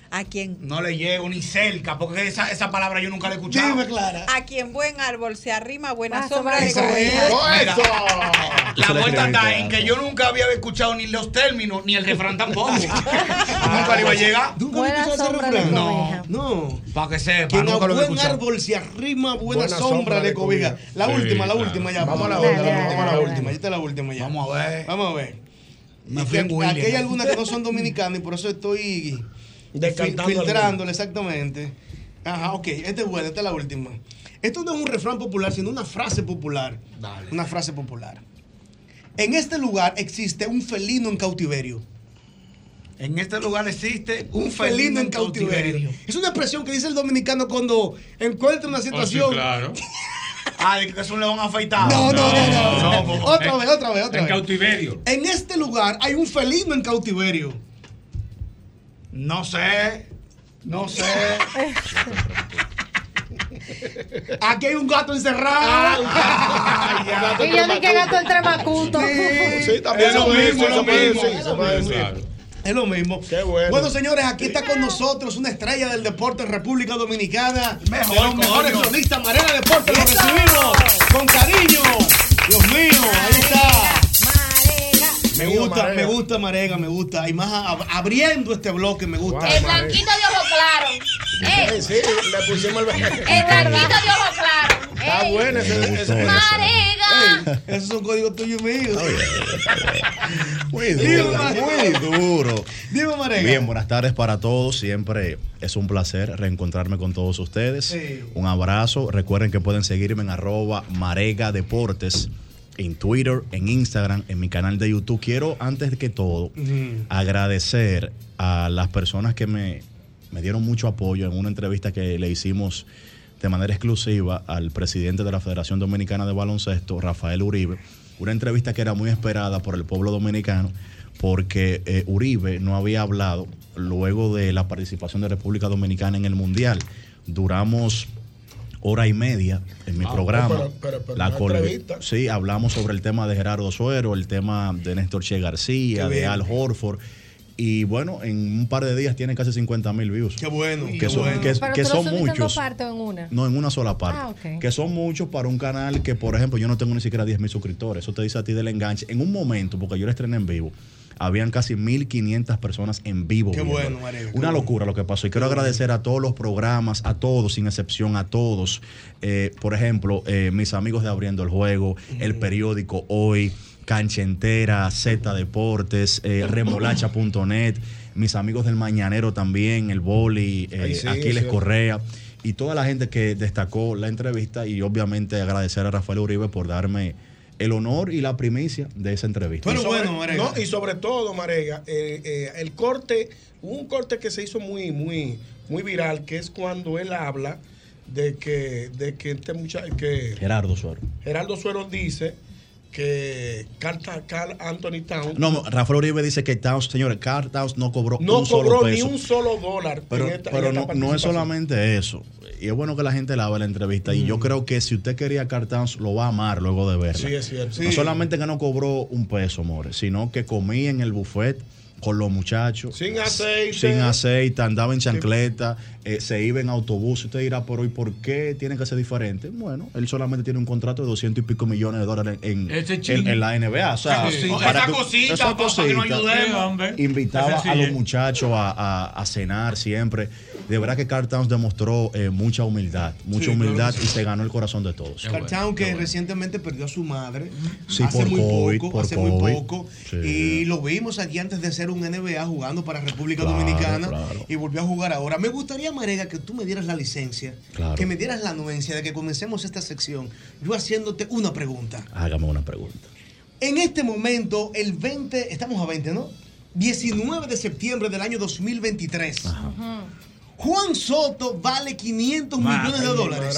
S6: ¿A quién?
S13: No le llego ni cerca, porque esa, esa palabra yo nunca la he escuchado.
S3: Dime, Clara.
S6: A quien buen árbol se arrima, buena
S13: Paso,
S6: sombra
S13: paso.
S6: le coge.
S13: Eso es.
S6: Mira.
S13: Ah, La vuelta está en
S3: creatividad.
S13: que yo nunca había escuchado ni los términos, ni el refrán tampoco. Ah, nunca le iba a llegar.
S3: Ah, ¿Nunca le escuchaste ese refrán?
S13: No,
S3: no.
S13: Para que sepa,
S3: Quien a
S13: nunca lo había
S3: buen
S13: escuchado.
S3: árbol se arrima, buena,
S13: Buena
S3: sombra,
S13: sombra
S3: le
S13: le
S3: cobija.
S13: cobija.
S3: La
S13: Sí,
S3: última, la
S13: claro.
S3: última ya.
S13: Vamos a la
S3: Dale,
S13: otra,
S3: dale,
S13: vamos a la
S3: dale.
S13: última.
S3: Ya está la última ya. Vamos
S13: a ver.
S3: Vamos a ver.
S13: Me
S3: Y
S13: fui en
S3: que-
S13: William.
S3: Aquí hay algunas que no son dominicanas y por eso estoy
S13: Descartando
S3: filtrándole exactamente. Ajá, ok. Esta es buena, esta es la última. Esto no es un refrán popular, sino una frase popular.
S13: Dale.
S3: Una frase popular. En este lugar existe un felino en cautiverio.
S13: En este lugar existe
S3: Un felino en cautiverio. Es una expresión que dice el dominicano cuando encuentra una situación.
S4: Oh, claro.
S13: Ah, de que es un león afeitado.
S3: No, no, no, no.
S13: no, no.
S3: Otra vez, otra vez, otra
S4: En
S3: vez.
S4: cautiverio.
S3: En este lugar hay un felino en cautiverio.
S13: No sé. No sé.
S3: Aquí hay un gato encerrado. Ah,
S10: Y yo dije gato entre macuto.
S3: Sí,
S7: también
S3: es lo
S7: se puede
S3: mismo, es
S7: decir,
S3: lo
S7: se
S3: mismo.
S7: puede decir, se puede decir.
S3: Claro. Es lo mismo. bueno. señores, aquí está con nosotros una estrella del deporte en República Dominicana.
S13: Mejor,
S3: de los mejores
S13: coño.
S3: cronistas, Marena Deporte, lo recibimos con cariño. Dios mío, ahí está. Me
S5: Mío,
S3: gusta,
S5: Marega.
S3: me gusta Marega, me gusta. Y más ab- abriendo este bloque, me gusta.
S5: El blanquito de ojo claro. Ey,
S10: "Eh".
S3: Sí, le pusimos
S5: el blanquito de ojo claro.
S3: Está
S5: Ey.
S3: bueno ese- ese- ese-
S5: Marega.
S3: Ey, Esos son códigos tuyos y míos.
S25: Muy duro,
S3: Marega.
S25: muy duro.
S3: Dime, Marega.
S25: Bien, buenas tardes para todos. Siempre es un placer reencontrarme con todos ustedes.
S3: Sí.
S25: Un abrazo. Recuerden que pueden seguirme en arroba Marega Deportes, en Twitter, en Instagram, en mi canal de YouTube. Quiero, antes que todo, agradecer a las personas que me, me dieron mucho apoyo en una entrevista que le hicimos de manera exclusiva al presidente de la Federación Dominicana de Baloncesto, Rafael Uribe. Una entrevista que era muy esperada por el pueblo dominicano porque eh, Uribe no había hablado luego de la participación de República Dominicana en el Mundial. Duramos hora y media en mi
S7: Ah,
S25: programa.
S7: pero- pero- pero una
S25: cole-
S7: entrevista.
S25: Sí, hablamos sobre el tema de Gerardo Suero, el tema de Néstor Che García,
S3: Qué
S25: de
S3: bien.
S25: Al Horford. Y bueno, en un par de días tiene casi 50 mil views. Qué
S3: bueno.
S25: Que son, que-
S10: Pero
S25: que
S10: tú lo
S25: son
S10: subiste en dos
S25: muchos.
S10: partes o en una.
S25: No, en una sola parte.
S10: Ah, ok.
S25: Que son muchos para un canal que, por ejemplo, yo no tengo ni siquiera 10 mil suscriptores. Eso te dice a ti del enganche. En un momento, porque yo lo estrené en vivo, habían casi 1.500 personas en vivo.
S3: Qué
S25: viéndolo.
S3: bueno, Marega, qué
S25: Una locura lo que pasó. Y quiero agradecer a todos los programas, a todos, sin excepción, a todos. Eh, por ejemplo, eh, mis amigos de Abriendo el Juego, el periódico Hoy, Cancha Entera, Z Deportes, eh, remolacha.net, mis amigos del Mañanero también, el Boli, eh,
S7: Ay, sí,
S25: Aquiles
S7: sí.
S25: Correa y toda la gente que destacó la entrevista y obviamente agradecer a Rafael Uribe por darme el honor y la primicia de esa entrevista.
S7: Y sobre- no, y sobre todo, Marega, eh, eh, el corte, hubo un corte que se hizo muy, muy, muy viral, que es cuando él habla de que, de que este muchacho, que
S25: Gerardo Suero.
S7: Gerardo Suero dice que Carl, Ta- Carl Anthony Town
S25: No, no, Rafael Uribe dice que Towns, señores, Carl Towns no cobró
S7: no
S25: un solo
S7: cobró ni
S25: peso.
S7: un solo dólar. en
S25: Pero,
S7: esta- en
S25: pero no,
S7: esta
S25: no es
S7: participación.
S25: solamente eso. Y es bueno que la gente la vea la entrevista. Y yo creo que si usted quería a Carl Towns, lo va a amar luego de verla.
S7: Mm. Sí, es cierto.
S25: No
S7: Sí.
S25: solamente que no cobró un peso, more, sino que comía en el buffet con los muchachos.
S7: Sin aceite.
S25: Sin aceite, andaba en chancleta, eh, se iba en autobús. Usted dirá, pero ¿y por qué tiene que ser diferente? Bueno, él solamente tiene un contrato de 200 y pico millones de dólares en, en,
S13: Ese chin.
S25: en- en la NBA. O sea,
S13: Esa cosita.
S25: para
S13: Esa
S25: que-
S13: cosita,
S25: esa
S13: papá, que nos
S25: cosita.
S13: ayudemos. Sí, hombre.
S25: Invitaba
S13: Ese
S25: a
S13: sí
S25: los
S13: es.
S25: muchachos a, a- a cenar siempre. De verdad que Carl Towns demostró eh, mucha humildad, mucha
S3: Sí, claro
S25: humildad
S3: que
S25: y se ganó el corazón de todos.
S3: Carchán, que recientemente perdió a su madre.
S25: Sí,
S3: hace
S25: por
S3: muy
S25: COVID,
S3: poco.
S25: por
S3: hace muy
S25: COVID.
S3: poco.
S25: Sí.
S3: Y lo vimos aquí antes de ser un NBA jugando para República
S25: Claro,
S3: Dominicana.
S25: claro.
S3: Y volvió a jugar ahora. Me gustaría, Marega, que tú me dieras la licencia.
S25: Claro.
S3: Que me dieras la anuencia de que comencemos esta sección. Yo haciéndote una pregunta.
S25: Hágame una pregunta.
S3: En este momento, el 20, estamos a 20, ¿no? 19 de septiembre del año 2023. Juan Soto vale 500 millones de dólares.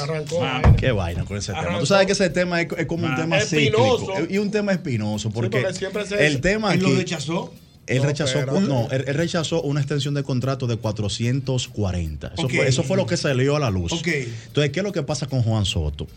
S25: Qué vaina con ese tema. Tú sabes que ese tema es, es como un tema
S3: Espinoso.
S25: cíclico y un tema espinoso porque,
S3: porque siempre se-
S25: el tema
S3: ¿Y lo
S25: aquí-
S3: rechazó?
S25: Él
S3: No,
S25: rechazó,
S3: espérate.
S25: no, él, él rechazó una extensión de contrato de 440. Eso,
S3: Ok.
S25: fue, eso fue lo que salió a la luz.
S3: Ok.
S25: Entonces, ¿qué es lo que pasa con Juan Soto?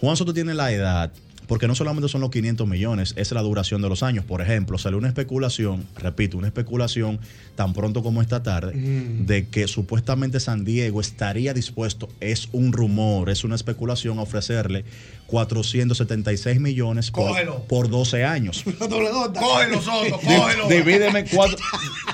S25: Juan Soto tiene la edad, porque no solamente son los 500 millones, es la duración de los años. Por ejemplo, salió una especulación, repito, una especulación tan pronto como esta tarde,
S3: Mm.
S25: de que supuestamente San Diego estaría dispuesto, es un rumor, es una especulación, a ofrecerle 476 millones por,
S3: Cógelo.
S25: por 12 años.
S13: Cógelo,
S25: Di-
S13: Soto, cógelo.
S25: Divídeme cuatro.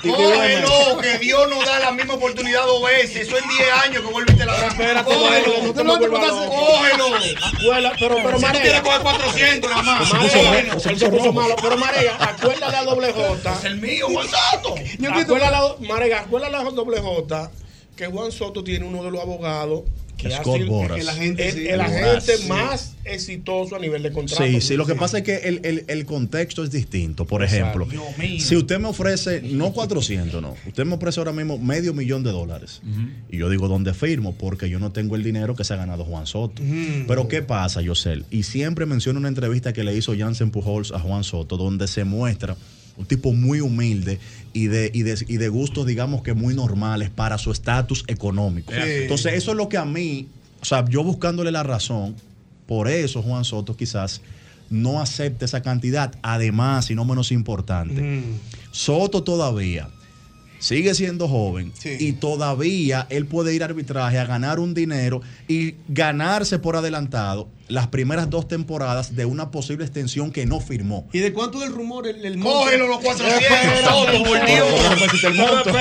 S25: divídeme-
S13: Cógelo, que Dios nos da la misma oportunidad dos veces. Eso en 10 años que volviste la eh, Espérate,
S7: Cógelo.
S13: cógelo.
S7: No te lo vuelvas loco.
S13: Cógelo.
S7: Acuérdate, pero, pero
S13: Si tú
S7: Marea.
S13: quieres coger 400 nada más.
S7: Marea,
S13: Cógelo.
S7: él se puso malo. Pero Marega, acuérdale a doble J.
S13: Es el mío, Juan Soto.
S7: Acuérdale a, Marega, acuérdale a doble J que Juan Soto tiene uno de los abogados que
S25: Scott Boras.
S7: el agente,
S25: El-
S7: el,
S25: el
S7: agente
S25: Boras, sí.
S7: más exitoso a nivel de contrato.
S25: Sí, sí, lo que pasa es que el, el- el contexto es distinto. Por ejemplo, si usted me ofrece, no 400, no, usted me ofrece ahora mismo medio millón de dólares. Y yo digo, ¿dónde firmo? Porque yo no tengo el dinero que se ha ganado Juan Soto. Pero ¿qué pasa, Yosel? Y siempre menciono una entrevista que le hizo Jansen Pujols a Juan Soto, donde se muestra un tipo muy humilde y de, y de, y de gustos, digamos que muy normales para su estatus económico.
S3: Sí.
S25: Entonces, eso es lo que a mí, o sea, yo buscándole la razón, por eso Juan Soto quizás no acepta esa cantidad. Además, y no menos importante, Soto todavía sigue siendo joven y todavía él puede ir a arbitraje a ganar un dinero y ganarse por adelantado las primeras dos temporadas de una posible extensión que no firmó.
S3: ¿Y de cuánto es el rumor? El, el monto?
S13: Cógelo los 400, Soto, por
S25: Ahora me pusiste el monto.
S13: Dios.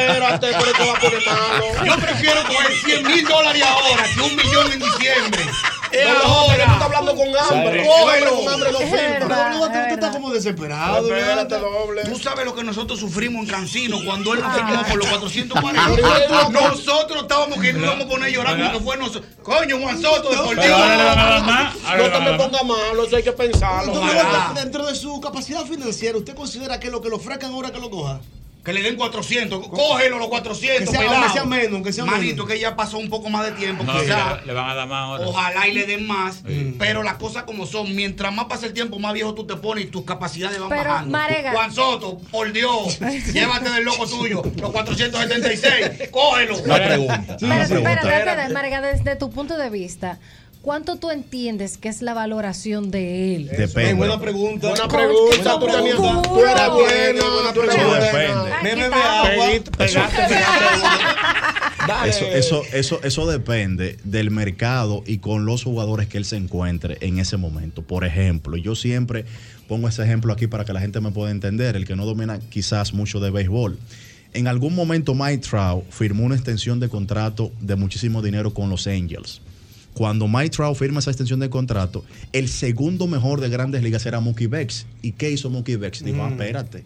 S13: Yo prefiero coger 100 mil dólares ahora que un millón en diciembre. Es
S7: No, no, pero tú estás hablando con hambre.
S13: Cógelo.
S7: Con hambre no firma.
S3: No, no, tú- tú estás como desesperado.
S13: Espérate, doble. Tú sabes lo que nosotros sufrimos en Cancino cuando él nos firmó por los 440.
S3: Ah.
S13: nosotros estábamos que nos íbamos a poner a llorar porque fue nosotros. Coño, Juan Soto,
S7: No,
S13: deportivo.
S7: pero ahora le van a dar más, ahora le van a
S13: No te me
S7: dar
S13: pongas malo, eso hay que pensarlo.
S3: Entonces,
S13: ojalá.
S3: Dentro de su capacidad financiera, ¿usted considera que lo que lo ofrezcan ahora que lo coja?
S13: Que le den 400. Cógelo los 400.
S3: Que sea-
S13: pelado.
S3: aunque sea menos, que sea menos.
S13: Manito, que ya pasó un poco más de tiempo.
S4: No,
S13: quizá.
S4: le, le van a dar más ahora.
S13: Ojalá y le den más,
S25: Mm.
S13: pero las cosas como son, mientras más pasa el tiempo, más viejo tú te pones y tus capacidades van
S10: Pero,
S13: bajando.
S10: Marega.
S13: Juan Soto, por Dios, llévate del loco tuyo, los 476, cógelo.
S25: Una pregunta.
S10: Pero
S25: una pregunta.
S10: espérate, espérate, Marga, desde tu punto de vista, ¿cuánto tú entiendes que es la valoración de él?
S25: Depende.
S3: buena pregunta.
S7: Buena pregunta, tú, tenías- tú eras buena, tú eras
S25: Eso
S7: buena.
S25: depende.
S7: Bebe agua.
S25: Eso-
S7: Dale.
S25: Eso, eso, eso, eso depende del mercado y con los jugadores que él se encuentre en ese momento. Por ejemplo, yo siempre pongo ese ejemplo aquí para que la gente me pueda entender, el que no domina quizás mucho de béisbol. En algún momento Mike Trout firmó una extensión de contrato de muchísimo dinero con los Angels. Cuando Mike Trout firma esa extensión de contrato, el segundo mejor de grandes ligas era Mookie Becks. ¿Y qué hizo Mookie Becks? Dijo, ah,
S3: Mm.
S25: espérate.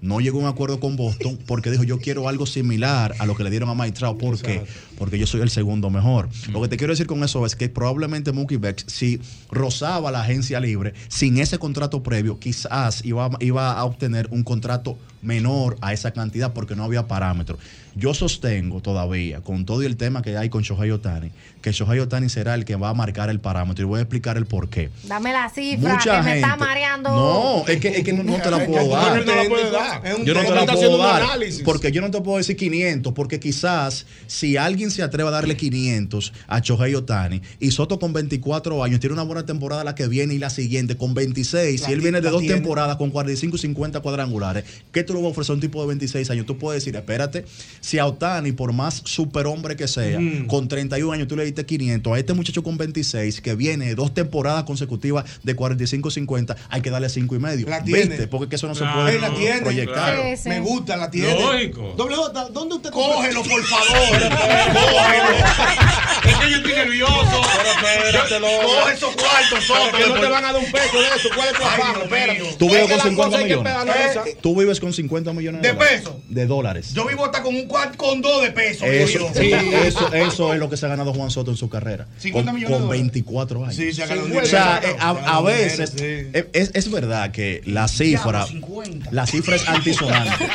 S25: No llegó a un acuerdo con Boston porque dijo, yo quiero algo similar a lo que le dieron a Mike Trout. ¿Por qué? Porque yo soy el segundo mejor. Lo que te quiero decir con eso es que probablemente Mookie Becks, si rozaba la agencia libre, sin ese contrato previo, quizás iba, iba a obtener un contrato menor a esa cantidad porque no había parámetro. Yo sostengo todavía, con todo el tema que hay con Shohei Otani, que Shohei Otani será el que va a marcar el parámetro y voy a explicar el por qué.
S10: Dame la cifra, que
S25: Mucha
S10: me está
S25: gente-
S10: mareando.
S25: No, es que, es que no, no te la puedo dar.
S7: No la puede dar. Es un
S25: Yo no te
S7: técnico.
S25: la puedo
S7: Está haciendo un
S25: dar.
S7: análisis.
S25: Porque yo no te puedo decir 500, porque quizás si alguien se atreve a darle 500 a Chohei Otani y Soto con 24 años tiene una buena temporada la que viene y la siguiente con 26,
S3: La
S25: y él
S3: ti-
S25: viene de
S3: la
S25: dos
S3: tiene.
S25: temporadas con 45 y 50 cuadrangulares, ¿qué tú le vas a ofrecer a un tipo de 26 años? Tú puedes decir, espérate, si a Otani, por más superhombre que sea,
S3: Mm.
S25: con 31 años tú le diste 500, a este muchacho con 26 que viene de dos temporadas consecutivas de 45 y 50, hay que darle 5 y medio.
S3: La tiene.
S25: ¿Viste? Porque es que eso no
S3: Claro.
S25: se puede
S3: Él la tiene.
S25: proyectar.
S3: Sí, sí. Me gusta, la tiene.
S4: Lógico.
S3: Doble J, ¿dónde usted
S13: Cógelo, por favor. Es que yo estoy nervioso.
S7: espérate, loco.
S13: Coge esos cuartos, Soto.
S7: Pero que no te van a dar un peso de eso. ¿Cuál es tu
S13: Ay,
S7: afán?
S13: Dios
S7: Espérate.
S13: mío.
S25: Tú
S7: Es
S25: vives
S7: que
S25: con
S7: las
S25: 50
S7: cosas hay que
S25: millones.
S7: analizar.
S25: Tú vives con 50 millones
S13: ¿De
S25: dólares.
S13: pesos?
S25: De dólares.
S13: Yo vivo hasta con un cuarto, con dos de peso.
S25: Eso,
S13: digo yo.
S25: eso, eso es lo que se ha ganado Juan Soto en su carrera.
S13: 50
S25: con,
S13: millones de
S25: con
S13: dólares.
S25: 24 años.
S3: Sí, se ha ganado
S25: o
S3: dinero,
S25: sea,
S3: se ha
S25: eh, a,
S3: ganado
S25: a
S3: dinero,
S25: veces eh, es, es verdad que la cifra,
S3: Diablo, 50.
S25: la cifra es antisonante.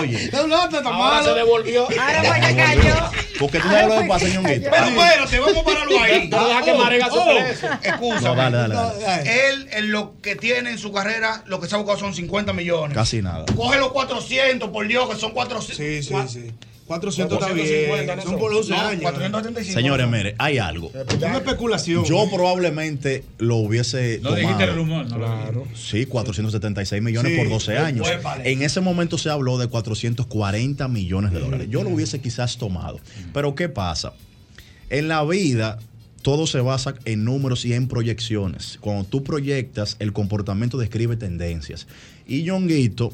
S25: Oye.
S7: Ahora se devolvió. Ahora
S25: fue que cayó. Porque
S3: Ah,
S25: tú no
S3: pues,
S25: hablas de pase, ñonguito.
S13: Pero espérate, vamos a pararlo ahí. Oh,
S7: No, deja que Marega se
S13: exprese. Excusa.
S25: No, dale, dale,
S13: Él, en lo que tiene en su carrera, lo que se ha buscado son 50 millones.
S25: Casi nada.
S13: Coge los 400, por Dios, que son 400. Sí, sí, sí.
S3: 400 está bien. Son por 11 años.
S13: 475.
S25: Señores, mire, hay algo.
S3: Una especulación.
S25: Yo probablemente lo hubiese
S4: No dijiste el
S25: tomado.
S4: rumor, no claro.
S25: Sí, 476 millones
S4: Sí, eh, pues,
S25: por 12 años.
S4: épale.
S25: En ese momento se habló de 440 millones de dólares. Yo lo hubiese quizás tomado. Pero ¿qué pasa? En la vida todo se basa en números y en proyecciones. Cuando tú proyectas, el comportamiento describe tendencias. Y Guito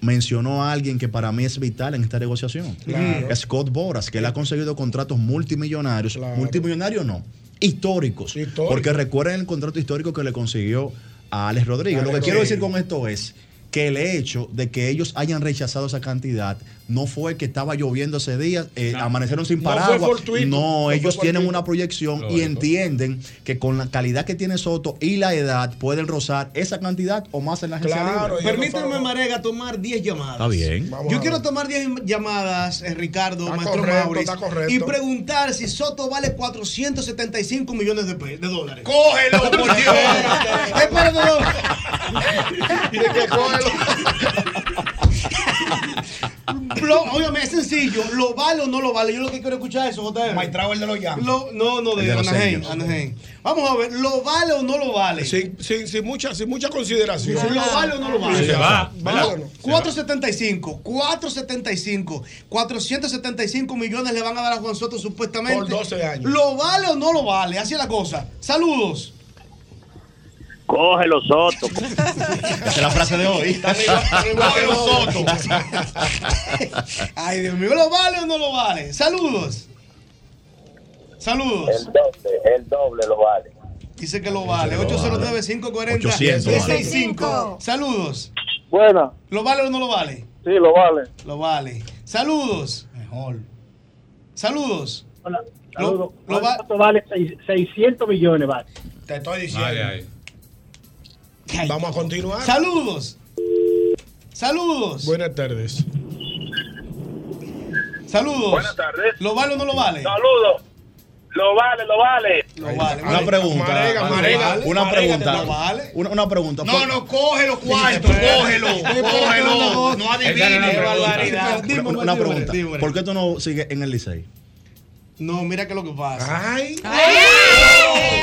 S25: mencionó a alguien que para mí es vital en esta negociación.
S3: Claro.
S25: Scott Boras, que él ha conseguido contratos multimillonarios. Multimillonarios no, históricos. Porque recuerden el contrato histórico que le consiguió a Alex Rodríguez.
S3: Alex
S25: Lo que quiero decir
S3: Rodríguez.
S25: con esto es que el hecho de que ellos hayan rechazado esa cantidad no fue que estaba lloviendo ese día, eh, amanecieron sin
S3: No fue
S25: paraguas.
S3: fortuito. No fue
S25: ellos tienen
S3: fortuito.
S25: una proyección y
S3: Lógico.
S25: entienden que con la calidad que tiene Soto y la edad pueden rozar esa cantidad o más en la agencia
S3: Claro,
S25: libre.
S3: permíteme, Marega, tomar 10 llamadas.
S25: Está bien. Vamos
S3: Yo
S25: a
S3: quiero tomar 10 llamadas, eh, Ricardo,
S7: Está
S3: Maestro
S7: correcto,
S3: Maurice,
S7: está correcto.
S3: y preguntar si Soto vale 475 millones de, pe- de dólares.
S13: ¡Cógelo, por Dios!
S3: Espérate, Lo, óyeme, es sencillo. ¿Lo vale o no lo vale? Yo lo que quiero escuchar es eso, JR.
S13: Maestrao, el de los llamas.
S3: Lo- No, no,
S7: El
S3: de,
S7: de los
S3: Anaheim.
S7: sellos.
S3: Anaheim. Vamos a ver, ¿lo vale o no lo vale?
S7: Sin, sin, sin mucha, sin mucha consideración.
S3: Si lo vale o no lo vale.
S7: Se va.
S3: Vamos,
S7: ¿verdad?
S3: 475, 475, 475 millones le van a dar a Juan Soto supuestamente.
S7: Por 12 años.
S3: ¿Lo vale o no lo vale? Así es la cosa. Saludos.
S22: Coge los otros.
S25: Esa es la frase de hoy.
S3: Ay, Dios mío, ¿lo vale o no lo vale? Saludos. Saludos.
S22: El doble lo vale.
S3: Dice que lo vale.
S22: que lo
S3: 809 540
S22: 800 vale.
S3: 165 Saludos.
S22: Bueno.
S3: ¿Lo vale o no lo vale?
S22: Sí, lo vale.
S3: Lo vale. Saludos. Mejor. Saludos.
S24: Hola.
S3: Saludos. Lo, va-
S24: ¿Cuánto vale? Seis- 600 millones vale.
S13: Te estoy
S24: Vale,
S13: diciendo.
S7: Vamos a continuar.
S3: Saludos. Saludos.
S7: Buenas tardes.
S3: Saludos. Buenas
S22: tardes.
S3: ¿Lo vale o no lo vale?
S22: Saludos. Lo vale, lo vale.
S3: Lo vale.
S25: Una pregunta.
S3: Marega, Marega.
S25: una
S3: Marega,
S25: pregunta.
S3: ¿lo vale?
S25: Una, una pregunta.
S13: No, no, cógelo, cuarto, cógelo, cógelo. No adivines.
S25: Una, una pregunta. ¿Por qué tú no sigues en el Licey? Ah.
S3: No, mira qué es lo que pasa.
S7: Ay.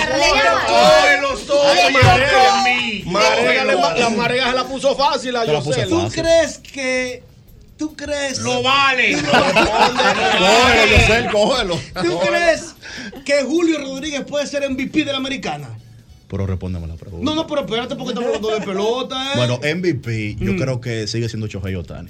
S13: Cógelo,
S7: Ay,
S13: Soto.
S7: Marega. Marega le- La marega se la puso fácil a
S3: Te la puse
S7: Yosel.
S3: ¿Tú crees que.? ¿Tú crees?
S13: Lo vale.
S25: Cógelo, Yosel, cógelo.
S3: ¿Tú crees que Julio Rodríguez puede ser MVP de la americana?
S25: Pero respóndeme la pregunta.
S3: No, no, pero espérate porque estamos hablando de pelota. ¿eh? Mm.
S25: Bueno, MVP, yo creo que sigue siendo Chohei Otani.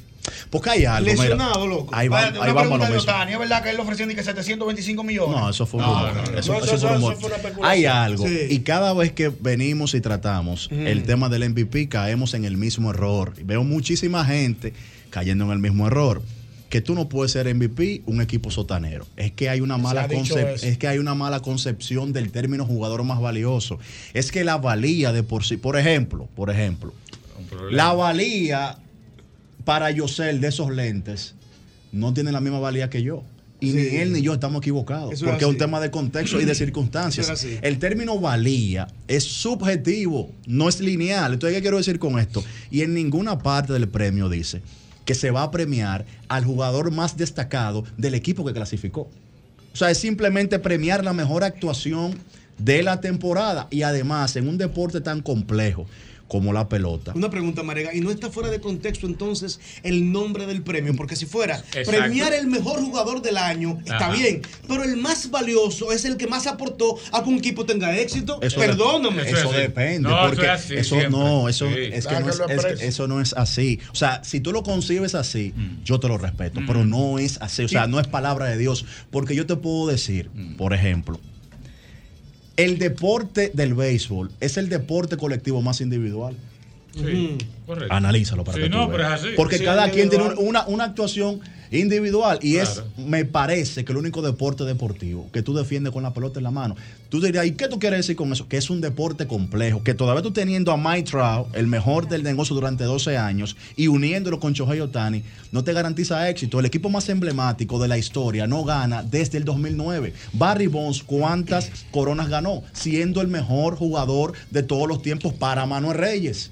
S25: Porque hay algo. mira.
S3: Lesionado, loco.
S25: Ahí va-
S13: Espérate,
S25: ahí
S13: una
S25: vamos a
S13: pregunta
S25: lo
S13: de
S25: mismo.
S13: Otani. ¿Es verdad que él le ofrecieron y que 725 millones?
S25: No, eso fue un
S13: No,
S25: rumor.
S13: no, no.
S25: Eso,
S13: No,
S25: eso
S13: eso-
S25: fue un
S13: eso
S25: rumor.
S13: fue una especulación.
S25: Hay algo.
S13: Sí.
S25: Y cada vez que venimos y tratamos
S13: Mm.
S25: el tema del MVP, caemos en el mismo error. Y Veo muchísima gente cayendo en el mismo error. Que tú no puedes ser MVP un equipo sotanero. Es que hay una mala
S7: ha dicho
S25: concep-
S7: eso.
S25: es que hay una mala concepción del término jugador más valioso. Es que la valía de por sí, por ejemplo, por ejemplo, la valía para Yosel de esos lentes no tiene la misma valía que yo. Y ni él ni yo estamos equivocados.
S3: Eso es
S25: porque es un
S3: así.
S25: tema de contexto y de circunstancias.
S3: Eso es así.
S25: El término valía es subjetivo, no es lineal. Entonces, ¿qué quiero decir con esto? Y en ninguna parte del premio dice que se va a premiar al jugador más destacado del equipo que clasificó. O sea, es simplemente premiar la mejor actuación de la temporada. Y además, en un deporte tan complejo como la pelota,
S3: Una pregunta, Marega, y no está fuera de contexto entonces el nombre del premio, porque si fuera
S25: Exacto.
S3: premiar el mejor jugador del año, está
S25: Ajá.
S3: bien, pero el más valioso es el que más aportó a que un equipo tenga éxito.
S25: Eso
S3: Perdóname.
S25: de- Eso, depende. porque eso, no, eso, es que
S3: Ah,
S25: no
S3: que
S25: es,
S3: lo
S25: es que
S3: exprese.
S25: eso no es así. O sea, si tú lo concibes así, yo te lo respeto, pero no es así. O sea, no es palabra de Dios. Porque yo te puedo decir, por ejemplo, el deporte del béisbol es el deporte colectivo más individual.
S4: Sí, correcto.
S25: Analízalo para
S4: Sí,
S25: que tú
S4: no,
S25: veas.
S4: pero es así.
S25: Porque
S4: Sí,
S25: cada quien tiene
S4: individual.
S25: un- una, una actuación individual y es,
S4: Claro.
S25: me parece, que el único deporte deportivo que tú defiendes con la pelota en la mano. Tú dirías, ¿y qué tú quieres decir con eso? Que es un deporte complejo, que todavía tú teniendo a Mike Trout, el mejor del negocio durante 12 años, y uniéndolo con Shohei Otani, no te garantiza éxito. El equipo más emblemático de la historia no gana desde el 2009. Barry Bonds, ¿cuántas coronas ganó? Siendo el mejor jugador de todos los tiempos para Manuel Reyes.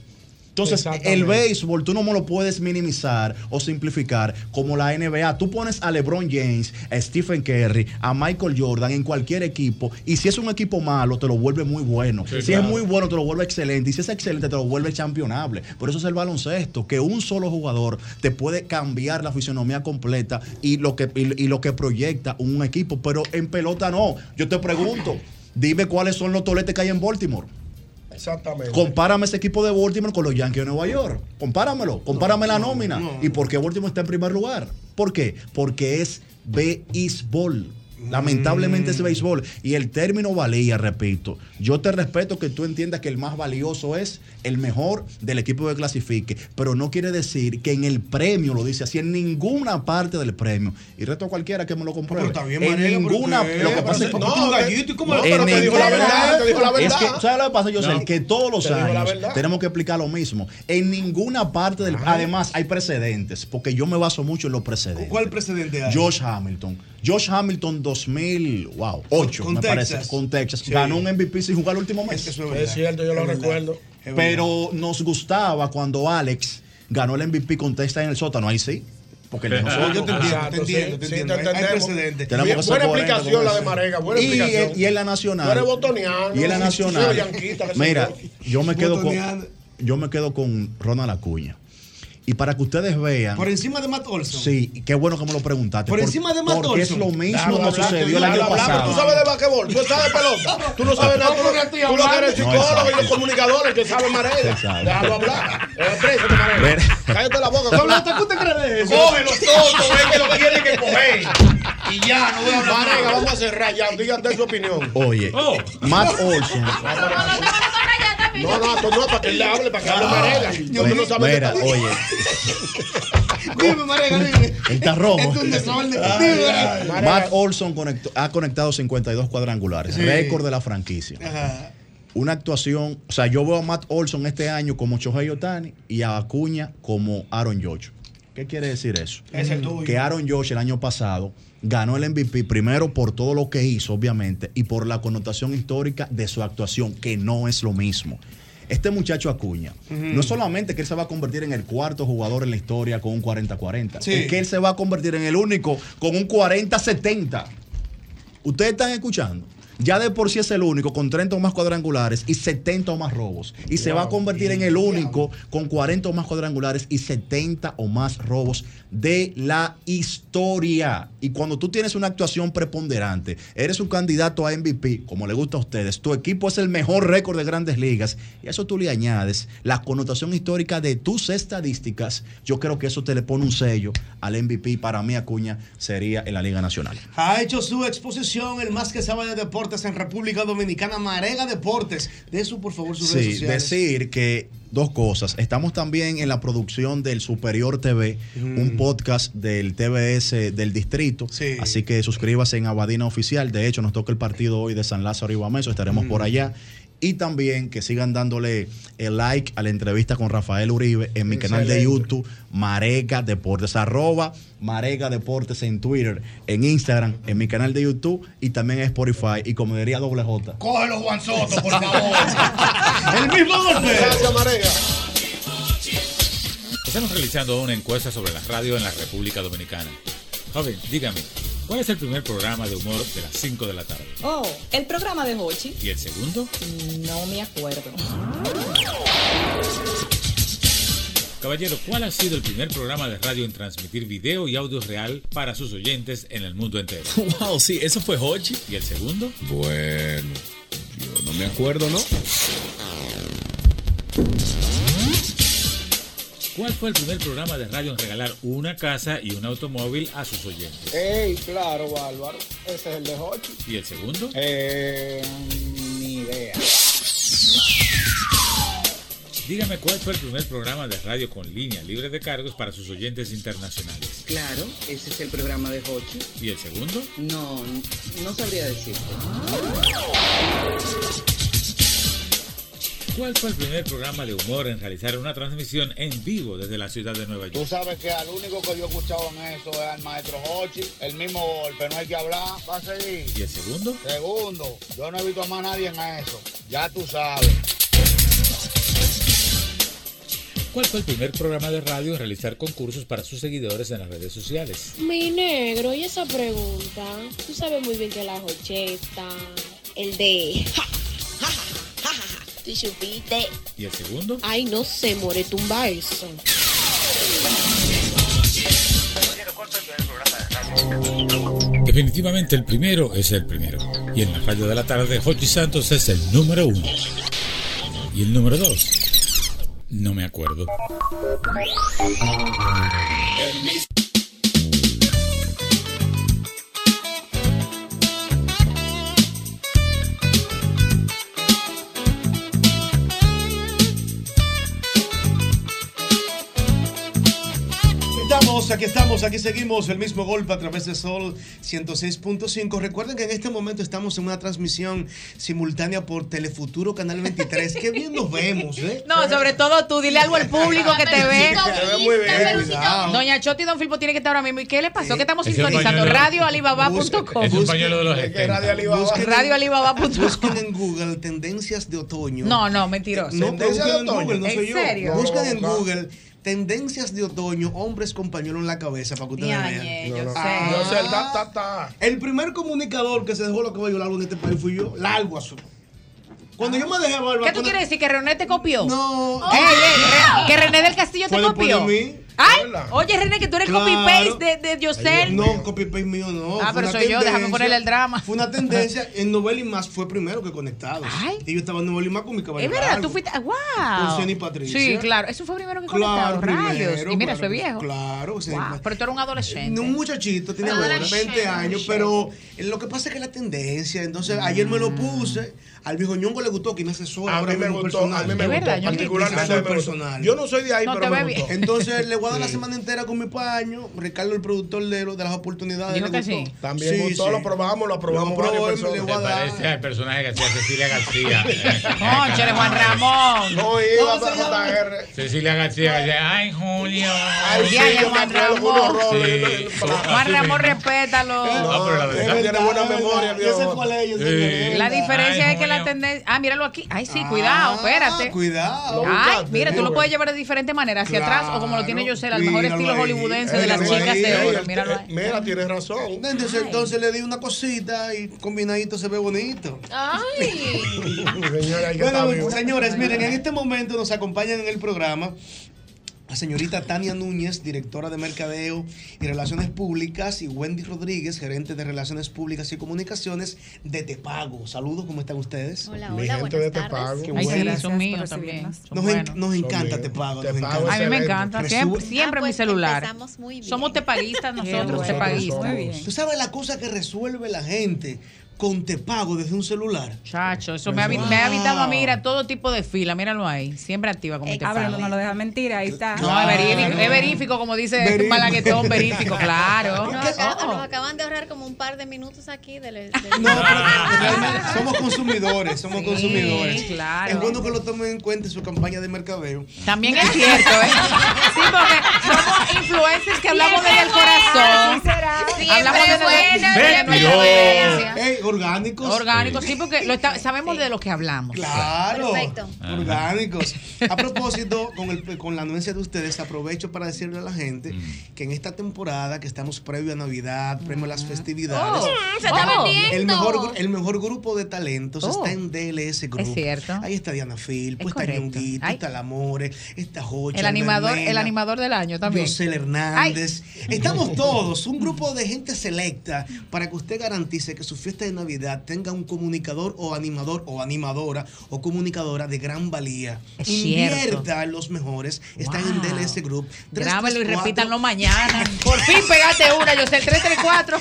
S25: Entonces, el béisbol tú no me lo puedes minimizar o simplificar como la NBA. Tú pones a LeBron James, a Stephen Curry, a Michael Jordan en cualquier equipo y si es un equipo malo, te lo vuelve muy bueno.
S13: Sí,
S25: si
S13: claro.
S25: es muy bueno, te lo vuelve excelente. Y si es excelente, te lo vuelve championable. Por eso es el baloncesto, que un solo jugador te puede cambiar la fisonomía completa y lo que, y- y lo que proyecta un equipo. Pero en pelota no. Yo te pregunto, dime cuáles son los toletes que hay en Baltimore.
S7: Exactamente.
S25: Compárame ese equipo de Baltimore con los Yankees de Nueva York. Compáramelo. Compárame la nómina. ¿Y por qué Baltimore está en primer lugar? ¿Por qué? Porque es béisbol. Lamentablemente
S3: Mm.
S25: es béisbol. Y el término valía, repito. Yo te respeto que tú entiendas que el más valioso es el mejor del equipo que clasifique. Pero no quiere decir que en el premio lo dice así, en ninguna parte del premio. Y reto a cualquiera que me lo compruebe.
S3: está bien,
S25: en
S3: Mariela, ¿por
S25: ninguna.
S3: qué?
S25: Lo que
S3: Pero
S25: pasa es
S3: se- no,
S25: tú-
S3: gallito, ¿y cómo
S25: no,
S3: lo- pero
S25: en
S3: te dijo la
S25: ninguna-
S3: verdad, te dijo la
S25: Es que,
S3: verdad.
S25: ¿Sabes lo que pasa, José?
S3: No.
S25: Que todos los
S3: Te dijo la
S25: años
S3: verdad.
S25: tenemos que explicar lo mismo. En ninguna parte del. Además, hay precedentes, porque yo me baso mucho en los precedentes.
S3: ¿Cuál precedente hay?
S25: Josh Hamilton. Josh Hamilton 2000, wow, 8,
S3: Con
S25: me
S3: Texas.
S25: parece, con Texas.
S3: Sí.
S25: Ganó un MVP sin jugar el último mes.
S7: Es cierto, yo lo recuerdo.
S25: Pero nos gustaba cuando Alex ganó el MVP con Texas en el sótano, ahí sí. Porque el de nosotros.
S7: Ah, Yo te entiendo, te entiendo, te entiendo. Hay- hay
S25: que
S7: precedentes. Bien,
S25: ser
S7: buena
S25: coherentes con
S7: explicación la
S25: eso.
S7: de Marega, buena
S25: Y-
S7: explicación.
S25: Y en la nacional.
S7: Tú eres botoniano,
S25: Y en la
S7: sí,
S25: nacional.
S7: sí, yanquista, que soy
S25: Mira,
S7: yo.
S25: yo me quedo con
S3: Botoniano.
S25: yo me quedo con Ronald Acuña. Y para que ustedes vean.
S3: Por encima de Matt Olson.
S25: Sí, y qué bueno que me lo preguntaste.
S3: Por encima de Matt
S25: Porque es
S3: Olson.
S25: lo mismo
S3: Dale,
S25: que
S3: hablaste,
S25: sucedió el
S3: dale,
S25: año
S3: hablaste,
S25: pasado.
S7: Tú sabes de basquetbol, tú sabes de pelota. Tú no sabes nada. Tú, no- tú lo que eres
S25: No,
S7: psicólogo y
S25: exacto.
S7: los comunicadores que saben Marega.
S25: Exacto.
S7: Déjalo hablar. Es preso, Marega. Cállate la boca. ¿Cómo te gusta creer eso?
S13: Cógelo, Soto, es que lo tiene que coger.
S7: Y ya, no voy a hablar. Marega, vamos a cerrar ya. Dígate su opinión. Oh.
S25: Oye, Matt Olson.
S7: No, no, tú no, para que él le hable, para que hable Marega. Yo
S25: Mira,
S7: no sabes
S25: mira,
S7: qué-
S25: oye,
S3: Dime, Marega, dime.
S25: él está rojo.
S3: Esto es un desorden de-
S25: Ay,
S3: Dime,
S25: ay.
S3: Marega.
S25: Matt Olson conectó- ha conectado 52 cuadrangulares,
S3: Sí.
S25: récord de la franquicia.
S34: 嗯
S3: Ajá.
S25: Una actuación, o sea, yo veo a Matt Olson este año como Shohei Otani y a Acuña como Aaron George. ¿Qué quiere decir eso?
S3: Es el tuyo.
S25: Que Aaron George el año pasado ganó el MVP primero por todo lo que hizo, obviamente, y por la connotación histórica de su actuación, que no es lo mismo. Este muchacho Acuña,
S3: Ujú.
S25: no solamente que él se va a convertir en el cuarto jugador en la historia con un 40-40,
S3: Sí.
S25: es que él se va a convertir en el único con un 40-70. Ustedes están escuchando. Ya de por sí es el único con 30 o más cuadrangulares y 70 o más robos. Y se va a convertir en el único con 40 o más cuadrangulares y 70 o más robos de la historia. Y cuando tú tienes una actuación preponderante, eres un candidato a MVP, como le gusta a ustedes, tu equipo es el mejor récord de grandes ligas, y a eso tú le añades la connotación histórica de tus estadísticas, yo creo que eso te le pone un sello al MVP. y Para mí, Acuña sería en la Liga Nacional.
S3: Ha hecho su exposición el más que sabe de deportes en República Dominicana, Marega Deportes. De eso, por favor, sus redes
S25: Sí,
S3: sociales.
S25: decir que dos cosas. Estamos también en la producción del Superior TV,
S3: Mm.
S25: un podcast del TBS del distrito. Así que suscríbase en Abadina Oficial. De hecho, nos toca el partido hoy de San Lázaro y Guameso. Estaremos
S3: Mm.
S25: por allá. Y también que sigan dándole el like a la entrevista con Rafael Uribe en mi canal de
S3: Excelente.
S25: YouTube, Marega Deportes, arroba Marega Deportes en Twitter, en Instagram, en mi canal de YouTube y también en Spotify y como diría doble J.
S13: Cógelo, Juan Soto, por favor.
S3: El mismo golpe.
S7: Gracias, Marega.
S4: Estamos realizando una encuesta sobre la radio en la República Dominicana. Joven, dígame, ¿cuál es el primer programa de humor de las 5 de la tarde?
S15: Oh, el programa de Hochi.
S4: ¿Y el segundo?
S15: No me acuerdo.
S4: Caballero, ¿cuál ha sido el primer programa de radio en transmitir video y audio real para sus oyentes en el mundo entero?
S35: Wow, sí, eso fue Hochi.
S4: ¿Y el segundo?
S35: Bueno, yo no me acuerdo, ¿no?
S4: ¿Cuál fue el primer programa de radio en regalar una casa y un automóvil a sus oyentes?
S7: Ey, claro, Bárbaro. Ese es el de Hochi.
S4: ¿Y el segundo?
S7: Eh, ni idea.
S4: Dígame cuál fue el primer programa de radio con línea libre de cargos para sus oyentes internacionales.
S24: Claro, ese es el programa de Hochi.
S4: ¿Y el segundo?
S24: No, no sabría decirlo.
S4: ¿Cuál fue el primer programa de humor en realizar una transmisión en vivo desde la ciudad de Nueva
S13: Tú
S4: York?
S13: sabes que al único que yo he escuchado en eso es al maestro Hochi, el mismo golpe, no hay que hablar, va a seguir.
S4: ¿Y el segundo?
S13: Segundo, yo no he visto a más nadie en eso, ya tú sabes.
S4: ¿Cuál fue el primer programa de radio en realizar concursos para sus seguidores en las redes sociales?
S5: Mi negro, y esa pregunta, tú sabes muy bien que la jocheta, el de... ja, ja, ja, ja, ja, Te chupiste.
S4: ¿Y el segundo?
S5: Ay, no sé, more, tumba eso.
S4: Definitivamente el primero es el primero. Y en la radio de la tarde, Jochi Santos es el número uno. Y el número dos, no me acuerdo.
S3: Estamos, aquí estamos, aquí seguimos el mismo golpe a través de Sol 106.5. Recuerden que en este momento estamos en una transmisión simultánea por Telefuturo Canal 23. Qué bien nos vemos, ¿eh?
S8: No, sobre todo tú, dile algo al público que te ve.
S3: Te ve muy bien, cuidado.
S8: Doña Choti y Don Filpo tienen que estar ahora mismo. ¿Y qué le pasó? ¿Qué estamos
S3: Ese
S8: sintonizando?
S3: pañuelo-
S8: Radioalibaba.com.
S3: Busquen- busquen- busquen-
S8: Radioalibaba.com.
S3: Busquen en Google tendencias de otoño.
S8: No, no, mentiroso.
S3: No, pero
S8: Tendencias
S3: busquen
S8: de
S3: en
S8: otoño.
S3: Google, no
S8: ¿En
S3: soy yo.
S8: serio?
S3: Busquen en
S8: No, no.
S3: Google tendencias de otoño, hombres con pañuelo en la cabeza, para que ustedes
S8: Ñañe,
S3: vean.
S8: yo sé.
S3: Ah.
S8: Yo sé, ta,
S3: El primer comunicador que se dejó los cabellos largos en este país fui yo, largo azul. Cuando yo me dejé barba.
S8: ¿Qué tú
S3: cuando-
S8: quieres decir? ¿Que René te copió?
S3: No.
S8: Ey, ey, Re- ¿Que René del Castillo te
S3: Fue después
S8: copió?
S3: de mí.
S8: Ay, oye René, que tú eres
S3: Claro.
S8: copy-paste de, de Yosel.
S3: No, copy-paste mío no.
S8: Ah,
S3: Fue
S8: pero
S3: una
S8: soy yo, déjame
S3: tendencia.
S8: ponerle el drama.
S3: Fue una tendencia. En Novel y Más fue primero que conectados. Y yo estaba en Novel y Más con mi cabello
S8: Es verdad,
S3: largo.
S8: tú fuiste. ¡Wow!
S3: Con Zen y Patricia.
S8: Sí, claro. Eso fue primero que
S3: Claro,
S8: conectado. Rayos.
S3: primero,
S8: y mira,
S3: claro,
S8: soy viejo.
S3: Claro, Zen y
S8: Guau,
S3: Pat-
S8: Pero tú eres un adolescente.
S3: Un muchachito, tiene ahora 20 años, pero lo que pasa es que la tendencia, entonces ayer me lo
S7: Mm.
S3: puse, al viejo ñongo le gustó que me asesora.
S7: A
S3: ahora
S7: mí me
S3: mismo
S7: gustó,
S3: personal.
S7: a mí me Es gustó, verdad, Ñonguito. particularmente
S3: Asesor
S7: me gustó.
S3: personal.
S7: Yo no soy de ahí, No, pero te me ve bien. gustó.
S3: Entonces le voy a dar la
S7: Sí.
S3: semana entera con mi paño, Ricardo el productor de, lo- de las oportunidades.
S7: Dijo
S3: le
S7: que
S3: gustó.
S7: sí. También gustó, lo probamos, lo aprobamos
S3: Lo aprobó,
S7: varias
S3: le
S7: personas.
S3: voy a
S4: Se
S3: dar.
S4: parece al personaje que hacía Cecilia García.
S8: Cónchale, Juan Ramón.
S7: No iba para JR.
S4: Cecilia García que decía, ay, Julio.
S7: Ay,
S8: Ya, ya, Juan Ramón.
S4: Sí.
S8: Juan Ramón, respétalo.
S3: Ah,
S4: No, pero la verdad.
S7: Tiene buena memoria,
S3: Yo sé cuál es, yo sé cuál es.
S8: La diferencia es que la tendencia. Ah, míralo aquí. Ay, sí, cuidado, espérate.
S3: Ah, Cuidado.
S8: Ay, mira, tú lo
S3: Google.
S8: puedes llevar de diferente manera, hacia atrás o como lo tiene Yosel, al mejor
S3: Míralo
S8: estilo
S3: ahí.
S8: hollywoodense de
S3: Míralo
S8: las chicas
S3: ahí.
S8: de oro.
S3: Ahí,
S8: Míralo ahí.
S3: Mira, tienes razón. Entonces, entonces le di una cosita y combinadito se ve bonito.
S1: Ay.
S7: que está
S3: bueno,
S7: vivo.
S3: señores, miren, en este momento nos acompañan en el programa la señorita Tania Núñez, directora de Mercadeo y Relaciones Públicas, y Wendy Rodríguez, gerente de Relaciones Públicas y Comunicaciones de Tepago. Saludos, ¿cómo están ustedes?
S7: Hola, Mi hola, gente de buenas Tepago. tardes.
S3: Qué
S7: Ay, sí,
S3: bueno.
S8: Son míos también.
S3: Nos, en- nos encanta Tepago. nos
S7: Tepago
S3: encanta.
S8: A mí me encanta, siempre, siempre mi celular.
S3: empezamos
S8: Somos tepaguistas nosotros,
S7: este
S3: Nosotros
S8: tepaguistas.
S3: somos. Tú sabes la cosa que resuelve la gente con te pago desde un celular.
S8: Chacho, Eso
S7: Pues
S8: me ha, me ha evitado a mí ir a todo tipo de fila, míralo ahí, siempre activa como te
S36: Ábrelo, no lo dejas mentir, ahí está. Ah,
S8: No, es verífico, es verífico, como dice
S36: Verífico.
S8: Malaguetón, verífico, claro.
S37: Nos, acaba- ah, nos acaban de ahorrar como un par de minutos aquí de, la- de-
S3: Oh. No, pero realmente somos consumidores, somos consumidores.
S8: claro.
S3: Es bueno que lo tomen en cuenta en su campaña de mercadeo.
S8: También es cierto, ¿eh? Sí, porque somos influencers que hablamos desde el corazón. Hablamos desde
S3: bueno,
S8: desde
S3: siempre
S8: nuestra
S3: bueno.
S8: vivencia.
S3: Ey, orgánicos.
S8: Orgánicos, sí, porque lo está- sabemos de lo que hablamos.
S3: Claro.
S8: Perfecto.
S3: Orgánicos. A propósito, con, el- con la anuencia de ustedes, aprovecho para decirle a la gente
S8: Mm.
S3: que en esta temporada que estamos previo a Navidad, previo a las festividades,
S8: Oh,
S3: Oh,
S1: Mm, se está vendiendo.
S3: el mejor, gru- el mejor grupo de talentos
S1: Oh.
S3: está en DLS Group.
S8: Es cierto.
S3: Ahí está Diana Phil, pues está
S8: correcto.
S3: Ñonguito, está Lamore, está Jocha,
S8: El animador, el
S3: Hermena,
S8: animador del año también.
S3: Yosel Hernández. Estamos todos, un grupo de gente selecta para que usted garantice que su fiesta de Navidad tenga un comunicador o animador o animadora o comunicadora de gran valía.
S8: Es
S3: Invierta
S8: cierto.
S3: en los mejores. Están en DLS Group.
S8: Grábalo y
S3: 334.
S8: repítanlo mañana. Por fin pegate una, yo sé, el 334.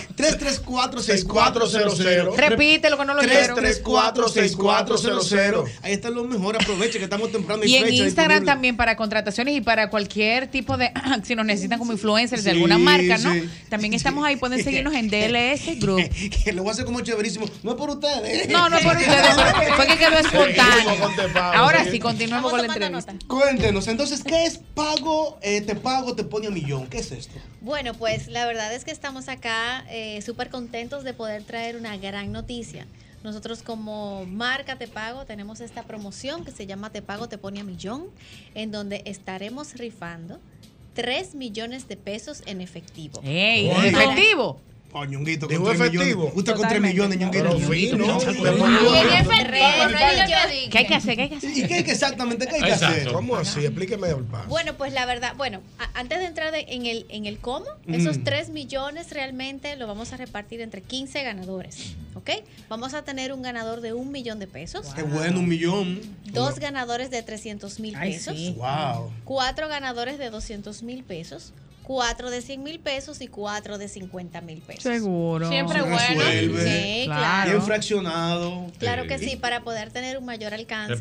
S3: 334-6400.
S8: Repítelo que no lo quiero.
S3: 334-6400. Ahí están los mejores. Aproveche que estamos temprano
S8: Y en
S3: fecha
S8: Instagram
S3: disponible.
S8: también para contrataciones y para cualquier tipo de, si nos necesitan como influencers de
S3: Sí,
S8: alguna marca, ¿no?
S3: sí.
S8: También estamos ahí, pueden seguirnos en DLS Group.
S3: Que lo voy a hacer como chéverísimo. No es por ustedes.
S8: No, no es por ustedes, fue- fue que quedó espontáneo. Ahora sí, continuemos con la entrevista.
S3: Cuéntenos, entonces, ¿qué es pago? eh, te pago, te pone a millón. ¿Qué es esto?
S37: Bueno, pues la verdad es que estamos acá eh, súper contentos de poder traer una gran noticia. Nosotros como marca Te Pago tenemos esta promoción que se llama Te Pago Te Pone a Millón, en donde estaremos rifando 3 millones de pesos en efectivo.
S8: ¡Ey!
S3: Wow.
S8: ¡Efectivo!
S3: Oh, Ñonguito,
S8: Dijo
S3: con tres
S8: efectivo.
S3: millones. Usted con 3 millones, Ñonguito.
S8: Pero
S3: Ñonguito,
S8: fino.
S3: Ñonguito.
S8: Pero
S3: Ñonguito.
S8: bueno.
S3: Ñonguito.
S8: En efectivo,
S37: no hay yo
S8: ¿Qué hay que hacer? ¿Qué hay que hacer?
S3: ¿Y qué hay que exactamente? ¿Qué hay que hacer?
S7: Exacto. ¿Cómo así? Explíqueme el paso.
S37: Bueno, pues la verdad, bueno, a- antes de entrar de- en el en el cómo,
S7: Mm.
S37: esos 3 millones realmente lo vamos a repartir entre 15 ganadores, ¿ok? Vamos a tener un ganador de un millón de pesos.
S3: Qué bueno, un millón.
S37: Dos ganadores de 300 mil
S3: Ay,
S37: pesos.
S3: sí. Wow.
S37: Cuatro ganadores de 200 mil pesos. Cuatro de 100 mil pesos y cuatro de 50 mil pesos.
S8: Seguro.
S37: Siempre
S3: Se
S37: bueno.
S3: resuelve.
S37: Sí, claro.
S3: Bien fraccionado.
S37: Claro que sí, para poder tener un mayor alcance.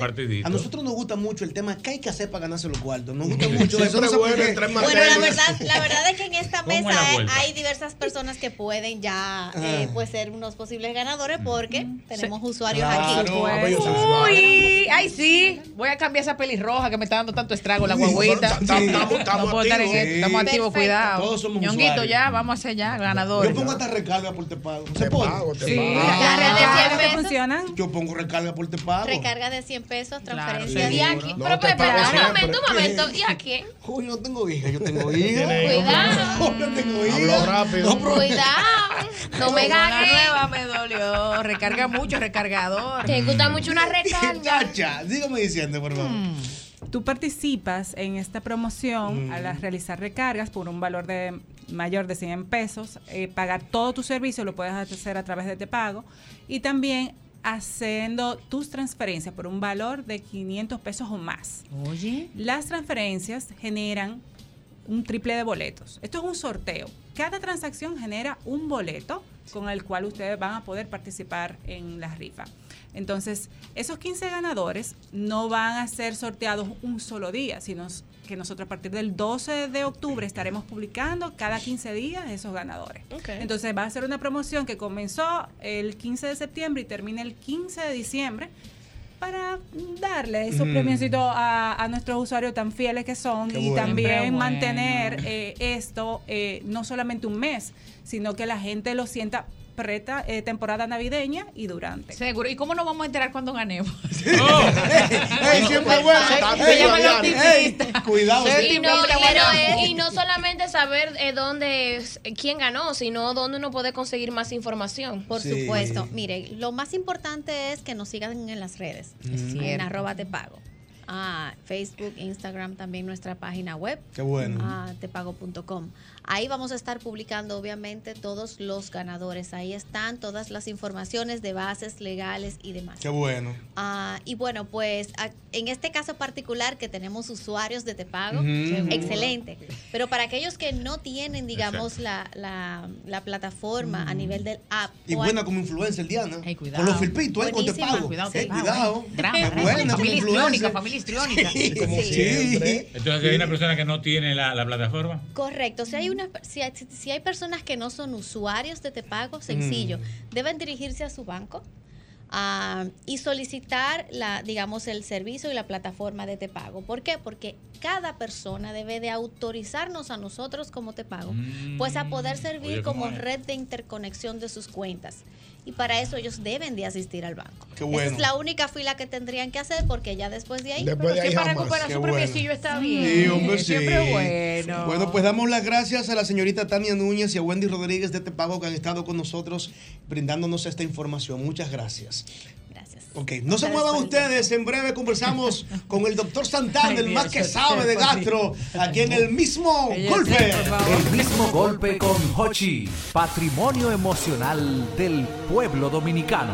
S3: A nosotros nos gusta mucho el tema ¿qué hay que hacer para ganarse los cuartos? Nos gusta mucho
S7: Siempre
S3: eso. No sé por
S7: bueno
S3: qué.
S7: entrar en
S37: Bueno, la verdad, la verdad es que en esta
S3: ¿Cómo es
S37: mesa
S3: la
S37: hay,
S3: vuelta?
S37: hay diversas personas que pueden ya eh,
S3: Ah.
S37: pues ser unos posibles ganadores porque tenemos usuarios
S3: Claro,
S37: aquí.
S3: bellos usuarios.
S8: Uy, ay sí, voy a cambiar esa pelirroja que me está dando tanto estrago la guagüita.
S3: Sí, estamos-
S8: No
S3: estamos
S8: puedo estar en
S3: activos.
S8: esto, estamos
S3: Sí.
S8: activos,
S3: Perfecto.
S8: cuidado.
S3: Todos somos
S8: Ñonguito,
S3: usuarios.
S8: ya, vamos a hacer ya, ganadores.
S3: Yo pongo hasta recarga por te pago. ¿Se puede?
S8: te Sí. pago.
S37: Las redes
S3: Ah,
S37: sociales
S3: ¿qué
S36: funcionan?
S3: Yo pongo recarga por te pago.
S37: Recarga de 100 pesos, transferencia
S3: seguro.
S37: de aquí.
S3: No,
S37: pero
S3: te
S37: espera,
S3: pago
S37: un
S3: siempre.
S37: momento, un momento. ¿Y a quién?
S3: Uy, yo no tengo hija, yo tengo hija.
S37: Cuidado.
S3: Yo tengo hija. Hablo rápido.
S37: Cuidado. No me
S8: ganes.
S37: ganes.
S8: nueva me dolió. Recarga mucho, recargador.
S37: Te gusta mucho una recarga.
S3: Mm.
S37: Mm.
S3: Chacha, dígame diciendo, por favor.
S36: Tú participas en esta promoción
S3: Mm.
S36: al realizar recargas por un valor de mayor de 100 pesos, eh, pagar todo tu servicio, lo puedes hacer a través de Te Pago y también haciendo tus transferencias por un valor de 500 pesos o más.
S8: Oye.
S36: Las transferencias generan un triple de boletos. Esto es un sorteo. Cada transacción genera un boleto con el cual ustedes van a poder participar en la rifa. Entonces, esos 15 ganadores no van a ser sorteados un solo día, sino que nosotros a partir del 12 de octubre estaremos publicando cada 15 días esos ganadores.
S8: Ok.
S36: Entonces, va a ser una promoción que comenzó el 15 de septiembre y termina el 15 de diciembre para darle esos
S8: Mm.
S36: premiositos a, a nuestros usuarios tan fieles que son
S8: Qué
S36: y
S8: bueno. Siempre
S36: también
S8: bueno.
S36: mantener eh, esto eh, no solamente un mes, sino que la gente lo sienta preta, eh, temporada navideña y durante.
S8: Seguro. ¿Y cómo nos vamos a enterar cuando ganemos?
S3: Ey, siempre bueno.
S8: Se llama la
S3: Ey, Cuidado.
S8: Sí,
S5: Y
S3: sí.
S5: no, pero es- y no solamente saber eh, dónde es- eh, quién ganó, sino dónde uno puede conseguir más información.
S37: Por
S5: Sí.
S37: supuesto. Mire, lo más importante es que nos sigan en las redes. En
S3: Mm.
S5: cierto.
S37: arroba te pago. Ah, Facebook, Instagram, también nuestra página web.
S3: Qué bueno.
S37: Ah, tepago.com. Ahí vamos a estar publicando, obviamente, todos los ganadores. Ahí están todas las informaciones de bases legales y demás.
S3: Qué bueno.
S37: Ah, y bueno, pues a- en este caso particular que tenemos usuarios de Tepago,
S3: Ujú.
S37: excelente. Pero para aquellos que no tienen, digamos, la, la, la plataforma
S8: Mm.
S37: a nivel del app.
S3: Y
S37: o a-
S3: buena como influencer, Diana.
S37: cuidado.
S3: Con los filpitos, eh, con te
S37: Buenísima.
S3: pago.
S37: Cuidado,
S3: Eh,
S37: Te Pago,
S3: Cuidado.
S37: eh. Gran,
S3: Es
S37: gran
S3: buena como
S8: familia
S3: influencer.
S8: histriónica, familia histriónica.
S3: Sí, como
S37: Sí.
S3: siempre.
S4: Entonces, hay una persona que no tiene la, la plataforma.
S37: Correcto, si hay, una, si, hay, si hay personas que no son usuarios de Tepago, sencillo,
S36: Mm.
S37: deben dirigirse a su banco ah, y solicitar, la, digamos, el servicio y la plataforma de Tepago. ¿Por qué? Porque cada persona debe de autorizarnos a nosotros como Tepago, pues a poder servir
S36: Mm. oye, ¿cómo
S37: como
S36: es?
S37: red de interconexión de sus cuentas. Y para eso ellos deben de asistir al banco.
S3: Qué bueno.
S37: Esa es la única fila que tendrían que hacer porque ya después de ahí...
S3: Después de
S37: Pero
S3: ahí
S37: sí, para
S3: jamás.
S37: recuperar
S3: Qué
S37: su
S3: bueno.
S37: premiecillo está bien.
S3: Sí, hombre, sí.
S37: Siempre bueno.
S3: Bueno, pues damos las gracias a la señorita Tania Núñez y a Wendy Rodríguez de Te Pago que han estado con nosotros brindándonos esta información. Muchas gracias.
S37: Gracias.
S3: Ok, no se muevan ustedes, en breve conversamos con el doctor Santana, el más que sabe de gastro, aquí en el mismo golpe.
S27: El mismo golpe con Hochi, patrimonio emocional del pueblo dominicano.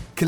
S38: Que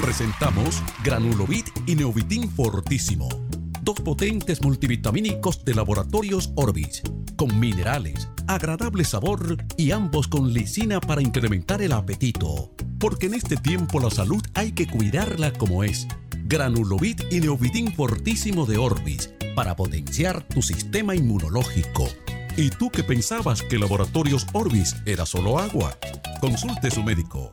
S27: Presentamos Granulovit y Neovitin Fortísimo, dos potentes multivitamínicos de laboratorios Orbis, con minerales, agradable sabor y ambos con lisina para incrementar el apetito. Porque en este tiempo la salud hay que cuidarla como es. Granulovit y Neovitin Fortísimo de Orbis, para potenciar tu sistema inmunológico. ¿Y tú que pensabas que Laboratorios Orbis era solo agua? Consulte su médico.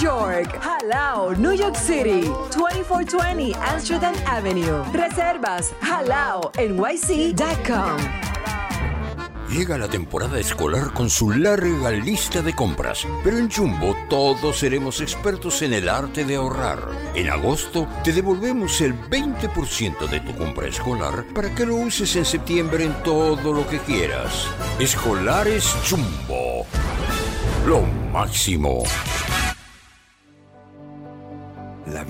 S32: York. Jalao, New York City, 2420 Amsterdam Avenue. Reservas jalao nyc.com.
S14: Llega la temporada escolar con su larga lista de compras, pero en Jumbo todos seremos expertos en el arte de ahorrar. En agosto te devolvemos el 20% de tu compra escolar para que lo uses en septiembre en todo lo que quieras. Escolares Jumbo. Lo máximo.
S39: La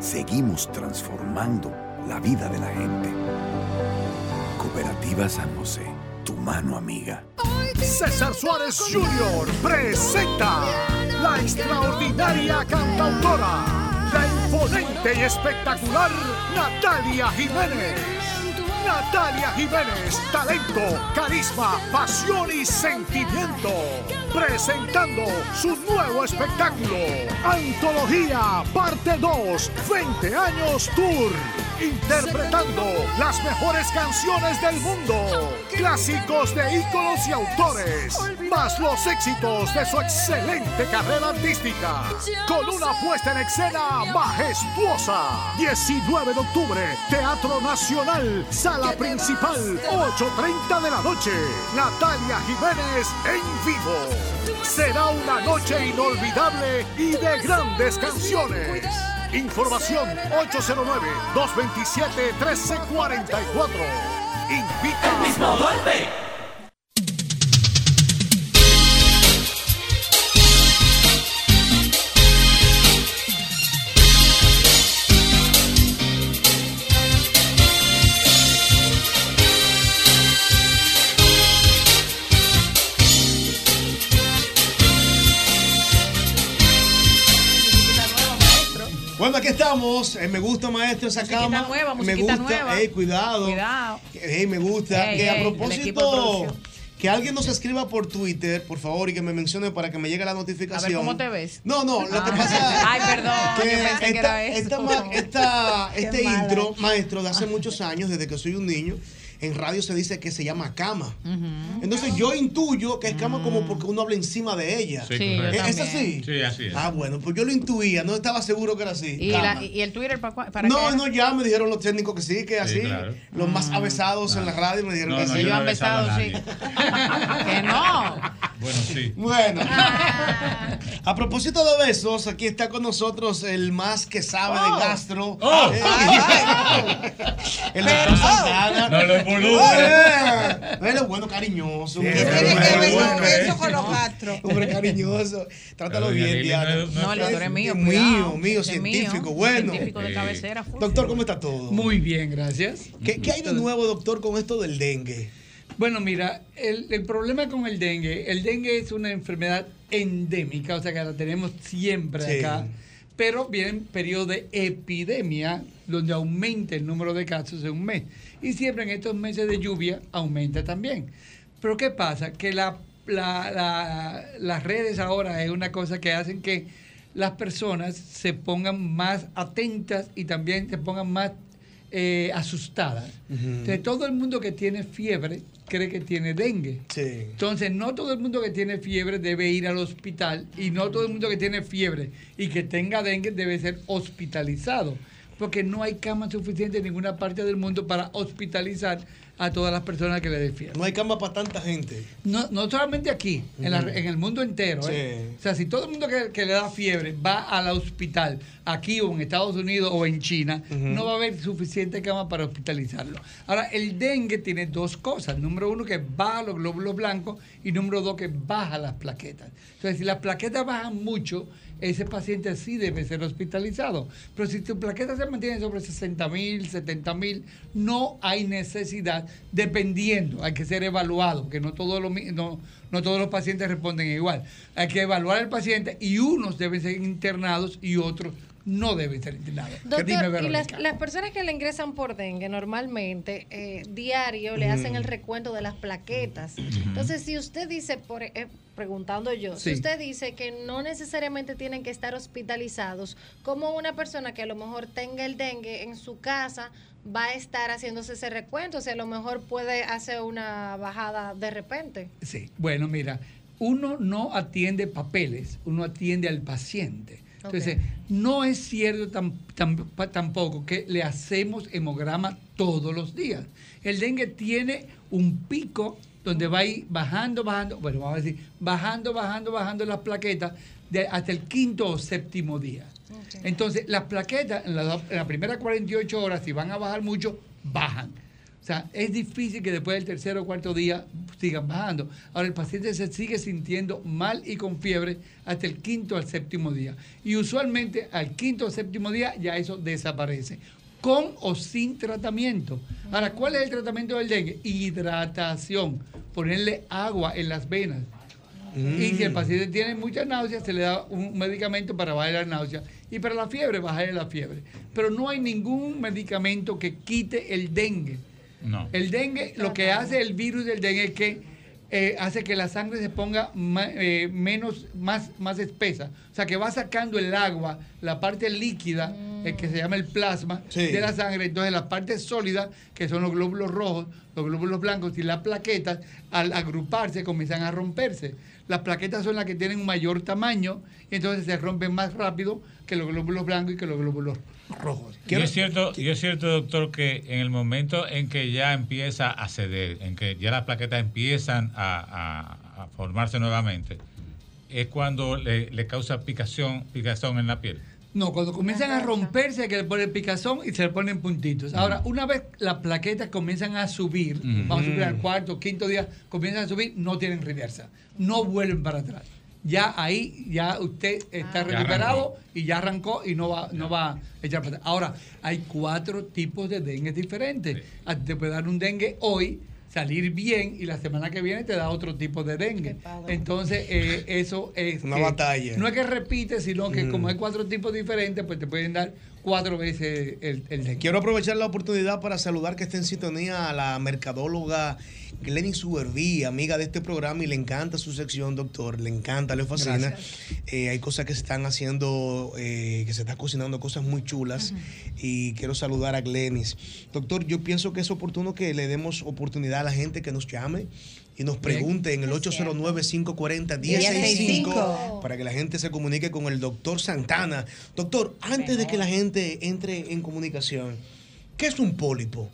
S39: seguimos transformando la vida de la gente. Cooperativa San José, tu mano amiga.
S7: César Suárez Jr. presenta la extraordinaria cantautora, la imponente y espectacular Natalia Jiménez. Natalia Jiménez, talento, carisma, pasión y sentimiento. Presentando su nuevo espectáculo, Antología, parte 2, 20 años tour. Interpretando las mejores canciones del mundo, clásicos de íconos y autores, más los éxitos de su excelente carrera artística, con una puesta en escena majestuosa. 19 de octubre, Teatro Nacional, Sala Principal, 8.30 de la noche. Natalia Jiménez en vivo. Será una noche inolvidable y de grandes canciones. Información 809-227-1344. Invita.
S1: Mismo golpe.
S3: Bueno, aquí estamos. Eh, me gusta, maestro, esa
S7: Musiquita
S3: cama.
S7: nueva,
S3: me
S7: musiquita
S3: gusta.
S7: nueva.
S3: Ey, cuidado.
S7: Cuidado.
S3: Ey, me gusta.
S7: Ey,
S3: que
S7: ey,
S3: a
S7: el equipo de
S3: propósito,
S7: producción.
S3: que alguien nos escriba por Twitter, por favor, y que me mencione para que me llegue la notificación.
S8: A ver cómo te ves.
S3: No, no, lo que
S8: Ah.
S3: pasa
S8: Ay, perdón,
S3: que
S8: yo pensé que
S3: esta-
S8: era eso.
S3: esta ma- esta-
S8: Qué
S3: este
S8: mala. Ah.
S3: intro, maestro, de hace muchos años, desde que soy un niño, en radio se dice que se llama cama. Entonces yo intuyo que es cama
S8: Mm.
S3: como porque uno habla encima de ella.
S4: Sí,
S3: ¿Es,
S4: correcto.
S3: es así?
S4: Sí, así es.
S3: Ah, bueno, pues yo lo intuía, no estaba seguro que era así.
S8: ¿Y,
S3: Cama.
S8: la- y el Twitter pa' cua- para qué
S3: no,
S8: era? Mm.
S3: no, ya me dijeron los técnicos que sí, que así.
S4: claro. Ah.
S3: Los más avesados en la radio me dijeron
S4: No,
S3: que
S4: no,
S3: sí.
S4: yo no he besado a nadie.
S8: Que no.
S4: Bueno, sí.
S3: Bueno.
S8: Ah.
S3: A propósito de besos, aquí está con nosotros el más que sabe
S8: Oh.
S3: de gastro.
S8: Oh.
S3: Eh, el
S8: Pero- oh.
S3: doctor Santana.
S8: No lo
S3: Oh, Eh, Bueno, bueno, cariñoso. ¿Qué tiene que ver con
S4: ¿eh?
S3: besos con los gastros? Hombre, cariñoso. Trátalo
S4: Pero
S3: bien,
S4: Yanilín no
S3: Diana.
S4: es- no es No, el
S8: doctor es mío,
S3: Mío,
S8: cuidado.
S3: mío,
S8: Es mío.
S3: científico, bueno.
S8: Científico de cabecera, full.
S3: Doctor, ¿cómo está todo?
S31: Muy bien, gracias.
S3: ¿Qué, qué hay de nuevo, doctor, con esto del dengue?
S31: Bueno, mira, el, el problema con el dengue, el dengue es una enfermedad endémica, o sea que la tenemos siempre
S3: Sí.
S31: acá, pero viene en periodo de epidemia, donde aumenta el número de casos en un mes. Y siempre en estos meses de lluvia aumenta también. Pero ¿qué pasa? Que la- la- la- las redes ahora es una cosa que hacen que las personas se pongan más atentas y también se pongan más eh, asustadas. Entonces, todo el mundo que tiene fiebre cree que tiene dengue. Entonces, no todo el mundo que tiene fiebre debe ir al hospital y no todo el mundo que tiene fiebre y que tenga dengue debe ser hospitalizado, porque no hay camas suficientes en ninguna parte del mundo para hospitalizar a todas las personas que le dé fiebre.
S3: No hay cama para tanta gente.
S31: No, no solamente aquí, en, la-
S3: Ujú.
S31: en el mundo entero. ¿eh?
S3: Sí.
S31: O sea, si todo el mundo que, que le da fiebre va al hospital, aquí o en Estados Unidos o en China,
S3: Ujú.
S31: no va a haber suficiente cama para hospitalizarlo. Ahora, el dengue tiene dos cosas. Número uno, que baja los glóbulos blancos y número dos, que baja las plaquetas. Entonces, si las plaquetas bajan mucho, ese paciente sí debe ser hospitalizado. Pero si tu plaqueta se mantiene sobre 60 mil, 70 mil, no hay necesidad, dependiendo, hay que ser evaluado, que no todos los, mi- no, no todos los pacientes responden igual. Hay que evaluar al paciente y unos deben ser internados y otros no deben ser internados. Dime,
S10: Doctor, y
S31: Verónica.
S10: las, las personas que le ingresan por dengue normalmente, eh, diario, le
S31: Mm.
S10: hacen el recuento de las plaquetas. Entonces, si usted dice, por, eh, preguntando yo,
S2: Sí.
S10: si usted dice que no necesariamente tienen que estar hospitalizados, como una persona que a lo mejor tenga el dengue en su casa va a estar haciéndose ese recuento? O sea, a lo mejor puede hacer una bajada de repente.
S31: Sí, bueno, mira, uno no atiende papeles, uno atiende al paciente. Entonces,
S10: Ok.
S31: no es cierto tam- tam- pa- tampoco que le hacemos hemograma todos los días. El dengue tiene un pico donde va a ir bajando, bajando, bueno, vamos a decir, bajando, bajando, bajando las plaquetas de- hasta el quinto o séptimo día. Entonces, las plaquetas en las en las primeras 48 horas, si van a bajar mucho, bajan. O sea, es difícil que después del tercer o cuarto día sigan bajando. Ahora, el paciente se sigue sintiendo mal y con fiebre hasta el quinto al séptimo día. Y usualmente al quinto o séptimo día ya eso desaparece, con o sin tratamiento. Ahora, ¿cuál es el tratamiento del dengue? Hidratación, ponerle agua en las venas. Y si el paciente tiene muchas náuseas, se le da un medicamento para bajar la náusea. Y para la fiebre, bajar la fiebre. Pero no hay ningún medicamento que quite el dengue.
S4: No.
S31: El dengue, lo que hace el virus del dengue es que eh, hace que la sangre se ponga ma- eh, menos, más, más espesa. O sea, que va sacando el agua, la parte líquida, eh, que se llama el plasma,
S3: Sí.
S31: de la sangre. Entonces, la parte sólida, que son los glóbulos rojos, los glóbulos blancos y las plaquetas, al agruparse, comienzan a romperse. Las plaquetas son las que tienen un mayor tamaño y entonces se rompen más rápido que los glóbulos blancos y que los glóbulos rojos.
S4: Y es cierto, y es cierto, doctor, que en el momento en que ya empieza a ceder, en que ya las plaquetas empiezan a, a- a formarse nuevamente, es cuando le, le causa picación, picazón en la piel.
S31: No, cuando comienzan a romperse, hay que le ponen picazón y se le ponen puntitos. Ahora, una vez las plaquetas comienzan a subir,
S4: Ujú.
S31: vamos a subir al cuarto, quinto día, comienzan a subir, no tienen reversa, no vuelven para atrás. Ya ahí, ya usted está recuperado y ya arrancó y no va, no va a echar Ah, para atrás. Ahora, hay cuatro tipos de dengue diferentes. A ti Te puede dar un dengue hoy, salir bien y la semana que viene te da otro tipo de dengue. Entonces, eh, eso es...
S3: Una
S31: que-
S3: batalla.
S31: No es que repites, sino que
S3: Mm.
S31: como hay cuatro tipos diferentes, pues te pueden dar cuatro veces el, el dengue.
S3: Quiero aprovechar la oportunidad para saludar que está en sintonía a la mercadóloga Glenny Suberví, amiga de este programa, y le encanta su sección, doctor. Le encanta, le fascina. Eh, hay cosas que se están haciendo, eh, que se están cocinando cosas muy chulas. Y quiero saludar a Glenis. Doctor, yo pienso que es oportuno que le demos oportunidad a la gente que nos llame. Y nos pregunte en el 809-540-1065 para que la gente se comunique con el doctor Santana. Doctor, antes de que la gente entre en comunicación, ¿qué es un pólipo?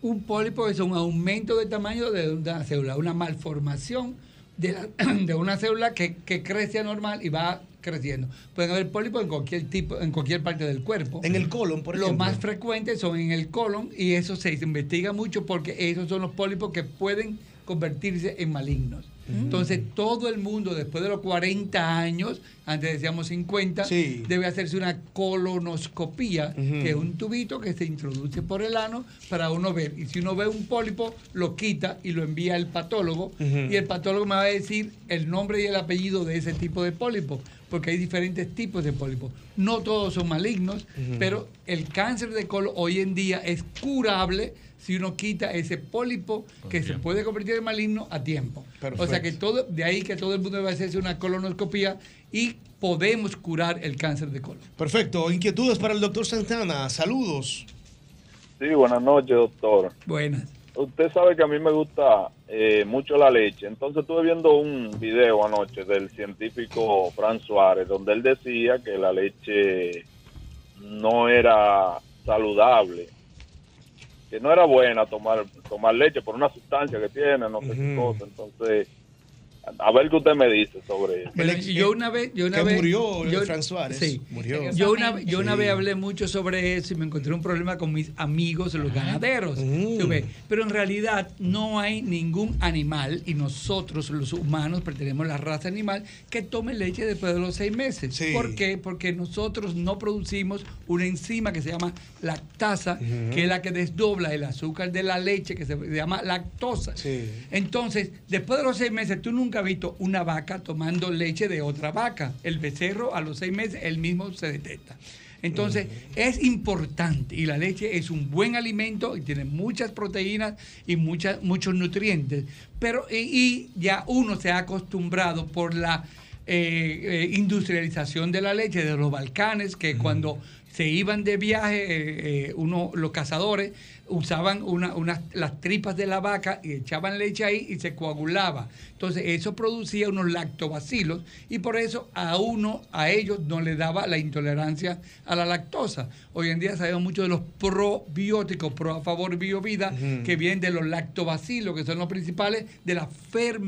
S31: Un pólipo es un aumento de tamaño de una célula, una malformación de, la- de una célula que, que crece anormal y va creciendo. Pueden haber pólipos en cualquier tipo, en cualquier parte del cuerpo. En
S3: el colon, por
S31: Los
S3: ejemplo.
S31: más frecuentes son en el colon y eso se investiga mucho porque esos son los pólipos que pueden convertirse en malignos. Entonces todo el mundo después de los 40 años, antes decíamos 50, debe hacerse una colonoscopía, que es un tubito que se introduce por el ano para uno ver. Y si uno ve un pólipo, lo quita y lo envía al patólogo.
S3: Ujú.
S31: Y el patólogo me va a decir el nombre y el apellido de ese tipo de pólipo, porque hay diferentes tipos de pólipos. No todos son malignos,
S3: Ujú.
S31: pero el cáncer de colon hoy en día es curable si uno quita ese pólipo que se puede convertir en maligno a tiempo. O sea que todo, de ahí que todo el mundo va a hacerse una colonoscopía y podemos curar el cáncer de colon.
S3: Perfecto. Inquietudes para el doctor Santana. Saludos.
S18: Sí, buenas noches, doctor.
S31: Buenas.
S18: Usted sabe que a mí me gusta eh, mucho la leche. Entonces estuve viendo un video anoche del científico Fran Suárez, donde él decía que la leche no era saludable, que no era buena tomar tomar leche por una sustancia que tiene, no sé qué cosa. Entonces, a a ver qué usted me dice sobre eso.
S31: Bueno, y yo una vez, yo una
S18: que
S31: vez,
S18: murió,
S3: eh,
S31: yo-
S18: Fran Suárez,
S31: sí.
S18: murió.
S31: Yo una, yo una
S18: Sí.
S31: vez hablé mucho sobre eso y me encontré un problema con mis amigos, los ganaderos.
S18: Mm.
S31: Tú ves, Pero en realidad no hay ningún animal y nosotros los humanos pertenecemos a la raza animal que tome leche después de los seis meses. ¿Por qué? Porque nosotros no producimos una enzima que se llama lactasa, que es la que desdobla el azúcar de la leche que se llama lactosa. Entonces, después de los seis meses, tú nunca has visto una vaca tomando leche de otra vaca. El becerro a los seis meses, él mismo se detecta. Entonces, es importante y la leche es un buen alimento y tiene muchas proteínas y muchas, muchos nutrientes. Pero, y, y ya uno se ha acostumbrado por la eh, eh, industrialización de la leche de los Balcanes, que cuando se iban de viaje, eh, eh, uno, los cazadores usaban una, unas- las tripas de la vaca y echaban leche ahí y se coagulaba. Entonces eso producía unos lactobacilos y por eso a uno, a ellos no le daba la intolerancia a la lactosa. Hoy en día sabemos mucho de los probióticos, pro a favor biovida, que vienen de los lactobacilos, que son los principales de la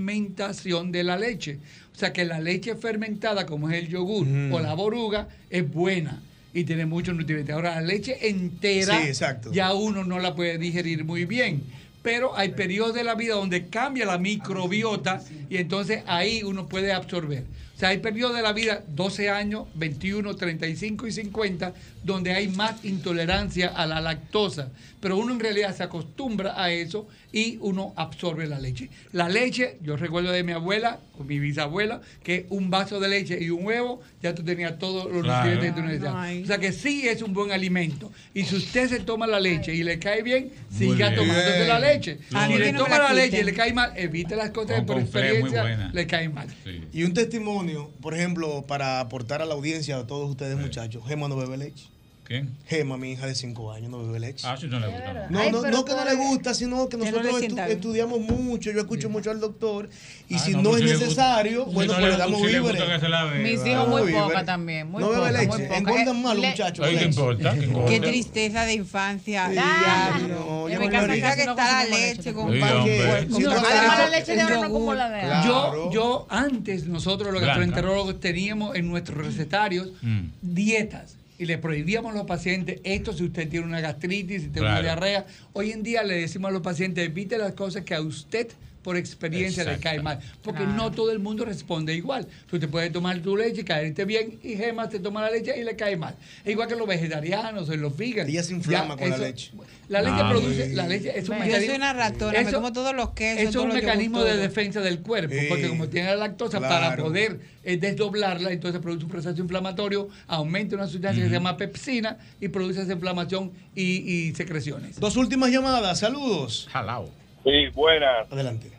S31: fermentación de la leche. O sea que la leche fermentada, como es el yogur
S3: Mm.
S31: o la boruga, es buena y tiene muchos nutrientes. Ahora, la leche entera
S3: Sí, exacto.
S31: ya uno no la puede digerir muy bien. Pero hay periodos de la vida donde cambia la microbiota y entonces ahí uno puede absorber. O sea, hay periodos de la vida, 12 años, 21, 35 y 50, donde hay más intolerancia a la lactosa. Pero uno en realidad se acostumbra a eso y uno absorbe la leche. La leche, yo recuerdo de mi abuela, o mi bisabuela, que un vaso de leche y un huevo, ya tú tenías todos los
S4: Claro.
S31: nutrientes que tú necesitabas. O sea que sí es un buen alimento. Y si usted se toma la leche y le cae bien, siga
S4: bien.
S31: tomándose la leche.
S3: Ah,
S31: Si
S3: no, que
S31: le
S3: no me
S31: toma
S3: la
S31: la, leche y
S3: quiten.
S31: le cae mal, evite las cosas que por
S3: con fle, muy
S31: experiencia
S3: buena.
S31: le caen mal.
S3: Y un testimonio, por ejemplo, para aportar a la audiencia a todos ustedes, muchachos. Gema no bebe leche.
S4: ¿Quién?
S3: Gema, mi hija de 5 años, no bebe leche.
S4: Ah, sí, no le gusta. no.
S3: No,
S4: Ay,
S3: no,
S4: pero
S3: no que no le gusta, sino que
S4: Ya no le
S3: nosotros estu-
S4: sienta bien.
S3: estudiamos mucho, yo escucho mucho al doctor, y
S4: Ah,
S3: si
S4: no,
S3: no,
S4: pues
S3: es
S4: si le gusta-
S3: necesario,
S4: si
S3: bueno,
S4: no
S3: pues
S4: le
S3: le damos
S4: gusta- si le
S3: víveres.
S4: gusta que se la beba.
S6: Mis hijos
S3: Damos
S6: muy
S3: víveres.
S6: poca también, muy
S3: No bebe
S6: poca,
S3: leche,
S6: muy poca. eh,
S3: engordan mal los
S6: Le-
S3: muchachos.
S4: Ay, ¿qué importa? ¿Qué importa?
S6: Qué tristeza de infancia.
S3: Sí,
S6: Diablo.
S3: no,
S6: En
S3: yo
S6: mi
S3: no
S6: casa casi
S3: bebo leche.
S6: que está la leche con
S4: Sí,
S6: pan.
S4: hombre.
S6: con- con-
S31: Además,
S6: la leche de ahora no como la de antes.
S31: Yo, yo antes, nosotros los
S4: Blanca.
S31: gastroenterólogos teníamos en nuestros recetarios
S4: Mm.
S31: dietas y le prohibíamos a los pacientes esto si usted tiene una gastritis, si tiene una
S4: Claro.
S31: diarrea. Hoy en día le decimos a los pacientes, evite las cosas que a usted por experiencia le cae
S40: Exacto.
S31: mal. Porque
S40: Claro.
S31: no todo el mundo responde igual. Tú te puedes tomar tu leche y caerte bien, y Gemma te toma la leche y le cae mal. Es igual que los vegetarianos, en los vegans. Ella se
S3: inflama con la leche.
S31: La leche
S3: Ah,
S31: produce,
S3: sí.
S31: la leche es un
S3: Yo
S31: mecanismo.
S3: soy una ratona, me como todos los quesos,
S31: Eso
S3: todo
S31: es un
S3: lo que
S31: mecanismo
S3: busco.
S31: de defensa del cuerpo,
S3: Sí.
S31: porque como tiene la lactosa, para
S3: Claro.
S31: poder eh, desdoblarla, entonces produce un proceso inflamatorio, aumenta una sustancia que se llama pepsina y produce esa inflamación y, y secreciones.
S3: Dos últimas llamadas, saludos. Jalao.
S41: Sí, buenas.
S3: Adelante.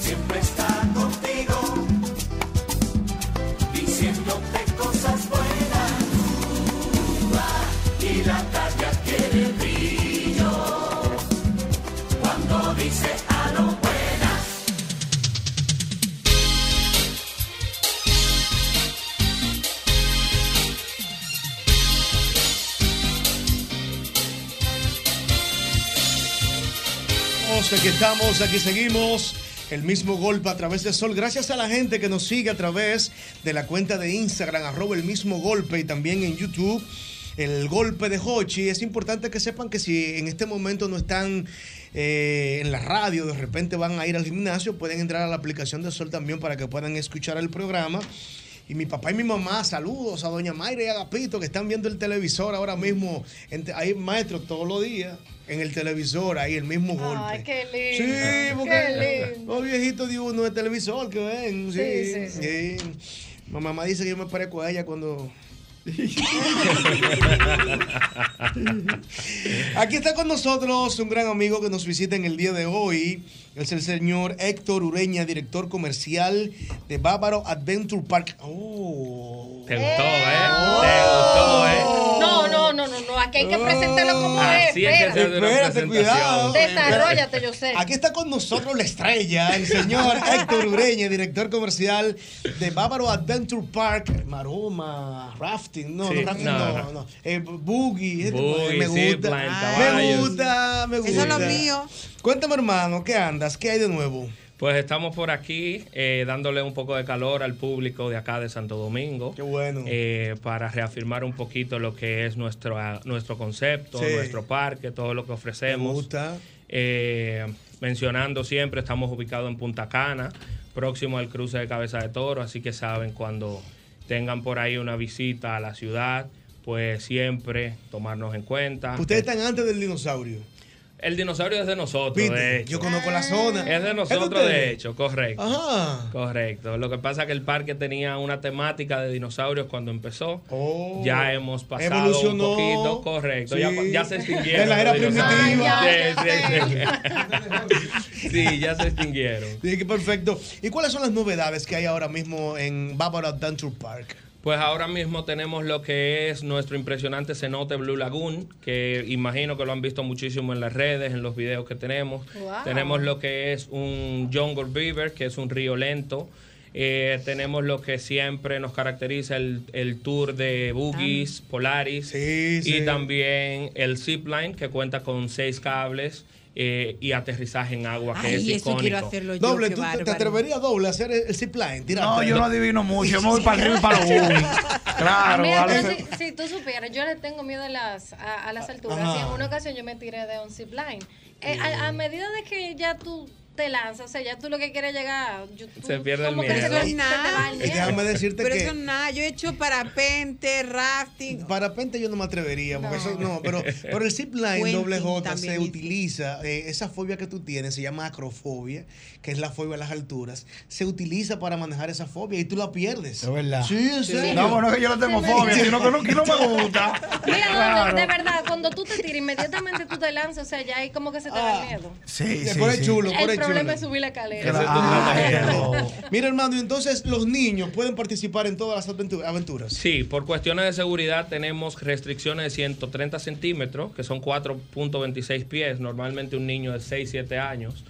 S1: Siempre está contigo, diciéndote cosas buenas. Va y la talla tiene brillo cuando dice a lo buenas.
S3: Vamos, Aquí estamos, aquí seguimos. El mismo golpe a través de Sol. Gracias a la gente que nos sigue a través de la cuenta de Instagram, arroba el mismo golpe y también en YouTube. El golpe de Hochi. Es importante que sepan que si en este momento no están eh, en la radio, de repente van a ir al gimnasio, pueden entrar a la aplicación de Sol también para que puedan escuchar el programa. Y mi papá y mi mamá, saludos a doña Mayra y a Agapito que están viendo el televisor ahora mismo. Ent- Hay maestros todos los días en el televisor, ahí el mismo golpe.
S10: Ay, qué lindo.
S3: Sí,
S10: Qué
S3: porque
S10: lindo.
S3: los viejitos de uno de televisor que ven. Sí,
S10: Sí, sí,
S3: sí. Mi mamá dice que yo me parezco a ella cuando. Aquí está con nosotros un gran amigo que nos visita en el día de hoy. Es el señor Héctor Ureña, director comercial de Bávaro Adventure Park. Oh.
S42: Te gustó, ¿eh? Te gustó, ¿eh?
S10: No, no, no, no, no. Aquí hay que presentarlo como
S3: Oh.
S10: es.
S42: Así es que se hace una
S3: Espérate,
S42: presentación.
S3: cuidado.
S10: Desarrollate, yo sé.
S3: Aquí está con nosotros la estrella, el señor Héctor Ureña, director comercial de Bávaro Adventure Park, Maroma, Rafting, no,
S42: Sí,
S3: no, Rafting
S42: no,
S3: no, no,
S42: no.
S3: Eh, Boogie, este,
S42: Boogie,
S3: me
S42: zipline,
S3: gusta, me
S42: caballos.
S3: gusta, me
S42: Eso
S3: gusta.
S42: es lo mío.
S3: Cuéntame, hermano, ¿qué andas? ¿Qué hay de nuevo?
S42: Pues estamos por aquí eh, dándole un poco de calor al público de acá de Santo Domingo. Qué
S3: bueno.
S42: para reafirmar un poquito lo que es nuestro, ah, nuestro concepto,
S3: Sí.
S42: nuestro parque, todo lo que ofrecemos.
S3: Me gusta.
S42: Eh, mencionando siempre, estamos ubicados en Punta Cana, próximo al cruce de Cabeza de Toro, así que saben cuando tengan por ahí una visita a la ciudad, pues siempre tomarnos en cuenta.
S3: Ustedes están antes del dinosaurio.
S42: El dinosaurio es de nosotros,
S3: Viste,
S42: de hecho.
S3: yo conozco la zona.
S42: Es de nosotros,
S3: ustedes?
S42: de hecho, correcto.
S3: Ajá.
S42: Correcto. Lo que pasa es que el parque tenía una temática de dinosaurios cuando empezó. ya hemos pasado
S3: Oh. Evolucionó.
S42: un poquito, correcto.
S3: Sí.
S42: Ya, ya se extinguieron.
S3: De la era
S42: los dinosaurios.
S3: primitiva.
S42: Sí, sí, sí. Sí, ya se extinguieron.
S3: Sí, qué perfecto. ¿Y cuáles son las novedades que hay ahora mismo en Bávaro Adventure Park?
S42: Pues ahora mismo tenemos lo que es nuestro impresionante cenote Blue Lagoon, que imagino que lo han visto muchísimo en las redes, en los videos que tenemos.
S17: Wow.
S42: Tenemos lo que es un Jungle River, que es un río lento. Eh, tenemos lo que siempre nos caracteriza, el, el tour de boogies, Polaris. y
S3: sí.
S42: también el zipline, que cuenta con seis cables eh, y aterrizaje en agua, que
S3: Ay,
S42: es
S3: eso
S42: icónico.
S3: quiero
S6: hacerlo
S3: Doble, ¿tú te- te atreverías doble a hacer el el zipline?
S42: No, yo no adivino
S6: mucho,
S42: yo me voy
S6: para el río y para los boogies.
S3: Claro,
S10: Mira, pero si, si tú supieras, yo le tengo miedo a las, a, a las alturas.
S3: Ajá.
S10: Y en una ocasión yo me tiré de un zip line. Eh, a, a medida de que ya tú te lanzas, o sea, ya tú lo que quieres llegar, yo- tú-
S42: Se pierde el
S10: como que
S42: miedo.
S10: se te-
S6: Eso es
S10: se te va
S6: nada.
S10: el
S3: Eh,
S10: miedo.
S3: déjame decirte
S6: Pero
S3: que-
S6: eso es nada. Yo he hecho parapente, rafting.
S3: Parapente yo no me atrevería, porque eso no, pero, pero el zipline
S6: Puenting
S3: doble J
S6: también
S3: se
S6: hice.
S3: utiliza, eh, esa fobia que tú tienes se llama acrofobia, que es la fobia a las alturas, se utiliza para manejar esa fobia y tú la pierdes. Es verdad. Sí, en
S13: Sí.
S3: serio.
S13: No, bueno, es que yo no tengo fobia, sino que no- que no me gusta.
S10: Mira, no,
S13: Claro.
S10: de, de verdad, cuando tú te tiras, inmediatamente tú te lanzas, o sea, ya ahí como que se te
S3: Ah,
S10: va el miedo.
S13: Sí,
S3: Por el chulo,
S7: pues,
S3: por
S10: el
S3: el
S10: problema
S3: chulo.
S10: es subir la escalera.
S3: Mira, hermano, y entonces los niños pueden participar en todas las aventu- aventuras.
S42: Sí, por cuestiones de seguridad tenemos restricciones de 130 centímetros, que son 4.26 pies, normalmente un niño de 6, 7 años,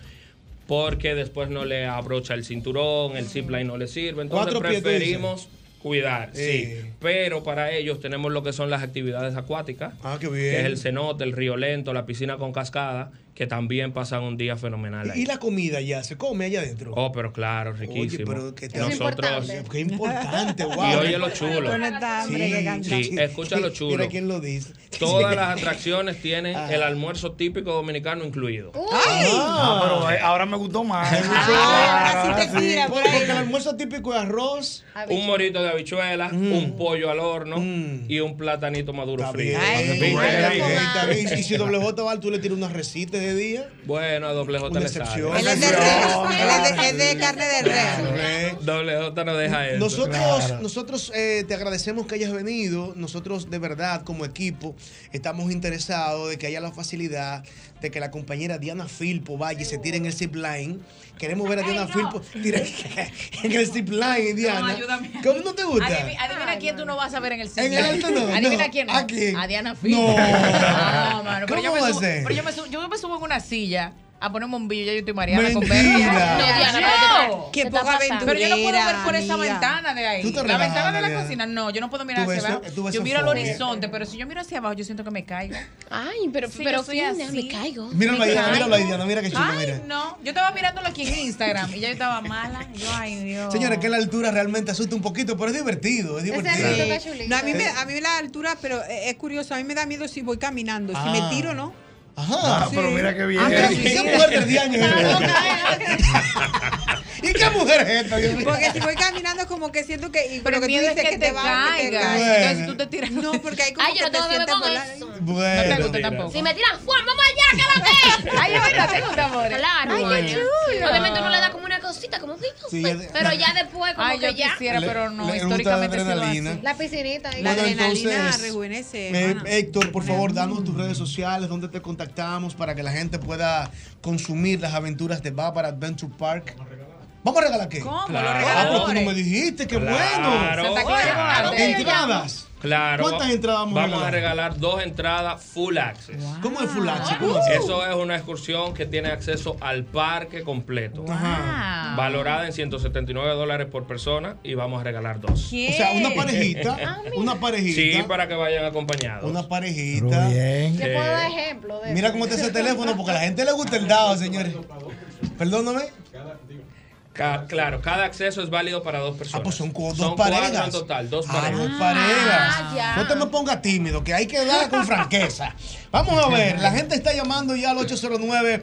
S42: porque después no le abrocha el cinturón, el zipline no le sirve, entonces
S3: Cuatro pies, tú
S42: preferimos cuidar,
S3: Eh.
S42: sí. Pero para ellos tenemos lo que son las actividades acuáticas,
S3: Ah, qué bien.
S42: que es el cenote, el río lento, la piscina con cascada, que también pasan un día fenomenal ahí.
S3: Y la comida ya, se come allá adentro.
S42: Oh, pero claro, riquísimo.
S3: pero que te-
S42: Nosotros.
S3: Importante. Qué importante, wow.
S42: Y oye lo chulo.
S3: Con esta hambre que canta.
S42: sí, escucha lo chulo.
S3: Mira quién lo dice.
S42: Todas las atracciones tienen el almuerzo típico dominicano incluido.
S3: ¡Ay!
S7: Ah, pero eh, ahora me gustó más.
S42: eh,
S7: Ah,
S42: ahora sí te tira por
S3: Ah, Porque
S42: ahí.
S3: el almuerzo típico es arroz.
S42: Un morito de habichuela,
S3: Mm.
S42: un pollo al horno y un platanito maduro frío. ¿Viste?
S3: Ahorita, ¿Y si doble J va, tú le tiras unas resitas de día?
S42: Bueno, a doble J le sale.
S3: Él es de
S8: él
S3: res,
S6: eh,
S8: es de- es de carne de
S42: res. Doble J no deja eso.
S3: Nosotros, nosotros eh, te agradecemos que hayas venido. Nosotros, de verdad, como equipo, estamos interesados de que haya la facilidad de que la compañera Diana Filpo vaya y se tire en el zip line. Queremos ver a Diana Filpo tirar en el zip line, Diana.
S8: ayúdame.
S3: ¿Cómo no te gusta?
S8: Adivina, adivina quién tú no vas a ver en el cine.
S3: En el alto no,
S8: Adivina
S3: no.
S8: quién.
S3: ¿A quién?
S8: A Diana Fina.
S3: No.
S8: mano, pero yo
S3: ¿Cómo
S8: me
S3: va a
S8: subo,
S3: ser?
S8: pero yo me subo, yo me subo en una silla a poner un bombillo, ya yo estoy mareada con
S3: Mentira.
S8: ver.
S3: No, Diana,
S8: Yo.
S3: pero te- Qué
S8: Te
S3: poca
S8: está pasando. Pero yo no puedo ver por aventurera, esa amiga. ventana de ahí. Tú te la relajas, ventana de la Diana. cocina, no, yo no puedo mirar Tú hacia ves abajo. eso- tú ves Yo esa miro al fobia. horizonte, pero si yo miro hacia abajo, yo siento que me caigo.
S5: Ay, pero,
S8: yo
S5: pero
S8: soy
S5: Fina,
S8: así.
S5: me caigo.
S3: Míralo
S8: Me
S3: ahí,
S8: caigo.
S3: míralo ahí, Diana, mira qué chulo,
S8: Ay,
S3: mira.
S8: no. Yo estaba mirándolo aquí en Instagram y ya yo estaba mala. Yo, ay, Dios.
S3: Señores, que la altura realmente asusta un poquito, pero es divertido, es divertido. Eh,
S6: No, a mí, me, a mí la altura, pero eh, es curioso, a mí me da miedo si voy caminando, si
S3: Ah.
S6: me tiro, ¿no?
S3: Ajá.
S6: Ah, pero mira qué
S3: Ah,
S6: bien.
S3: pero ¿Qué mujer de 10 años? eh. ¿Y qué mujer es esta? Dios mío?
S6: Porque si voy caminando como que siento que... Y lo
S8: Pero
S6: que
S8: el
S6: tú
S8: miedo es
S6: dices
S8: que te
S6: va, que
S8: caigas.
S6: cae.
S8: Entonces tú te tiras.
S6: No, porque hay como
S8: Ay, yo
S6: que
S8: no
S6: te
S8: tengo
S6: sientas
S8: bebé con
S6: volar.
S3: Bueno.
S8: No te gusta tampoco.
S5: Si me tiran, Juan, vamos allá, que lo que.
S8: Ay, es verdad, te gusta, amor.
S5: Claro.
S8: Ay, qué
S5: bueno.
S8: chulo.
S5: Obviamente uno le da como una cosita, como que no
S3: Sí,
S5: sé,
S3: ya de-
S5: Pero ya después, como
S8: Ay,
S5: que
S8: yo
S5: ya.
S8: quisiera,
S3: Le-
S8: pero no.
S3: le gusta
S8: Históricamente
S3: la
S8: se lo
S3: adrenalina.
S8: hace.
S5: La piscinita. ahí.
S3: Bueno, entonces,
S6: rejuvenece,
S3: eh,
S6: hermana.
S3: Héctor, por favor, danos tus redes sociales, donde te contactamos para que la gente pueda consumir las aventuras de Bávara Adventure Park. ¿Vamos a regalar qué?
S6: ¿Cómo?
S42: Los
S3: Ah, pero tú no
S42: regaladores.
S3: me dijiste, qué
S42: Claro.
S3: bueno.
S42: Santa Claus llegó
S3: Claro.
S42: tarde.
S3: Entradas.
S42: Claro.
S3: ¿Cuántas entradas vamos a
S42: a regalar? dos entradas full access.
S3: ¿Cómo es full access? ¿Cómo así?
S42: Eso es una excursión que tiene acceso al parque completo. Ah.
S3: Ajá.
S42: Valorada en 179 dólares por persona y vamos a regalar dos. Ah,
S3: O sea, una parejita, una parejita,
S42: Sí, para que vayan acompañados.
S3: una parejita. Bien.
S42: Yo puedo dar
S5: ejemplo
S42: de
S3: Mira
S42: eso.
S3: cómo está ese teléfono, porque a la gente le gusta el dado, señores. Perdóname.
S42: Ca- claro, cada acceso es válido para dos personas.
S3: pues son cu- dos
S42: cuatro
S3: parejas.
S42: en total, dos
S3: Ah,
S42: parejas.
S3: dos parejas. No te me pongas tímido, que hay que dar con franqueza. Vamos a ver, la gente está llamando ya al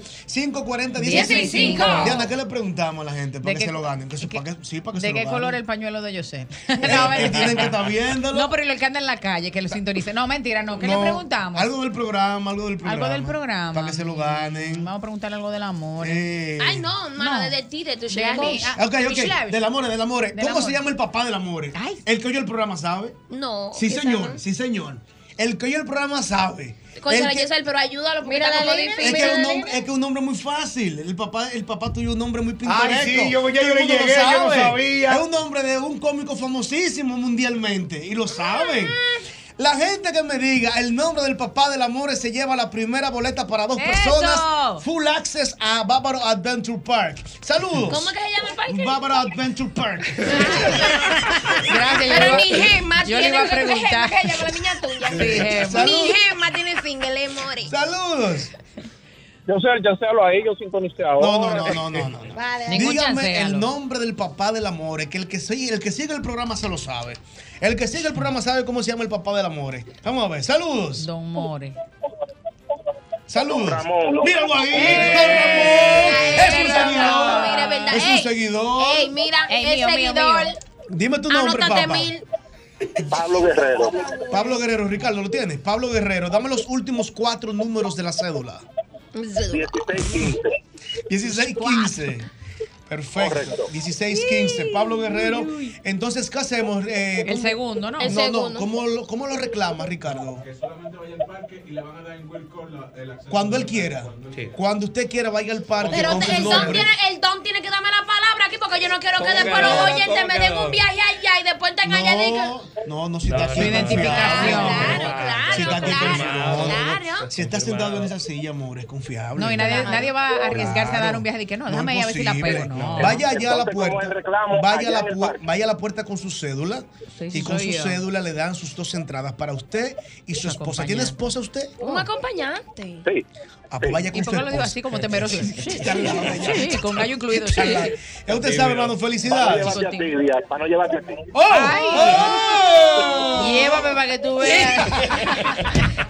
S3: 809-540-165.
S8: 1065.
S3: Diana, ¿qué le preguntamos a la gente para
S6: ¿De
S3: que
S6: qué-
S3: se lo ganen? Que se- para que- sí, para que
S8: ¿De
S3: se
S8: qué
S3: lo
S8: color
S3: ganen.
S8: el pañuelo de José?
S3: que tienen que estar viéndolo.
S8: No, pero el que anda en la calle, que lo sintonice. No, mentira, no. ¿Qué
S3: No,
S8: le preguntamos?
S3: Algo del programa, algo del programa.
S8: Algo del programa.
S3: Para que se lo ganen.
S8: Vamos a preguntarle algo del amor. ah,
S5: Ay, no, mano, de, de ti, de tu Ah,
S8: De amor.
S5: Shirley.
S3: Eh, Ok, ok. Del amor, del amor.
S5: Del
S3: ¿Cómo
S5: amor.
S3: se llama el papá del amor? El que oyó el programa sabe.
S5: No.
S3: Sí,
S5: quizá
S3: señor,
S5: no.
S3: sí, señor. El que oyó el programa sabe. El
S5: Conchale,
S3: que-
S5: Giselle, pero ayúdalo porque
S8: Mira
S5: está
S8: la
S5: como
S8: línea,
S3: Es
S5: difícil.
S3: que es un nombre, es que un nombre muy fácil. El papá, el papá tuyo es un nombre muy pintoresco.
S7: Ay, sí, yo- ya yo
S3: Todo el
S7: le
S3: mundo lo
S7: llegué, yo no
S3: sabe.
S7: sabía.
S3: Es un nombre de un cómico famosísimo mundialmente y lo saben. La gente que me diga el nombre del papá del amor se lleva la primera boleta para dos personas. Full access a Bávaro Adventure Park. Saludos.
S5: ¿Cómo que se llama el parque?
S3: Bávaro Adventure Park.
S8: Gracias,
S5: Pero
S8: yo
S5: ni
S8: le iba-
S5: gema
S8: yo le
S5: tiene
S8: iba a
S5: tu gema,
S8: preguntar.
S5: que ella, la niña tuya.
S8: Sí, gema.
S5: Ni gema tiene single, eh, more.
S3: Saludos.
S11: Yo sé, ya séalo ahí, yo sintonicé ahora.
S3: No, no, no, no, no, no.
S5: Vale.
S3: Dígame el nombre del papá del amor, que el que sigue, el que sigue el programa se lo sabe. El que sigue el programa sabe cómo se llama el papá del amor. Vamos a ver, saludos.
S8: Don More.
S3: Saludos.
S1: Ramón.
S3: Míralo ahí.
S1: ¡Eh!
S3: don Ramón.
S1: Mira,
S3: Es un seguidor.
S5: Mira, es verdad.
S3: Es un
S5: Ey,
S3: seguidor.
S5: Ey, mira,
S8: Ey,
S5: el
S8: mío, mío,
S5: seguidor.
S8: mío.
S3: Dime tu nombre,
S5: Anótate
S3: papá.
S5: mil.
S11: Pablo Guerrero.
S3: Pablo Guerrero, Ricardo, ¿lo tienes? Pablo Guerrero, dame los últimos cuatro números de la cédula. 1615. Perfecto. 1615. Pablo Guerrero. Entonces, ¿qué hacemos? Eh,
S8: El
S3: ¿cómo-
S8: segundo, ¿no? El
S3: No, no.
S8: segundo.
S3: ¿Cómo lo, cómo lo reclama, Ricardo?
S43: Que solamente vaya al parque y le van a dar en Welcome la- el acceso.
S3: Cuando él quiera. Cuando usted quiera, vaya al parque.
S5: Pero
S3: con su
S5: el don,
S3: nombre.
S5: tiene, el don tiene que darme la palabra aquí porque yo no quiero que
S3: Ponga
S5: después los
S3: don,
S5: oyentes me
S3: ponga
S5: den
S3: don.
S5: un viaje allá y después tengan allá y digan.
S3: No, no, si está aquí.
S42: identificación.
S3: Claro, claro. está
S13: claro,
S3: confirmado.
S13: claro.
S3: Si está sentado en esa silla, amor, es confiable.
S8: No, y nadie,
S3: Claro.
S8: nadie va a arriesgarse a dar un viaje de que no,
S3: No,
S8: déjame ir a ver si la
S3: imposible.
S8: pego. No.
S3: Vaya allá a la
S8: Entonces, ¿cómo
S3: puerta.
S8: el reclamo
S3: Vaya,
S8: allá
S3: a la
S8: en el
S3: pu-
S8: parque?
S3: vaya a la puerta con su cédula.
S8: Sí,
S3: y con su
S8: soy yo.
S3: cédula le dan sus dos entradas para usted y su esposa. ¿Tiene esposa usted?
S5: Un acompañante.
S3: Sí. Ah, pues vaya con
S8: ¿Y por qué
S3: su
S8: lo digo
S3: esposa.
S8: así como temeroso? Sí, sí,
S3: Está al lado de ella.
S8: sí, con gallo incluido.
S3: Está al
S8: Sí.
S3: lado. Ya usted sabe, hermano, felicidades.
S8: Para no llevarte a ti,
S7: para no llevarte a ti.
S8: ¡Oh!
S3: ¡Oh!
S8: Ay.
S7: Llévame para que tú veas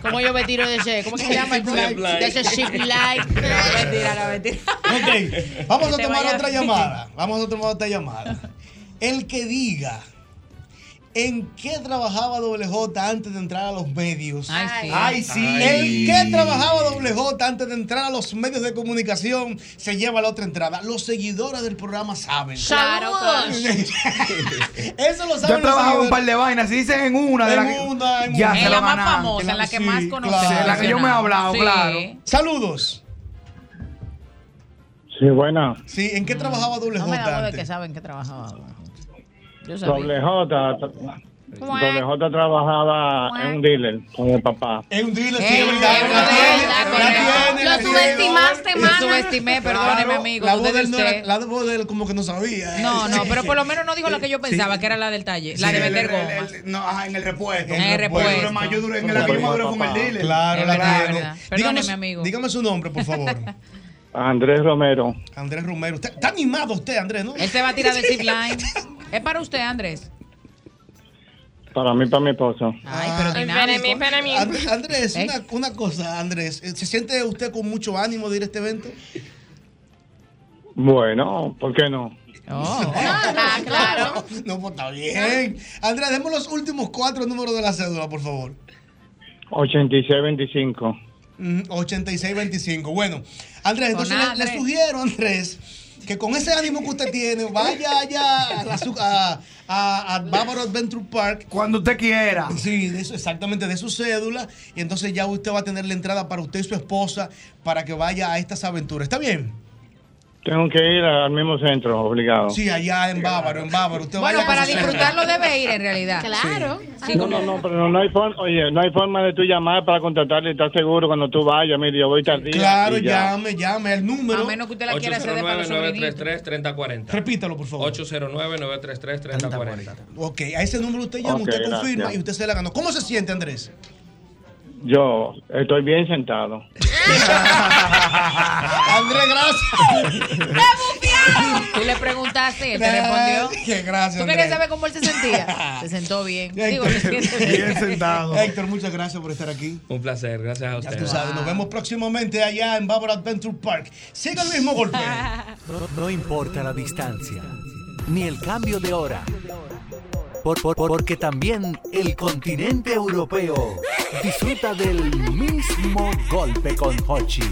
S7: cómo yo me tiro de ese, ¿cómo que se llama? De ese zip like.
S3: Ok, vamos a
S7: Que te
S3: tomar
S7: vaya-
S3: otra llamada. Vamos a tomar otra llamada. El que diga en qué trabajaba WJ antes de entrar a los medios.
S1: Ay, sí.
S3: Ay, sí.
S1: Ay.
S3: El que trabajaba WJ antes de entrar a los medios de comunicación se lleva la otra entrada. Los seguidores del programa saben.
S1: Claro, claro.
S3: Eso lo
S44: Yo
S3: saben.
S44: he trabajado
S3: los
S44: un par de vainas. Si dicen en una de
S3: En
S44: las que-
S3: una, en
S44: ya
S3: una.
S44: se
S3: En
S44: lo
S3: la más
S44: ganaron.
S3: famosa, en la que
S44: Sí,
S3: más conocemos.
S44: claro. En la que yo me he hablado,
S3: Sí.
S44: claro.
S3: Saludos.
S22: Sí, buena.
S3: Sí, ¿en qué trabajaba WJ?
S7: No me la voy de
S3: antes?
S7: que saben que trabajaba. Yo sabía.
S22: Doble J. tra- Doble J trabajaba en un dealer con mi papá.
S3: Es un dealer,
S22: sí,
S5: Lo subestimaste,
S8: Lo
S5: mana.
S8: subestimé, perdóneme, amigo.
S3: La
S8: no
S3: voz, de
S8: de
S3: él no era-
S8: usted.
S3: la voz de él como que no sabía.
S8: No, no, pero por lo menos no dijo la que yo pensaba, que era la del taller, la
S3: Sí,
S8: de
S3: el-
S8: vender
S3: el-
S8: goma.
S44: No, ajá, en el repuesto.
S8: En el repuesto.
S44: Yo duré más- Yo duré en el avión, yo duré con el dealer.
S3: Claro,
S44: Es
S3: la
S44: verdad,
S3: tiene.
S44: verdad.
S3: Dígame
S44: Perdóneme,
S3: su- Dígame su nombre, por favor.
S22: Andrés Romero.
S3: Andrés Romero. Usted- Está animado usted, Andrés, ¿no?
S8: Él se va a tirar del zip line. Es para usted, Andrés.
S22: Para mí, para mi esposa.
S8: Ay, pero
S5: Espérame,
S8: dinámico.
S5: espérame.
S3: And- Andrés,
S5: ¿Eh?
S3: una, una cosa, Andrés. eh, ¿Se siente usted con mucho ánimo de ir a este evento?
S22: Bueno, ¿por qué no?
S3: Oh. claro. No, pues está bien. Andrés, demos los últimos cuatro números de la cédula, por favor.
S22: 8625.
S3: Mm, 8625. Bueno, Andrés,
S22: Con
S3: entonces le- le,
S22: Andrés.
S3: sugiero, Andrés, que con ese ánimo que usted tiene, vaya allá a, la su- a, a- a Bávaro Adventure Park.
S44: Cuando usted quiera.
S3: Sí, de su- exactamente, de su cédula. Y entonces ya usted va a tener la entrada para usted y su esposa para que vaya a estas aventuras. ¿Está bien?
S22: Tengo que ir al mismo centro, obligado.
S3: Sí, allá en Bávaro, en Bávaro. Usted
S8: Bueno,
S3: vaya
S8: para
S3: con su cédula.
S8: disfrutarlo debe ir en realidad.
S5: Claro.
S8: Sí,
S22: No, no, no, pero no, no hay forma, oye, no hay forma de tú llamar para contratarle, estás seguro cuando tú vayas, mire, yo voy tardía.
S3: Claro,
S22: y ya.
S3: llame, llame el número.
S8: A menos que usted la quiera hacer de para los sobrinitos.
S13: 809-933-3040.
S3: Repítalo, por favor.
S13: 809-933-3040.
S3: Ok, a ese número usted llama,
S22: Ok,
S3: usted confirma
S22: gracias.
S3: y usted se la ganó. ¿Cómo se siente, Andrés?
S22: Yo estoy bien sentado.
S3: Andrés, gracias.
S8: Tú le preguntaste, él te
S3: Nah,
S8: respondió.
S3: Qué gracias.
S8: ¿Tú querías
S3: Andrés.
S8: saber cómo él se sentía? Se sentó bien. Digo, se siente bien.
S3: Bien sentado. Héctor, muchas gracias por estar aquí.
S13: Un placer, gracias a
S3: Ya
S13: ustedes.
S3: tú sabes, nos vemos próximamente allá en Bávaro Adventure Park. Siga el mismo golpe.
S21: No, no importa la distancia, ni el cambio de hora. Por- por- porque también el continente europeo disfruta del mismo golpe con Hochi.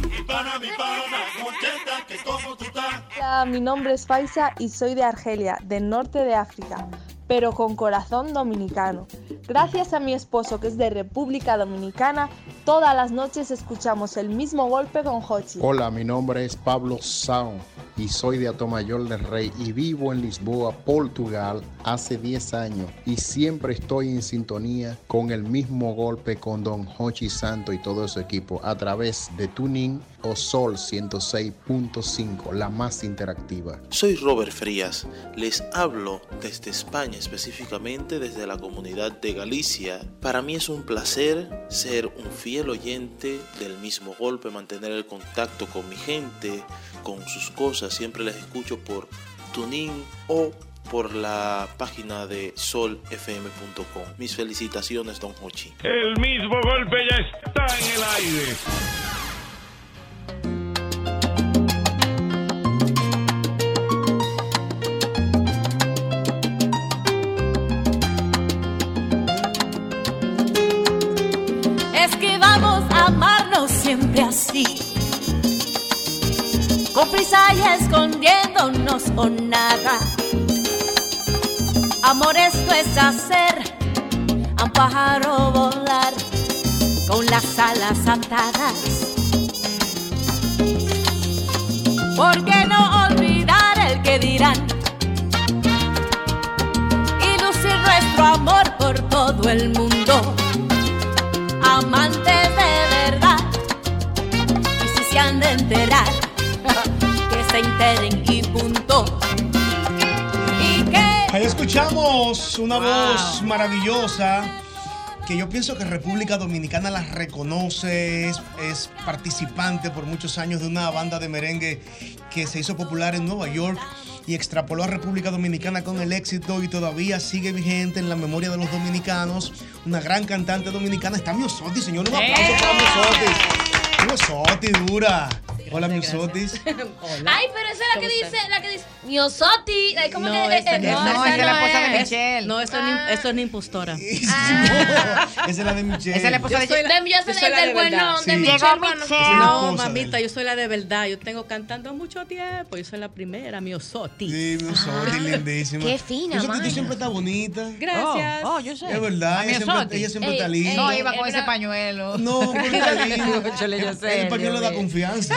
S24: Hola, mi nombre es Faisa y soy de Argelia, del norte de África, pero con corazón dominicano. Gracias a mi esposo que es de República Dominicana, todas las noches escuchamos el mismo golpe con Hochi.
S15: Hola, mi nombre es Pablo Sao y soy de Atomayor del Rey y vivo en Lisboa, Portugal, hace 10 años y siempre estoy en sintonía con el mismo golpe con Don Hochi Santo y todo su equipo a través de Tuning o Sol 106.5, la más interactiva.
S35: Soy Robert Frías. Les hablo desde España, específicamente desde la comunidad de Galicia. Para mí es un placer ser un fiel oyente del mismo golpe, mantener el contacto con mi gente, con sus cosas. Siempre les escucho por Tuning o por la página de solfm.com. Mis felicitaciones, don Hochi.
S37: El mismo golpe ya está en el aire.
S2: es que vamos a amarnos siempre así. Con prisa y escondiéndonos o nada. Amor, esto es hacer a un pájaro volar con las alas atadas. ¿Por qué no olvidar el que dirán? Y lucir nuestro amor por todo el mundo. Amar enterar. Que se enteren y punto. Y que
S3: Ahí escuchamos una
S2: Wow.
S3: voz maravillosa que yo pienso que República Dominicana la reconoce, es, es participante por muchos años de una banda de merengue que se hizo popular en Nueva York y extrapoló a República Dominicana con el éxito y todavía sigue vigente en la memoria de los dominicanos. Una gran cantante dominicana está Miosotis, señor, un aplauso para Miosotis. Miosotis dura. Hola Miosotis.
S5: Ay, pero esa es la que dice, la que dice, Miosoti. ay, ¿Cómo que eh, eh, es.
S33: No, eso,
S5: Ah.
S33: es, eso es una impostora.
S3: Esa es la de Michelle.
S33: Esa es la esposa de-
S5: Yo soy Ah. la- yo soy la del bueno, de Michelle Bueno.
S33: No, mamita, yo soy la de verdad. Yo tengo cantando mucho tiempo. Yo soy la primera, mi Ah. osoti.
S3: Sí, mi osoti, lindísima.
S33: qué fina,
S3: Yo sé que tú
S33: Mayra.
S3: siempre estás bonita.
S33: Gracias.
S8: Oh, oh, yo sé.
S3: Es verdad,
S8: A
S3: ella
S8: mi
S3: siempre,
S8: Osotti.
S3: ella siempre
S8: Ey,
S3: está linda.
S8: No, iba con ese pañuelo.
S3: No, porque está linda.
S8: Cónchale, yo
S3: El-
S8: sé,
S3: El pañuelo
S8: yo
S3: da
S8: sé.
S3: confianza.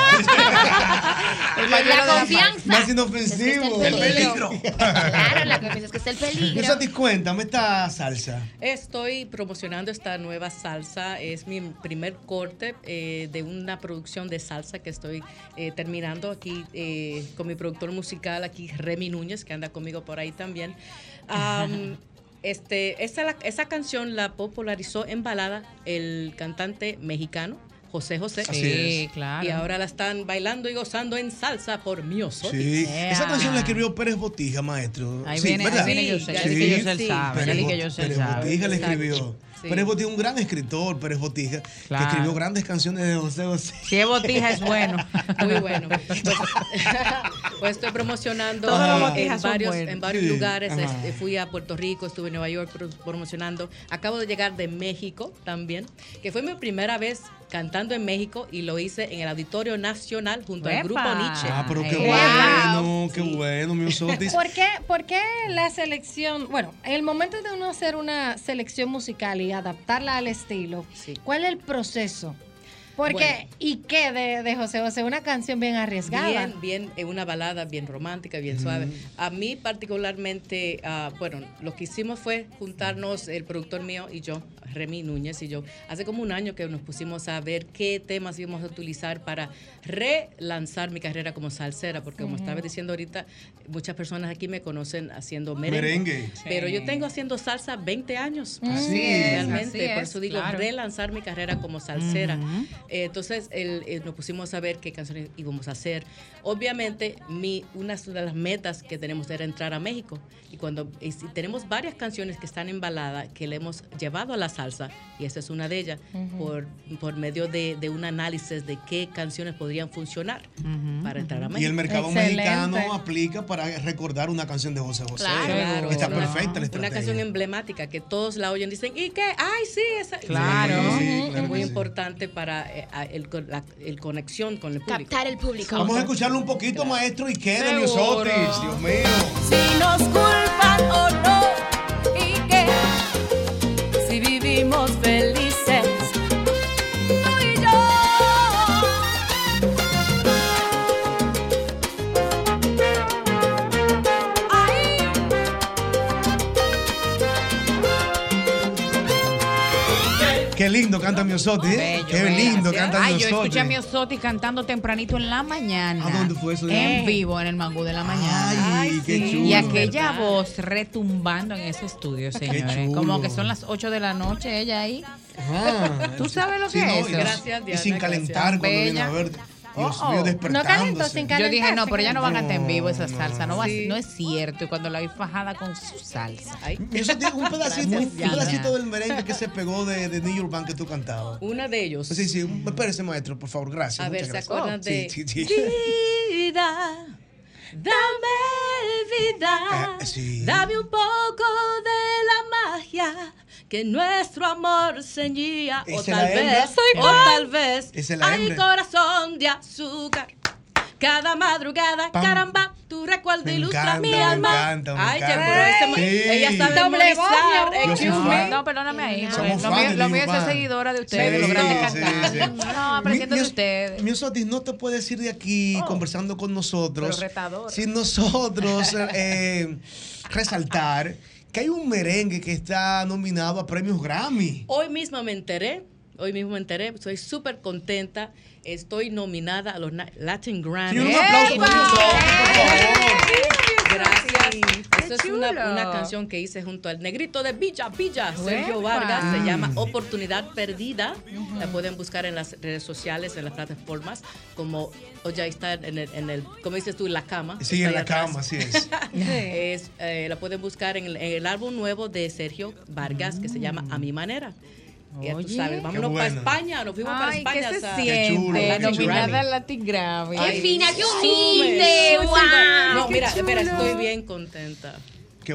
S8: El pañuelo La da
S5: confianza.
S3: Más inofensivo.
S33: Es que está el
S5: Claro, la que me dice es que es el peligro.
S3: Yo te cuéntame esta salsa.
S33: Estoy promocionando esta nueva salsa. Es mi primer corte eh, de una producción de salsa que estoy eh, terminando aquí eh, con mi productor musical, aquí Remy Núñez, que anda conmigo por ahí también. Am, este, esa, la- esa canción la popularizó en balada el cantante mexicano. José José.
S3: Así Sí, es. claro.
S33: Y ahora la están bailando y gozando en salsa por mí
S3: Sí. Esa canción la escribió Pérez Botija, maestro.
S33: Ahí
S3: sí,
S33: viene- ahí
S3: ¿verdad?
S33: viene Yosel. Ya di que Yosel sabe, ya
S3: Pérez
S33: di que
S3: Bot-
S33: Yosel
S3: Pérez
S33: sabe.
S3: Botija la
S33: Exacto.
S3: escribió.
S33: Sí.
S3: Pérez Botija, un gran escritor, Pérez Botija,
S33: Claro.
S3: que escribió grandes canciones de José José.
S33: Si es Botija, es bueno. Muy bueno. Pues estoy promocionando
S3: Todos los
S33: en-
S3: botijas
S33: en
S3: son
S33: varios,
S3: buenos.
S33: en varios
S3: Sí,
S33: lugares.
S3: ajá.
S33: Este, fui a Puerto Rico, estuve en Nueva York pro- promocionando. Acabo de llegar de México también, que fue mi primera vez cantando en México y lo hice en el Auditorio Nacional junto al
S25: ¡Epa!
S33: grupo Nietzsche.
S3: Ah, pero qué
S33: Wow.
S3: bueno, qué bueno, mi Osotis.
S25: ¿Por qué, por qué la selección? Bueno, el momento de uno hacer una selección musical y adaptarla al estilo, ¿cuál es el proceso? Porque,
S33: Bueno.
S25: ¿y qué de, de José José? Una canción bien arriesgada.
S33: Bien, bien, eh, una balada bien romántica, bien suave. A mí particularmente, ah, bueno, lo que hicimos fue juntarnos el productor mío y yo, Remy Núñez y yo, hace como un año que nos pusimos a ver qué temas íbamos a utilizar para relanzar mi carrera como salsera, porque como
S11: Ujú.
S33: estaba diciendo ahorita, muchas personas aquí me conocen haciendo merengue.
S11: Merengue.
S33: Pero
S11: Sí.
S33: yo tengo haciendo salsa 20 años.
S11: Así es,
S33: Realmente,
S11: así
S33: por
S11: es,
S33: eso digo,
S11: claro.
S33: relanzar mi carrera como salsera. Eh, entonces el- eh, nos pusimos a ver qué canciones íbamos a hacer. Obviamente, mi, una de las metas que tenemos era entrar a México. Y cuando y si tenemos varias canciones que están en balada, que le hemos llevado a la salsa, y esta es una de ellas,
S11: Ujú.
S33: por, por medio de, de un análisis de qué canciones podrían funcionar para entrar a México.
S3: Y el mercado mexicano aplica para recordar una canción de José José.
S33: Claro, claro.
S3: Está
S33: Una-
S3: perfecta la
S33: Una
S3: estrategia.
S33: canción emblemática que todos la oyen dicen, ¿y qué? ¡Ay, sí! Esa.
S3: Claro.
S33: Ujú,
S3: Sí, claro
S33: es muy
S3: que sí.
S33: importante para eh, a- el, con- la el conexión con el público.
S5: Captar el público.
S3: Vamos a escucharlo un poquito, maestro, y qué de mi
S33: Seguro.
S3: Osotis, Dios mío.
S2: si nos culpan o no y que si vivimos felices tú y yo Ay.
S3: Qué lindo canta mi Osotis, ¿eh? Qué lindo canta mi
S8: Ay, yo escuché a
S3: Osotis.
S8: mi Osotis cantando tempranito en la mañana.
S3: ¿A dónde fue eso?
S8: En vivo, en el mangú de la mañana.
S3: Ay, qué chulo.
S8: Y aquella voz retumbando en ese estudio, señores.
S3: chulo.
S8: Como que son las 8 de la noche, ella ahí.
S3: Ah.
S8: ¿Tú sabes lo
S3: Sí,
S8: que
S3: no,
S8: es?
S3: y-
S8: eso?
S3: Y sin calentar cuando viene a
S8: Bella.
S3: verte. Dios
S8: Oh, oh.
S3: mío, despertándose.
S8: Yo dije, no, pero ella no va a cantar en vivo esa
S3: No,
S8: salsa. No, va,
S3: Sí.
S8: no es cierto. Y cuando la vi fajada con su salsa.
S3: Eso tiene un pedacito, un
S8: Gracias,
S3: pedacito
S8: Diana.
S3: del merengue que se pegó de, de New York Band que tú cantabas.
S33: Una de ellos.
S3: Sí, sí, espérese, maestro, por favor, gracias.
S33: A ver,
S3: muchas
S33: ¿se
S3: gracias. Oh,
S33: acuerdan
S1: Oh,
S3: Sí,
S33: de
S3: Sí, sí,
S33: vida? Dame
S1: Ah,
S33: vida, dame un poco de la magia que nuestro amor ceñía, o
S1: Esa
S33: tal
S1: es la hembra.
S33: vez, o
S1: Ah.
S33: tal vez,
S1: Esa es la
S33: hay
S1: hembra.
S33: corazón de azúcar. Cada madrugada,
S1: Pam.
S33: caramba, tu recuerdo
S1: Me
S33: ilustra
S1: encanta,
S33: mi
S1: me
S33: alma.
S1: encanta, me
S33: Ay, ya,
S1: encanta.
S33: pero esa-
S1: Sí.
S33: ella sabe
S8: Doble voz,
S33: memorizar,
S8: mi amor.
S33: excuse
S8: Yo soy
S33: me.
S8: fan. No, perdóname ahí.
S3: Somos
S8: Lo
S3: fan
S8: mío,
S3: de
S8: lo
S3: Lil
S8: mío es ser
S3: Urbano.
S8: seguidora de ustedes, los grandes cantantes. No, aprendiendo de
S3: Mi- mi-
S8: ustedes.
S3: Mi Osotis no te puedes ir de aquí conversando con nosotros
S8: pero retador.
S3: sin nosotros eh, resaltar que hay un merengue que está nominado a premios Grammy.
S33: Hoy mismo me enteré Hoy mismo me enteré, estoy súper contenta. Estoy nominada a los Na- Latin Grammy.
S1: Señor, un aplauso para ¡Epa! Dios,
S33: Gracias. Eso es una, una canción que hice junto al negrito de Villa, Villa, Sergio
S1: ¡Epa!
S33: Vargas. Se
S1: Mm.
S33: llama Oportunidad Perdida. La pueden buscar en las redes sociales, en las plataformas, como o ya está en el, en el ¿cómo dices tú? En la cama. Está
S3: Sí, en
S33: ahí
S3: la
S33: atrás.
S3: cama, así es.
S33: Es, eh, la pueden buscar en el, en el álbum nuevo de Sergio Vargas que se llama A mi manera. Ya tú
S8: Oye.
S33: sabes,
S8: Qué
S33: vámonos
S8: bueno.
S33: para España, nos fuimos
S8: Ay,
S33: para España.
S8: ¿qué se
S33: ¿sabes?
S8: siente? Qué chulo, qué Nominada chulo. al Latin Grammy.
S33: Ay,
S8: Qué fina, qué
S33: sube,
S8: humilde,
S33: sube.
S8: guau,
S33: No,
S8: qué
S33: mira, espera,
S8: chulo.
S33: estoy bien contenta.
S3: Qué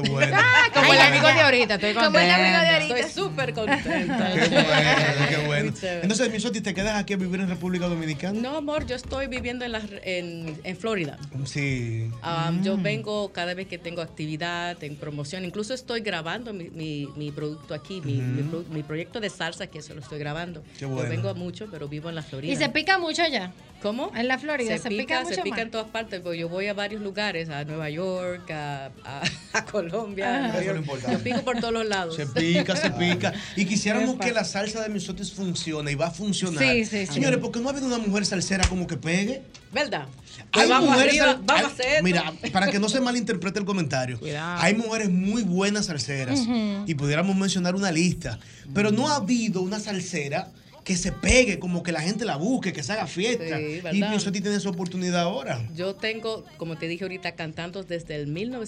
S3: bueno.
S8: Como el amigo de ahorita, estoy
S33: Como el
S8: contenta.
S33: amigo de ahorita. Estoy súper contenta.
S3: Qué bueno, qué bueno. Entonces, Misotti, ¿te quedas aquí a vivir en República Dominicana?
S33: No, amor, yo estoy viviendo en, la- en, en Florida.
S3: Sí.
S33: Um, Yo
S3: Mm.
S33: vengo cada vez que tengo actividad, en promoción, incluso estoy grabando mi, mi- mi producto aquí, mi, mi
S3: Ujú.
S33: pro- mi proyecto de salsa, que eso lo estoy grabando.
S3: Qué bueno.
S33: Yo vengo mucho, pero vivo en la Florida.
S10: Y se pica mucho allá.
S33: ¿Cómo?
S10: En la Florida, se, pica, mucho
S33: se pica
S10: más.
S33: en todas partes, porque yo voy a varios lugares, a Nueva York, a, a- a Colombia. a
S3: Eso
S33: Nueva
S3: es lo
S33: York.
S3: importante.
S33: Yo pico por todos los lados.
S3: Se pica, se pica. Y quisiéramos
S33: Epa.
S3: que la salsa de Misotti funcione y va a funcionar.
S33: Sí, sí, sí.
S3: Señores, porque no ha habido una mujer salsera como que pegue.
S33: ¿Verdad? Pues
S3: Hay
S33: vamos
S3: mujeres,
S33: arriba,
S3: sal-
S33: vamos
S3: hay-
S33: a hacer.
S3: Mira, para que no se malinterprete el comentario, hay mujeres muy buenas salseras
S33: Ujú.
S3: y pudiéramos mencionar una lista, pero no ha habido una salsera que se pegue, como que la gente la busque, que se haga fiesta.
S33: Sí,
S3: y
S33: ¿verdad?
S3: Misotti tiene esa oportunidad ahora.
S33: Yo tengo, como te dije ahorita, cantando desde el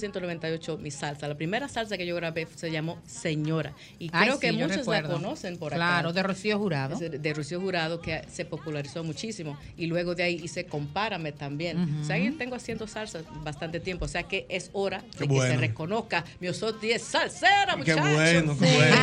S33: 1998 mi salsa. La primera salsa que yo grabé se llamó Señora. Y
S8: Ay,
S33: creo que
S8: sí, yo
S33: muchos
S8: recuerdo.
S33: la conocen por
S8: Claro,
S33: acá.
S8: de Rocío Jurado.
S33: Es De, de Rocío Jurado, que se popularizó muchísimo. Y luego de ahí hice Compárame también.
S8: Ujú.
S33: O sea, ahí tengo haciendo salsa bastante tiempo. O sea, que es hora
S3: Qué
S33: de que
S3: bueno.
S33: se reconozca. Mi Osotti es salsera,
S3: Qué
S33: muchachos.
S3: bueno, qué bueno.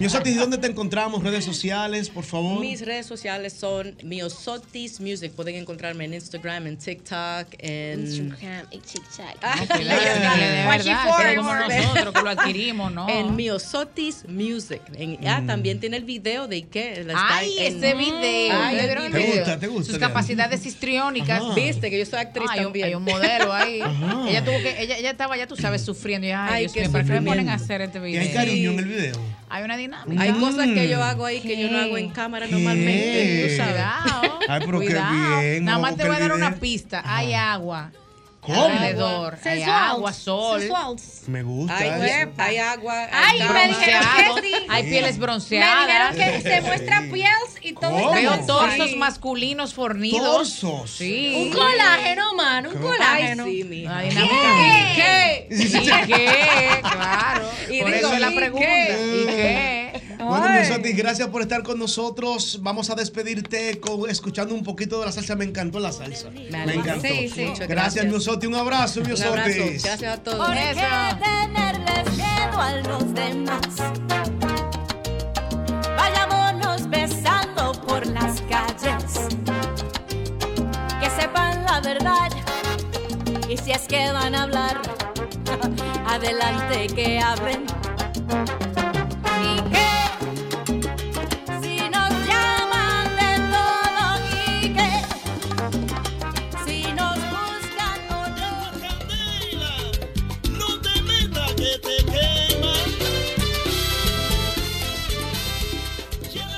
S3: Misotti, ¿y dónde te encontramos? Redes sociales, por favor.
S33: Mis redes sociales son Miosotis Music. Pueden encontrarme en Instagram, en TikTok, en Ah,
S37: Instagram y TikTok.
S8: pues, de verdad, que es como nosotros que lo adquirimos, ¿no?
S33: En Miosotis Music. En- ah, también tiene el video de Ike.
S8: Ay, ese video.
S33: Ay,
S8: ¿Ustedes
S33: el
S8: vieron el
S33: video.
S8: video? Sus capacidades histriónicas.
S33: Ajá. Viste que yo soy actriz
S8: hay un,
S33: también.
S8: Hay un modelo ahí.
S33: Ajá.
S8: Ella tuvo que, ella, ella estaba, ya tú sabes, sufriendo. Y, ay,
S33: Ay,
S8: Dios
S33: qué
S8: mío, ¿para qué me ponen a
S33: sufrimiento.
S8: hacer este
S3: Y
S8: video?
S3: hay cariño en el video.
S8: Hay una dinámica.
S33: Hay cosas que
S3: Mm.
S33: yo hago ahí que yo no hago en cámara normalmente. Tú sabes.
S8: Cuidado.
S3: Ay, pero qué
S8: cuidado.
S3: bien,
S8: Nada
S3: vamos
S8: más
S3: a
S8: te voy a
S3: buscar el
S8: dar una
S3: video. Ah.
S8: pista. Hay agua.
S3: ¿Cómo?
S8: Alrededor. Hay
S10: Sensual.
S8: agua, sol.
S10: Sensual.
S3: Me gusta.
S8: Ay,
S3: eso.
S8: güey.
S33: pues, Hay agua.
S8: Ay,
S33: hay
S8: me
S33: cama.
S8: dijeron que sí.
S33: Hay pieles
S8: bronceadas.
S10: Me dijeron que se muestra pieles y todo
S8: ¿Cómo?
S10: está
S8: Veo
S10: muy
S8: torsos
S10: bien.
S8: masculinos fornidos.
S3: Torsos.
S8: Sí.
S10: Un colágeno, mano, un
S8: Ay,
S10: colágeno.
S8: sí,
S33: mija.
S8: Ay,
S10: ¿Qué?
S8: ¿Y qué? Claro.
S3: Y
S8: Por
S3: digo,
S8: eso es la
S3: ¿y
S8: pregunta.
S3: qué?
S8: ¿Y qué?
S3: Eh, Bueno,
S8: Ay.
S3: Misotis, gracias por estar con nosotros. Vamos a despedirte con- escuchando un poquito de la salsa. Me encantó la salsa. Me
S33: alegro.
S3: encantó.
S33: Sí, sí. Muchas
S3: Gracias,
S33: gracias.
S3: Misotis. Un abrazo,
S33: Un
S3: Misotis.
S33: abrazo. Gracias a todos.
S2: ¿Por qué tenerles miedo a los demás? Vayámonos besando por las calles. Que sepan la verdad. Y si es que van a hablar, adelante que hablen. Y que si nos llaman de todo y que si nos buscan otro
S1: No te metas que te quema.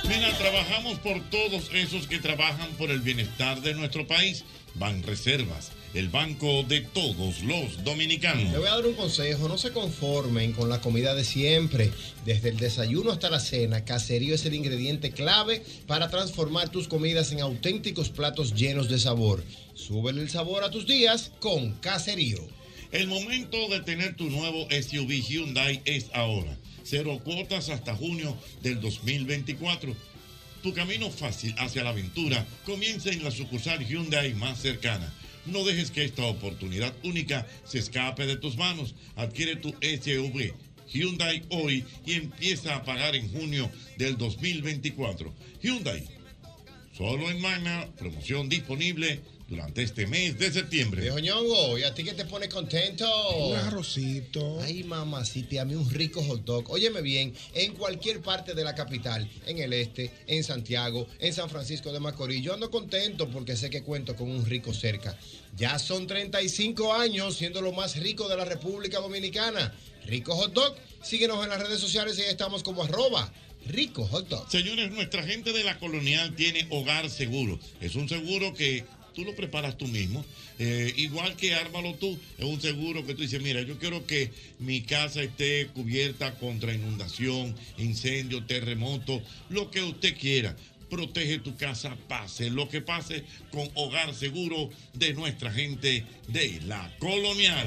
S45: Mira, trabajamos por todos esos que trabajan por el bienestar de nuestro país. Banreservas, el banco de todos los dominicanos.
S46: Le voy a dar un consejo, no se conformen con la comida de siempre. Desde el desayuno hasta la cena, Caserío es el ingrediente clave para transformar tus comidas en auténticos platos llenos de sabor. Súbele el sabor a tus días con Caserío.
S45: El momento de tener tu nuevo SUV Hyundai es ahora. Cero cuotas hasta junio del 2024. Tu camino fácil hacia la aventura comienza en la sucursal Hyundai más cercana. No dejes que esta oportunidad única se escape de tus manos. Adquiere tu SUV Hyundai hoy y empieza a pagar en junio del 2024. Hyundai, solo en Magna, promoción disponible durante este mes de septiembre.
S46: Viejo Ñongo, ¿y a ti qué te pone contento?
S45: Un
S46: arrocito. Ay, mamacita, a mí un rico hot dog. Óyeme bien, en cualquier parte de la capital, en el este, en Santiago, en San Francisco de Macorís, yo ando contento porque sé que cuento con un rico cerca. Ya son 35 años siendo lo más rico de la República Dominicana. Rico hot dog, síguenos en las redes sociales y ahí estamos como arroba Rico hot dog.
S45: Señores, nuestra gente de la colonial tiene hogar seguro. Es un seguro que tú lo preparas tú mismo. Eh, igual que ármalo tú, es un seguro que tú dices, mira, yo quiero que mi casa esté cubierta contra inundación, incendio, terremoto, lo que usted quiera. Protege tu casa, pase lo que pase con hogar seguro de nuestra gente de la colonial.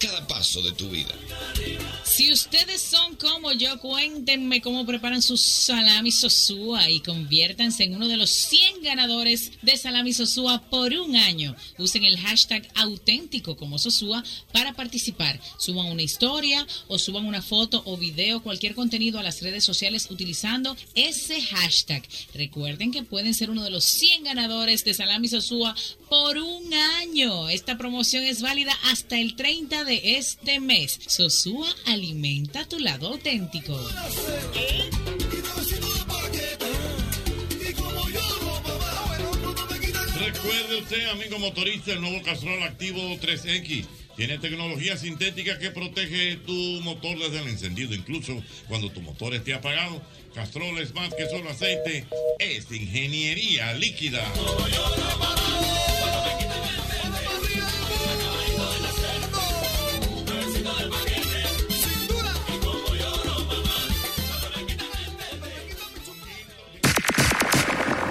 S47: cada paso de tu vida.
S8: Si ustedes son como yo, cuéntenme cómo preparan su salami sosúa y conviértanse en uno de los 100 ganadores de salami sosúa por un año. Usen el hashtag auténtico como sosúa para participar. Suban una historia o suban una foto o video, cualquier contenido a las redes sociales utilizando ese hashtag. Recuerden que pueden ser uno de los 100 ganadores de salami sosúa por un año. Esta promoción es válida hasta el 30 de este mes. Sosúa alimenta tu lado auténtico.
S45: Recuerde usted, amigo motorista, el nuevo Castrol Activo 3X. Tiene tecnología sintética que protege tu motor desde el encendido, incluso cuando tu motor esté apagado. Castrol es más que solo aceite, es ingeniería líquida.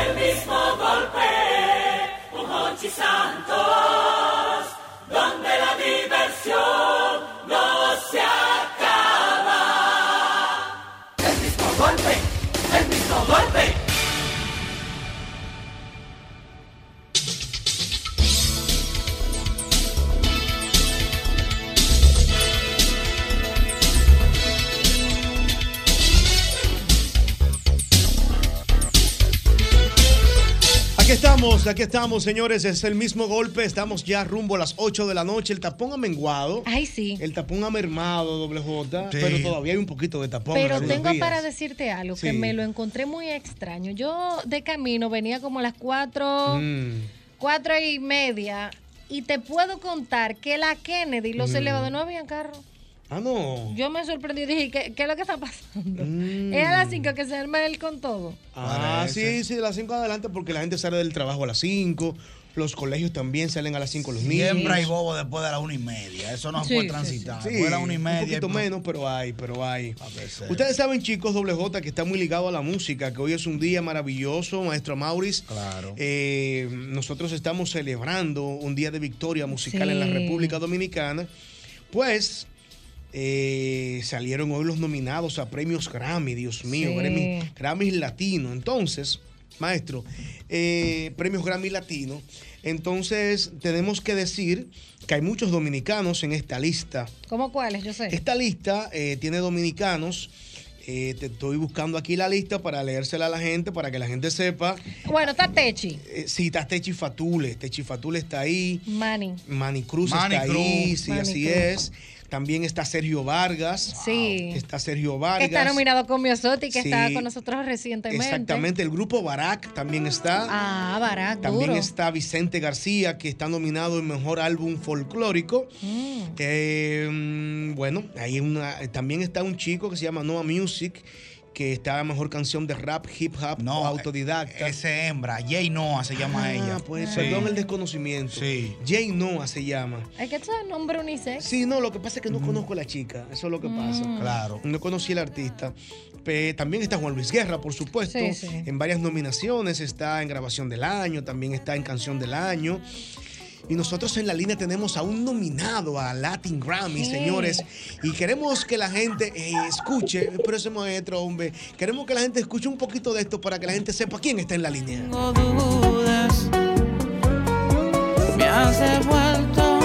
S1: El mismo golpe, un Hochi Santos, donde la diversión no se acaba. El mismo golpe, el mismo golpe.
S3: Aquí estamos, aquí estamos, señores. Es el mismo golpe. Estamos ya rumbo a las 8 de la noche. El tapón ha menguado.
S10: Ay, sí.
S3: El tapón ha mermado, doble J.
S10: Sí.
S3: Pero todavía hay un poquito de tapón. en
S10: Pero
S3: algunos
S10: tengo
S3: días.
S10: para decirte algo que
S3: Sí.
S10: me lo encontré muy extraño. Yo de camino venía como a las 4,
S3: Mm.
S10: cuatro y media y te puedo contar que la Kennedy y los
S3: Mm.
S10: elevados no habían carro.
S3: Ah, no.
S10: Yo me sorprendí y dije, ¿qué, qué es lo que está pasando? Es a las 5 que se arma él con todo.
S3: Ah, sí, sí, de las 5 adelante porque la gente sale del trabajo a las 5. Los colegios también salen a las 5 los niños.
S13: Siempre hay bobo después de la una y media. Eso no
S3: Sí,
S13: fue
S3: sí,
S13: transitar.
S3: sí.
S13: Fue la una y
S3: Un
S13: media.
S3: poquito
S13: y-
S3: menos, pero hay, pero hay.
S13: veces.
S3: Ustedes saben, chicos, doble J, que está muy ligado a la música, que hoy es un día maravilloso, maestro Mauris. Claro. Eh, nosotros estamos celebrando un día de victoria musical en la
S47: Sí.
S3: República Dominicana. Pues eh, salieron hoy los nominados a premios Grammy, Dios mío,
S47: Sí.
S3: Grammy, Grammy Latino. Entonces, maestro, eh, premios Grammy Latino. Entonces, tenemos que decir que hay muchos dominicanos en esta lista.
S10: ¿Cómo cuáles? Yo sé.
S3: Esta lista eh, tiene dominicanos. Eh, te estoy buscando aquí la lista para leérsela a la gente, para que la gente sepa.
S10: Bueno, está Techi,
S3: Eh, sí, está Techi Fatule. Techi Fatule está ahí.
S10: Manny.
S3: Manny Cruz
S10: Manny
S3: está
S10: Cruz.
S3: ahí. Sí,
S10: Manny
S3: así
S10: Cruz.
S3: es. También está Sergio Vargas.
S10: Sí.
S3: Está Sergio
S10: que
S3: Vargas.
S10: está nominado con Miosotti, que
S3: Sí.
S10: estaba con nosotros recientemente.
S3: Exactamente. El grupo Barak también está.
S10: Ah, Barack,
S3: También
S10: duro.
S3: está Vicente García, que está nominado en Mejor Álbum Folclórico. Eh, mm, bueno, hay una, eh, también está un chico que se llama Noah Music, que está a Mejor Canción de Rap, Hip Hop o Autodidacta. eh, Ese hembra, Jay Noah se
S13: llama ella.
S3: Pues,
S13: Sí.
S3: Perdón el desconocimiento. Jay Noah se llama.
S10: Es que esto es nombre unisex. Mm.
S3: Sí, no, lo que pasa es que no conozco a la chica. Eso es lo que pasa. Claro. No conocí al artista. Pe- también está Juan Luis Guerra, por supuesto.
S10: Sí, sí.
S3: En varias nominaciones. Está en Grabación del Año, también está en Canción del Año. Y nosotros en la línea tenemos a un nominado a Latin Grammy,
S47: Sí.
S3: señores. Y queremos que la gente eh, escuche, pero ese maestro, hombre, queremos que la gente escuche un poquito de esto para que la gente sepa quién está en la línea.
S1: Tengo dudas, me has devuelto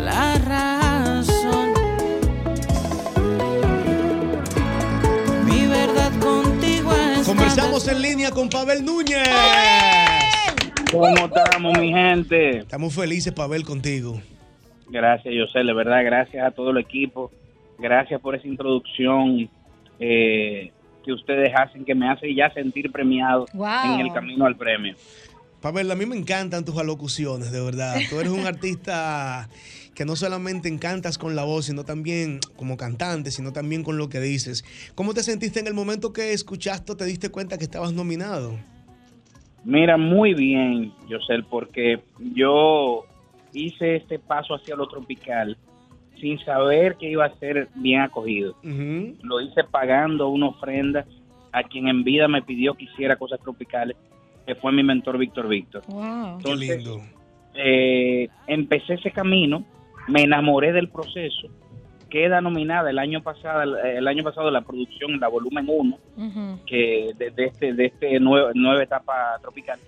S1: la razón. Mi
S3: con Pavel Núñez.
S40: ¿Cómo estamos, mi gente?
S3: Estamos felices, Pavel, contigo.
S40: Gracias, José, de verdad, gracias a todo el equipo. Gracias por esa introducción eh, que ustedes hacen, que me hace ya sentir premiado
S3: Wow.
S40: en el camino al premio.
S3: Pavel, a mí me encantan tus alocuciones, de verdad. Tú eres un artista que no solamente encantas con la voz, sino también como cantante, sino también con lo que dices. ¿Cómo te sentiste en el momento que escuchaste o te diste cuenta que estabas nominado?
S40: Mira, muy bien, José, porque yo hice este paso hacia lo tropical sin saber que iba a ser bien acogido. Lo hice pagando una ofrenda a quien en vida me pidió que hiciera cosas tropicales, que fue mi mentor Víctor Víctor.
S26: Wow.
S40: Entonces, eh, empecé ese camino, me enamoré del proceso. Queda nominada el año pasado, el año pasado la producción, la volumen 1, que de, de este, de este nuevo- nueva etapa tropical,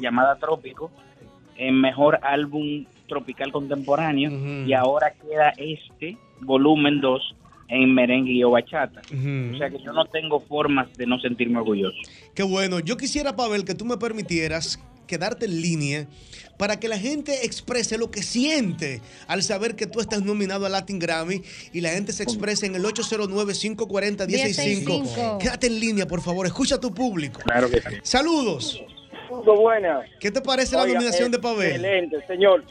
S40: llamada Trópico, en mejor álbum tropical contemporáneo, y ahora queda este, volumen 2, en merengue y o bachata. O sea que yo no tengo formas de no sentirme orgulloso.
S3: Qué bueno. Yo quisiera, Pavel, que tú me permitieras quedarte en línea para que la gente exprese lo que siente al saber que tú estás nominado a Latin Grammy y la gente se exprese en el 809-540-165.
S26: 165.
S3: Quédate en línea, por favor. Escucha a tu público.
S40: Claro que sí.
S3: Saludos.
S15: buenas.
S3: ¿Qué te parece la nominación de Pavel?
S15: eh, Excelente, señor.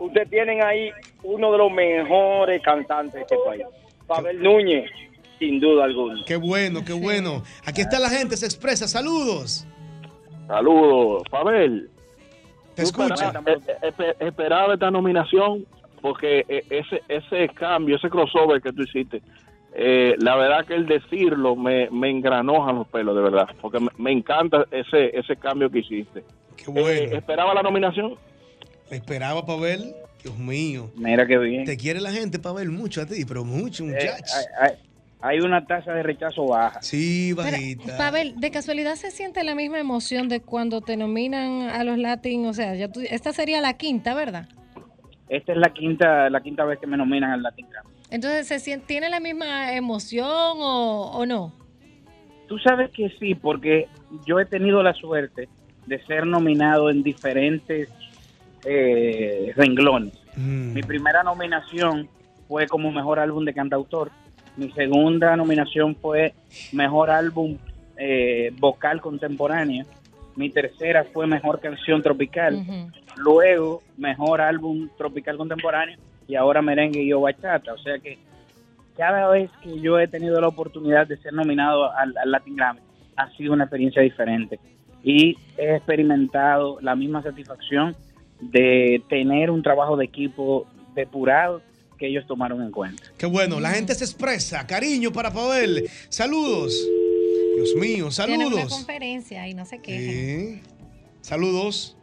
S15: Ustedes tienen ahí uno de los mejores cantantes de este país. Pavel Núñez, sin duda alguna.
S3: Qué bueno, qué bueno. Aquí está la gente, se expresa. Saludos.
S43: Saludos, Pavel.
S3: Te
S43: Tú
S3: escucho.
S43: esperabas- eh, espe- Esperaba esta nominación porque eh, ese, ese cambio, ese crossover que tú hiciste, eh, la verdad que el decirlo me, me engranó a los pelos, de verdad, porque me, me encanta ese, ese cambio que hiciste.
S3: Qué
S15: Eh,
S3: bueno.
S43: ¿Esperaba la nominación?
S3: Esperaba, Pavel. Dios mío.
S40: Mira qué bien. Eh,
S3: Te quiere la gente, Pavel, mucho a ti, pero mucho, muchachos.
S40: hay, hay una tasa de rechazo baja.
S3: Sí,
S40: bajita.
S10: Pavel, ¿de casualidad se siente la misma emoción de cuando te nominan a los Latin? O sea, ya tú- esta sería la quinta, ¿verdad?
S40: Esta es la quinta, la quinta vez que me nominan al Latin Grammy.
S10: Entonces, ¿se sien- ¿tiene la misma emoción o, o no?
S40: Tú sabes que sí, porque yo he tenido la suerte de ser nominado en diferentes eh, renglones. Mi primera nominación fue como mejor álbum de cantautor. Mi segunda nominación fue mejor álbum eh, vocal contemporáneo. Mi tercera fue mejor canción tropical. Luego, mejor álbum tropical contemporáneo. Y ahora merengue y yo bachata. O sea que cada vez que yo he tenido la oportunidad de ser nominado al, al Latin Grammy, ha sido una experiencia diferente. Y he experimentado la misma satisfacción de tener un trabajo de equipo depurado que ellos tomaron en cuenta.
S3: Qué bueno, la gente se expresa. Cariño para Pavel. Saludos. Dios mío,
S10: Tienen una
S3: saludos.
S10: conferencia y no sé qué.
S3: Eh, Saludos.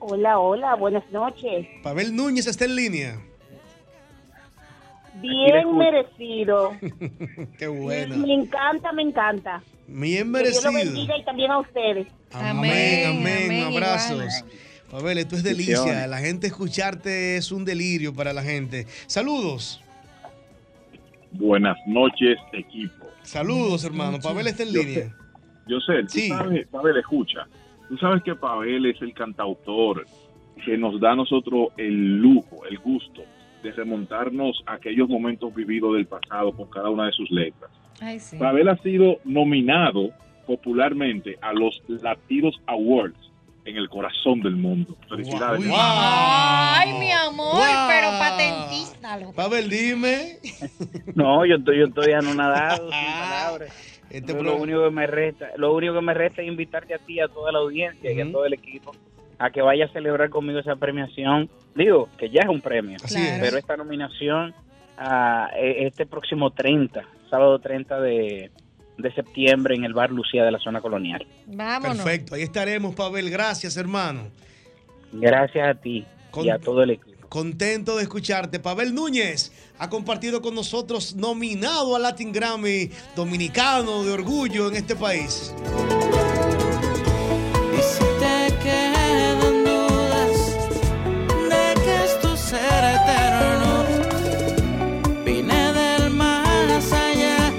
S43: Hola, hola, buenas noches.
S3: Pavel Núñez está en línea. le
S43: Bien
S3: escucho.
S43: merecido.
S3: Qué
S43: Me
S3: bueno.
S43: encanta, me encanta.
S3: Bien
S43: Que Dios lo
S3: merecido.
S43: bendiga y también a ustedes.
S3: Amén, amén,
S43: amén,
S3: abrazos. Pavel, esto es delicia.
S43: Bendiciones.
S3: La gente escucharte es un delirio para la gente. Saludos.
S43: Buenas noches, equipo.
S3: Saludos, hermano. Pavel está en
S43: Yo
S3: línea.
S43: Yo sé, tú
S3: Sí.
S43: sabes, Pavel, escucha. Tú sabes que Pavel es el cantautor que nos da a nosotros el lujo, el gusto de remontarnos a aquellos momentos vividos del pasado con cada una de sus letras.
S10: Ay, sí.
S43: Pavel ha sido nominado popularmente a los Latidos Awards en el corazón del mundo. Felicidades.
S10: Ay, mi amor,
S43: Wow.
S10: pero patentízalo.
S3: Pavel, dime.
S40: No, yo estoy, yo estoy anonadado, sin palabras. Yo lo
S3: Ah, este pro-
S40: único que me resta, lo único que me resta es invitarte a ti, y a toda la audiencia y a todo el equipo a que vaya a celebrar conmigo esa premiación. Digo, que ya es un premio,
S43: Así es.
S40: pero esta nominación a eh, este próximo 30, sábado 30 de, de septiembre en el bar Lucía de la zona colonial.
S10: Vámonos.
S3: Perfecto, ahí estaremos, Pavel. Gracias, hermano.
S40: Gracias a ti y a todo el equipo.
S3: Contento de escucharte. Pavel Núñez ha compartido con nosotros, nominado a Latin Grammy, dominicano de orgullo en este país.
S26: Y si te quedan dudas de que esto será eterno, vine del más allá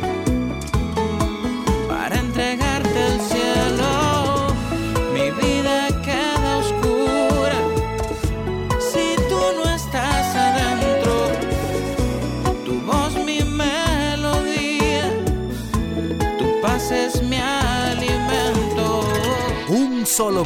S26: para entregarte el cielo.
S21: solo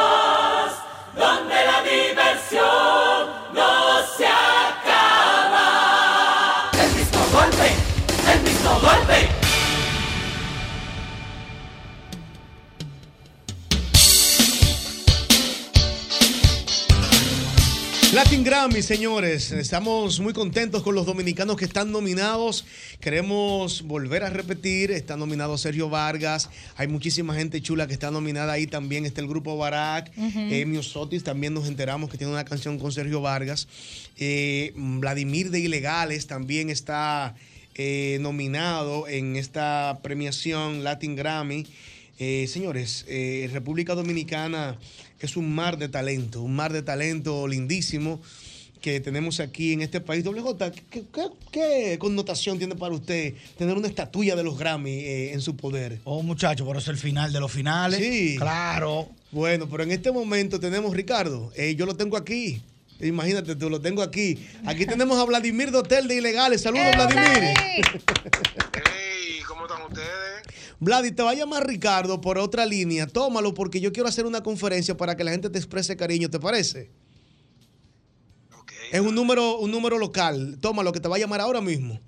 S48: donde la diversión no se acaba. El mismo golpe, el mismo golpe.
S3: Latin Grammy, señores, estamos muy contentos con los dominicanos que están nominados. Queremos volver a repetir, está nominado Sergio Vargas, hay muchísima gente chula que está nominada ahí también, está el grupo Barak,
S1: Ujú.
S3: Emio Sotis, también nos enteramos que tiene una canción con Sergio Vargas. Eh, Vladimir de Ilegales también está eh, nominado en esta premiación Latin Grammy. Eh, señores, eh, República Dominicana es un mar de talento, un mar de talento lindísimo que tenemos aquí en este país. WJ, ¿qué, qué, qué connotación tiene para usted tener una estatuilla de los Grammy eh, en su poder?
S13: Oh, muchacho, por eso el final de los finales.
S3: Sí.
S13: Claro.
S3: Bueno, pero en este momento tenemos, Ricardo, eh, yo lo tengo aquí. Imagínate, tú lo tengo aquí. Aquí tenemos a Vladimir Dotel de Ilegales. Saludos, Vladimir. Vladi, te va a llamar Ricardo por otra línea. Tómalo porque yo quiero hacer una conferencia para que la gente te exprese cariño, ¿te parece? es un número, un número local. Tómalo que te va a llamar ahora mismo.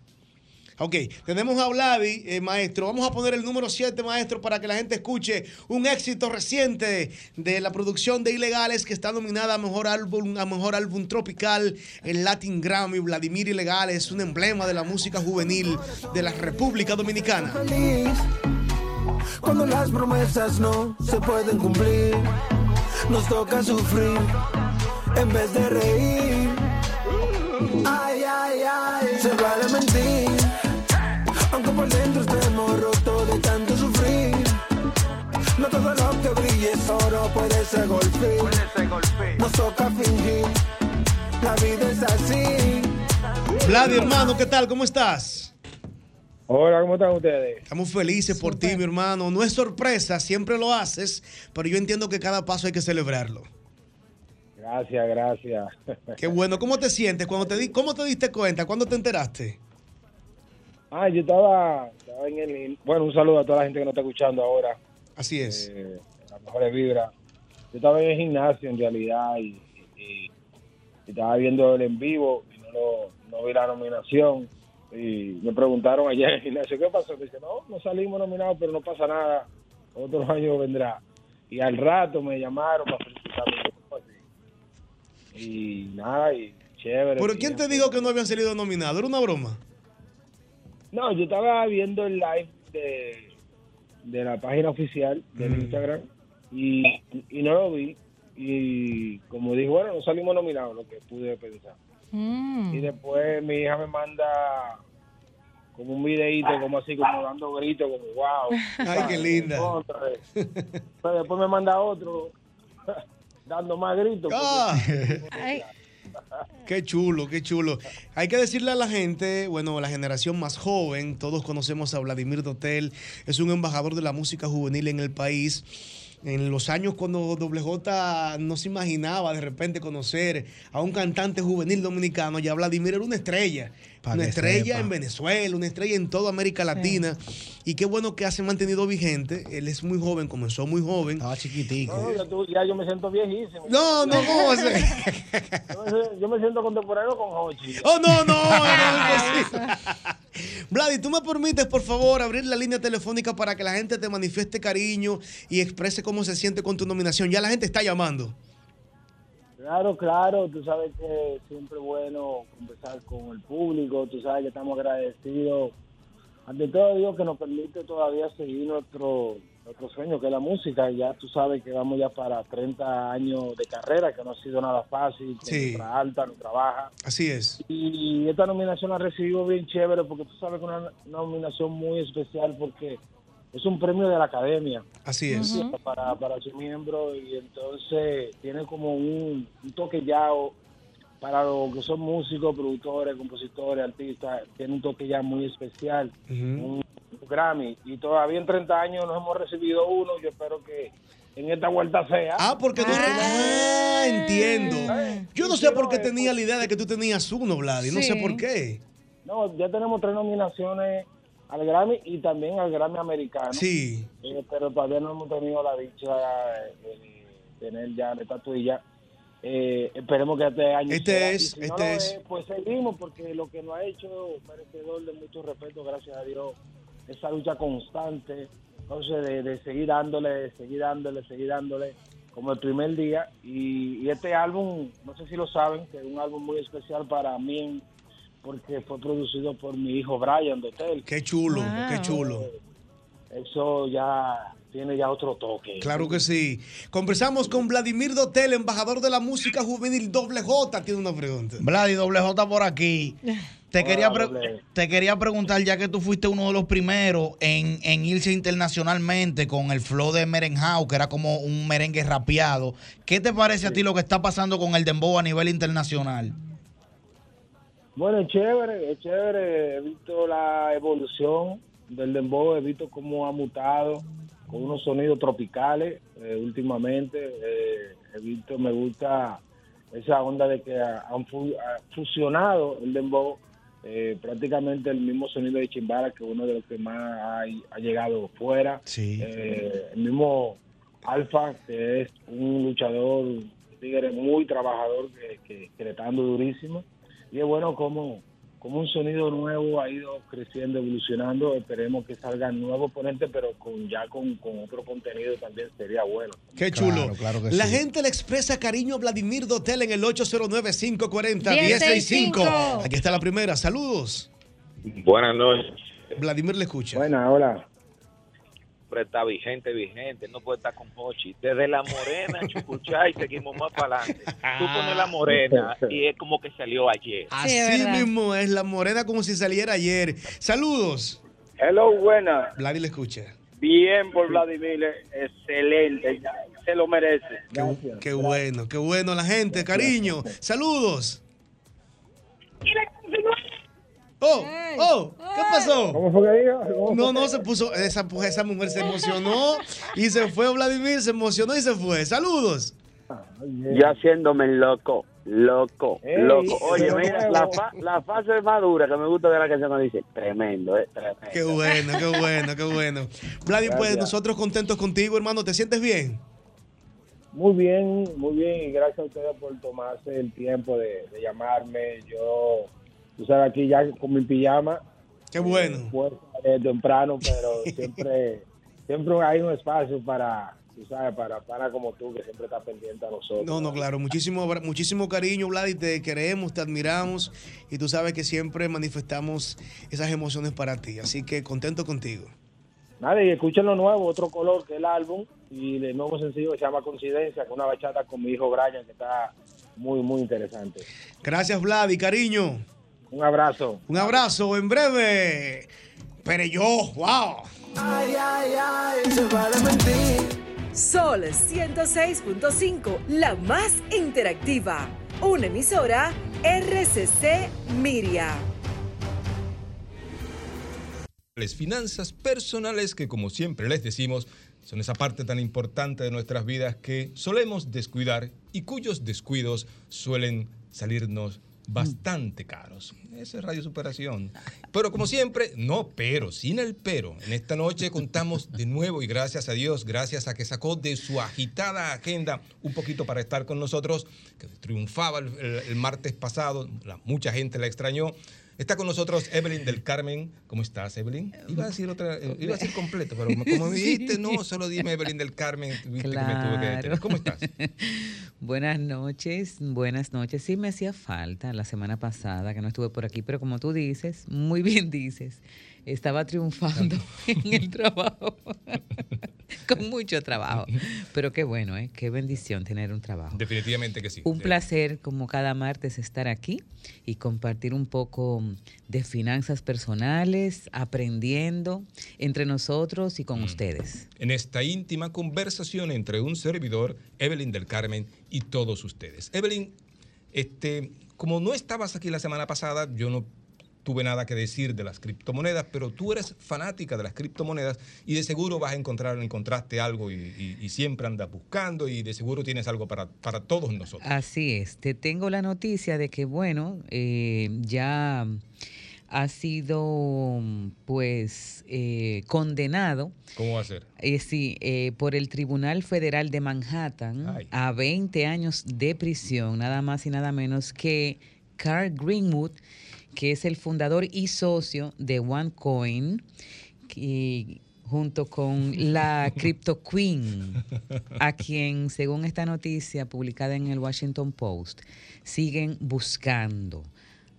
S3: Ok, tenemos a Vladi, eh, maestro. Vamos a poner el número 7, maestro, para que la gente escuche un éxito reciente de la producción de Ilegales que está nominada a Mejor Álbum, a Mejor Álbum Tropical, el Latin Grammy. Vladimir Ilegales, un emblema de la música juvenil de la República Dominicana.
S1: feliz cuando las promesas no se pueden cumplir. Nos toca sufrir en vez de reír. Ay, ay, ay, se vale mentir. Aunque por dentro estemos rotos de tanto sufrir. No todo lo que brille es oro, puede ser golpe. Nos toca fingir, la vida es así.
S3: Vladi, hermano, ¿qué tal? ¿Cómo estás?
S44: Hola, ¿cómo están ustedes?
S3: Estamos felices por ti, mi hermano. No es sorpresa, siempre lo haces, pero yo entiendo que cada paso hay que celebrarlo.
S44: Gracias, gracias.
S3: Qué bueno. ¿Cómo te sientes? Cuando te di- ¿Cómo te diste cuenta? ¿Cuándo te enteraste?
S44: Ah, yo estaba, estaba en el. Bueno, un saludo a toda la gente que nos está escuchando ahora.
S3: Así es.
S44: las mejores vibras. Yo estaba en el gimnasio en realidad y, y- y estaba viendo el en vivo y no, lo- no vi la nominación. Y me preguntaron ayer en el gimnasio, ¿qué pasó? Me dice, no, no salimos nominados, pero no pasa nada. Otro año vendrá. Y al rato me llamaron para felicitarme. Y nada, y chévere.
S3: ¿Pero
S44: sí,
S3: quién te dijo que no habían salido nominados? ¿Era una broma?
S44: No, yo estaba viendo el live de, de la página oficial del Instagram y, y no lo vi. Y como dije, bueno, no salimos nominados, lo que pude pensar.
S24: Mm.
S3: Mm.
S44: Y después mi hija me manda como un videíto, como así, como dando gritos, como wow.
S3: Ay, qué linda.
S44: Pero después me manda otro dando más gritos.
S3: Ah.
S44: porque-
S3: Qué chulo, qué chulo. Hay que decirle a la gente, bueno, a la generación más joven, todos conocemos a Vladimir Dotel, es un embajador de la música juvenil en el país. En los años cuando WJ no se imaginaba de repente conocer a un cantante juvenil dominicano, ya Vladimir era una estrella.
S13: Pa'
S3: una
S13: que
S3: estrella
S13: sepa.
S3: en Venezuela, una estrella en toda América Latina. Y qué bueno que se ha mantenido vigente. Él es muy joven, comenzó muy joven. Estaba chiquitico.
S44: No, ya, tú- ya yo me siento viejísimo.
S3: No, no, ¿cómo va a ser?
S44: Yo me- Yo me siento contemporáneo con Hochi.
S3: Oh, no, no, no, no, sí. Vladi, ¿tú me permites, por favor, abrir la línea telefónica para que la gente te manifieste cariño y exprese cómo se siente con tu nominación? Ya la gente está llamando.
S44: Claro, claro, tú sabes que siempre es bueno conversar con el público, tú sabes que estamos agradecidos ante todo Dios que nos permite todavía seguir nuestro nuestro sueño que es la música, ya tú sabes que vamos ya para 30 años de carrera, que no ha sido nada fácil, que
S3: Sí.
S44: nuestra alta, nuestra baja.
S3: Así es.
S44: Y esta nominación la recibido bien chévere porque tú sabes que es una nominación muy especial porque es un premio de la academia
S3: Así es.
S44: para, para su miembro y entonces tiene como un, un toque ya o- para los que son músicos, productores, compositores, artistas, tiene un toque ya muy especial, un, un Grammy y todavía en 30 años no hemos recibido uno. Yo espero que en esta vuelta sea.
S3: Ah, porque no. Ah, entiendo. Yo no sé por qué tenía la idea de que tú tenías uno, Vladi. No sé
S44: Sí.
S3: por qué.
S44: No, ya tenemos tres nominaciones al Grammy y también al Grammy americano.
S3: Sí.
S44: Eh, pero todavía no hemos tenido la dicha eh, de tener ya la estatuilla. Eh, esperemos que este año.
S3: Este
S44: sea. Y
S3: es,
S44: si no
S3: este
S44: lo
S3: es.
S44: es, Pues seguimos, porque lo que nos ha hecho merecedor de mucho respeto, gracias a Dios, esa lucha constante. Entonces, de, de seguir dándole, de seguir dándole, seguir dándole, como el primer día. Y, y este álbum, no sé si lo saben, que es un álbum muy especial para mí, en- porque fue producido por mi hijo Brian de Hotel.
S3: Qué chulo, qué chulo.
S44: Eso ya tiene ya otro toque.
S3: Claro que sí. Conversamos con Vladimir Dotel, embajador de la música juvenil Doble J. Tiene una pregunta.
S13: Vladi, doble J por aquí. Te
S3: Hola,
S13: quería, pre-
S3: doble.
S13: te quería preguntar, ya que tú fuiste uno de los primeros en, en irse internacionalmente con el flow de Merenhau, que era como un merengue rapeado, ¿qué te parece a ti lo que está pasando con el dembow a nivel internacional?
S44: Bueno, es chévere, es chévere. He visto la evolución del dembow, he visto cómo ha mutado con unos sonidos tropicales eh, últimamente. Eh, he visto, me gusta esa onda de que ha- han fu- ha fusionado el dembow, eh, prácticamente el mismo sonido de Chimbala, que es uno de los que más ha, ha llegado fuera.
S13: Sí.
S44: Eh, el mismo Alfa, que es un luchador, un tigre muy trabajador, que, que- que le está dando durísimo. Y es bueno como, como un sonido nuevo ha ido creciendo, evolucionando. Esperemos que salgan nuevos ponentes, pero con ya con, con otro contenido también sería bueno.
S3: Qué chulo.
S44: Claro, claro que
S3: la
S44: sí.
S3: gente le expresa cariño a Vladimir Dotel en el 809-540-1065.
S44: 1065.
S3: Aquí está la primera. Saludos.
S17: Buenas noches.
S3: Vladimir le escucha.
S44: Buenas, hola.
S17: Siempre está vigente, vigente. No puede estar con Hochi. Desde la morena, Chucuchay, seguimos más para adelante. Tú pones la morena y es como que salió ayer.
S3: Así mismo es la morena como si saliera ayer. Saludos.
S11: Hello, buenas.
S3: Vladi le escucha.
S11: Bien por Vladimir, excelente, ya, se lo merece.
S3: Qué, qué bueno, qué bueno la gente, cariño. Saludos. Oh, oh, ¿qué pasó? ¿Cómo
S44: fue que dijo?
S3: No, no, se puso, esa, pues, esa mujer se emocionó y se fue Vladimir, se emocionó y se fue. Saludos.
S11: Yo haciéndome el loco, loco,
S3: Ey,
S11: loco. Oye,
S3: eso es
S11: mira,
S3: nuevo.
S11: la, fa- la fase más dura que me gusta de la canción nos dice, tremendo, eh, tremendo.
S3: Qué bueno, qué bueno, qué bueno. Vladimir, pues
S11: Gracias.
S3: nosotros contentos contigo, hermano. ¿Te sientes bien?
S44: Muy bien, muy bien. Y gracias a ustedes por tomarse el tiempo de, de llamarme. Yo, tú sabes, aquí ya con mi pijama.
S3: Qué bueno.
S44: temprano, pero siempre, siempre hay un espacio para, tú sabes, para, para como tú, que siempre está pendiente a nosotros.
S3: No, no, claro. Muchísimo, abra- muchísimo cariño, Vladi. Te queremos, te admiramos. Y tú sabes que siempre manifestamos esas emociones para ti. Así que contento contigo.
S44: Nada, y escuchen lo nuevo, otro color, que es el álbum. Y el nuevo sencillo que se llama Coincidencia, con una bachata con mi hijo Brian, que está muy, muy interesante.
S3: Gracias, Vladi, cariño.
S44: Un abrazo.
S3: Un abrazo. En breve. Pero yo, wow.
S1: Ay, ay, ay, se vale mentir.
S32: Sol 106.5, la más interactiva. Una emisora RCC Miria.
S23: Les finanzas personales que como siempre les decimos son esa parte tan importante de nuestras vidas que solemos descuidar y cuyos descuidos suelen salirnos bastante caros. Esa es Radio Superación. Pero como siempre, no pero, sin el pero. En esta noche contamos de nuevo y gracias a Dios, gracias a que sacó de su agitada agenda un poquito para estar con nosotros, que triunfaba el, el- el martes pasado, la, mucha gente la extrañó. Está con nosotros Evelyn del Carmen. ¿Cómo estás, Evelyn? Iba a decir otra, eh, iba a decir completo, pero como me dijiste, no, solo dime Evelyn del Carmen, tuviste que me tuve que detener. ¿Cómo estás?
S24: Buenas noches, buenas noches. Sí me hacía falta la semana pasada que no estuve por aquí, pero como tú dices, muy bien dices, estaba triunfando en el trabajo, con mucho trabajo. Pero qué bueno, ¿eh? qué bendición tener un trabajo.
S23: Definitivamente que sí.
S24: Un placer como cada martes estar aquí y compartir un poco de finanzas personales, aprendiendo entre nosotros y con ustedes.
S23: en esta íntima conversación entre un servidor, Evelyn del Carmen, y todos ustedes. Evelyn, este, como no estabas aquí la semana pasada, yo no tuve nada que decir de las criptomonedas, pero tú eres fanática de las criptomonedas y de seguro vas a encontrar, encontraste algo y, y- y siempre andas buscando y de seguro tienes algo para, para todos nosotros.
S24: Así es, te tengo la noticia de que, bueno, eh, ya ha sido pues eh, condenado
S23: ¿Cómo va a ser?
S24: eh, sí, eh, por el Tribunal Federal de Manhattan a 20 años de prisión, nada más y nada menos que Carl Greenwood, que es el fundador y socio de OneCoin, y junto con la Crypto Queen, a quien, según esta noticia publicada en el Washington Post, siguen buscando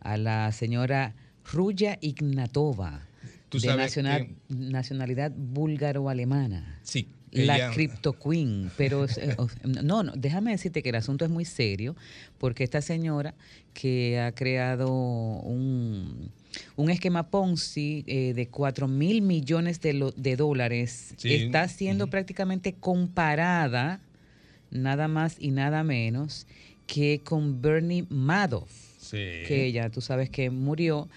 S24: a la señora Ruya Ignatova,
S23: Tú
S24: de
S23: sabes
S24: nacional-
S23: que-
S24: nacionalidad búlgaro-alemana.
S23: Sí.
S24: La
S23: ella-
S24: Crypto Queen, pero eh, o- no, no, déjame decirte que el asunto es muy serio, porque esta señora que ha creado un, un esquema Ponzi eh, de 4 mil millones de, lo- de dólares
S5: Sí.
S24: está siendo prácticamente comparada, nada más y nada menos, que con Bernie Madoff que ya tú sabes que murió,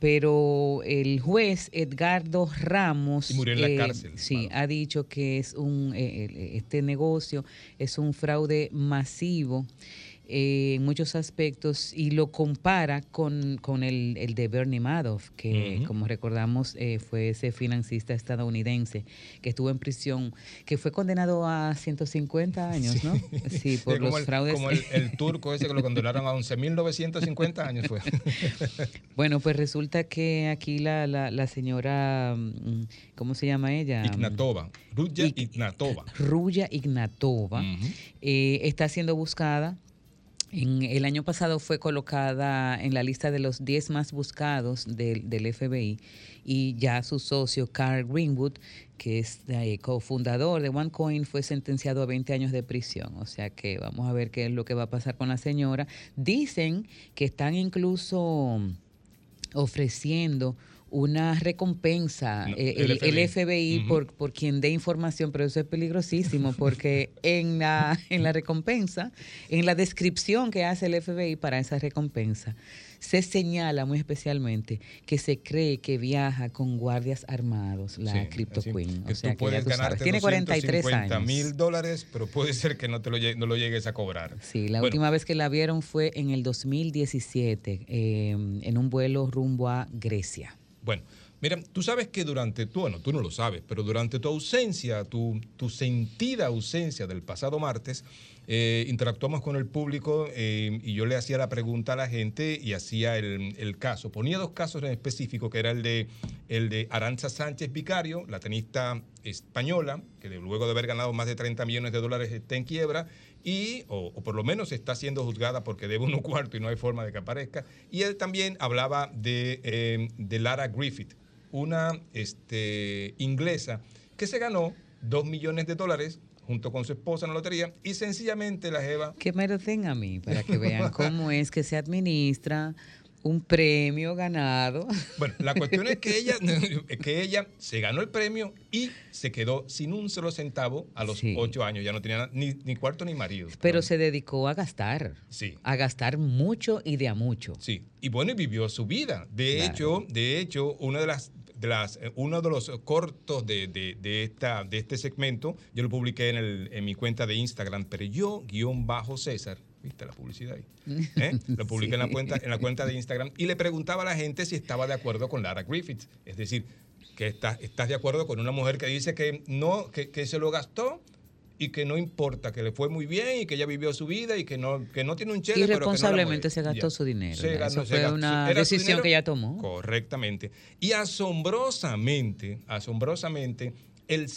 S24: pero el juez Edgardo Ramos eh,
S5: Y murió en la cárcel,
S24: Sí, ha dicho que es un eh, eh, este negocio es un fraude masivo eh, en muchos aspectos y lo compara con, con el, el de Bernie Madoff, que
S5: Ujú.
S24: como recordamos eh, fue ese financista estadounidense que estuvo en prisión, que fue condenado a 150 años, ¿no? Sí, por
S23: Sí,
S24: los
S23: como el,
S24: fraudes.
S23: como el- el turco ese que lo condenaron a 11.950 años fue.
S24: Bueno, pues resulta que aquí la, la, la señora, mm, ¿cómo se llama ella?
S23: Ignatova, Ruya Ignatova.
S24: Ruya Ignatova, eh, está siendo buscada. En, el año pasado fue colocada en la lista de los 10 más buscados del, del FBI y ya su socio Carl Greenwood, que es eh, cofundador de OneCoin, fue sentenciado a 20 años de prisión. O sea que vamos a ver qué es lo que va a pasar con la señora. Dicen que están incluso ofreciendo una recompensa, eh, el,
S5: el
S24: el FBI,
S5: FBI. Ujú.
S24: por, por quien dé información, pero eso es peligrosísimo porque en la, en la recompensa, en la descripción que hace el FBI para esa recompensa, se señala muy especialmente que se cree que viaja con guardias armados, la
S23: Sí,
S24: Crypto
S23: así
S24: Queen.
S23: que
S24: o sea
S23: tú
S24: que ya
S23: puedes
S24: tú sabes.
S23: ganarte
S24: Tiene 43 años.
S23: mil dólares, pero puede ser que no, te lo, llegue- no lo llegues a cobrar.
S24: Sí, la
S23: Bueno,
S24: última vez que la vieron fue en el 2017, eh, en un vuelo rumbo a Grecia.
S23: Bueno, mira, tú sabes que durante tu, bueno, tú no lo sabes, pero durante tu ausencia, tu, tu sentida ausencia del pasado martes, eh, interactuamos con el público eh, y yo le hacía la pregunta a la gente y hacía el, el caso. Ponía dos casos en específico, que era el de, el de Aranza Sánchez Vicario, la tenista española, que de- luego de haber ganado más de 30 millones de dólares está en quiebra, y, o, o por lo menos está siendo juzgada porque debe uno cuarto y no hay forma de que aparezca. Y él también hablaba de, eh, de Lara Griffith, una este, inglesa que se ganó 2 millones de dólares junto con su esposa en la lotería y sencillamente la Jeva
S24: Que me lo den a mí para que vean cómo es que se administra un premio ganado.
S23: Bueno, la cuestión es que ella, que ella se ganó el premio y se quedó sin un solo centavo a los ocho años. Ya no tenía ni, ni cuarto ni marido.
S24: Pero se dedicó a gastar.
S23: Sí.
S24: A gastar mucho y de a mucho.
S23: Sí. Y bueno, y vivió su vida. De hecho, de hecho, una de las de las, eh, uno de los cortos de, de- de esta, de este segmento, yo lo publiqué en, el- en mi cuenta de Instagram, pero yo, guión bajo César, viste la publicidad ahí, ¿Eh? lo publiqué en, la
S3: Sí.
S23: cuenta, en la cuenta de Instagram y le preguntaba a la gente si estaba de acuerdo con Lara Griffith. Es decir, que está- estás de acuerdo con una mujer que dice que no, que, que se lo gastó y que no importa, que le fue muy bien y que ella vivió su vida y que no, que no tiene un chele.
S24: Y
S23: pero que no la
S24: responsablemente
S23: molesta.
S24: se gastó
S23: Ya.
S24: su dinero,
S23: Se
S24: ya.
S23: ganó-
S24: Eso
S23: se
S24: fue
S23: gastó-
S24: una
S23: era su
S24: decisión
S23: dinero.
S24: que ella tomó.
S23: Correctamente. Y asombrosamente, asombrosamente, el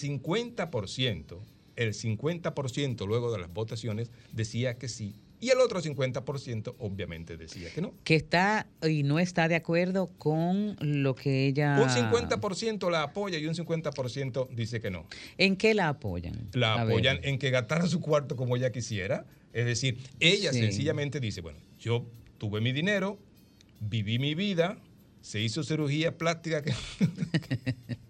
S23: 50%, el 50% luego de las votaciones decía que sí. Y el otro 50% obviamente decía que no.
S24: Que está y no está de acuerdo con lo que ella.
S23: Un 50% la apoya y un 50% dice que no.
S24: ¿En qué la apoyan?
S23: La
S24: A ver.
S23: apoyan en que gastara su cuarto como ella quisiera. Es decir, ella
S24: Sí.
S23: sencillamente dice, bueno, yo tuve mi dinero, viví mi vida, se hizo cirugía plástica que,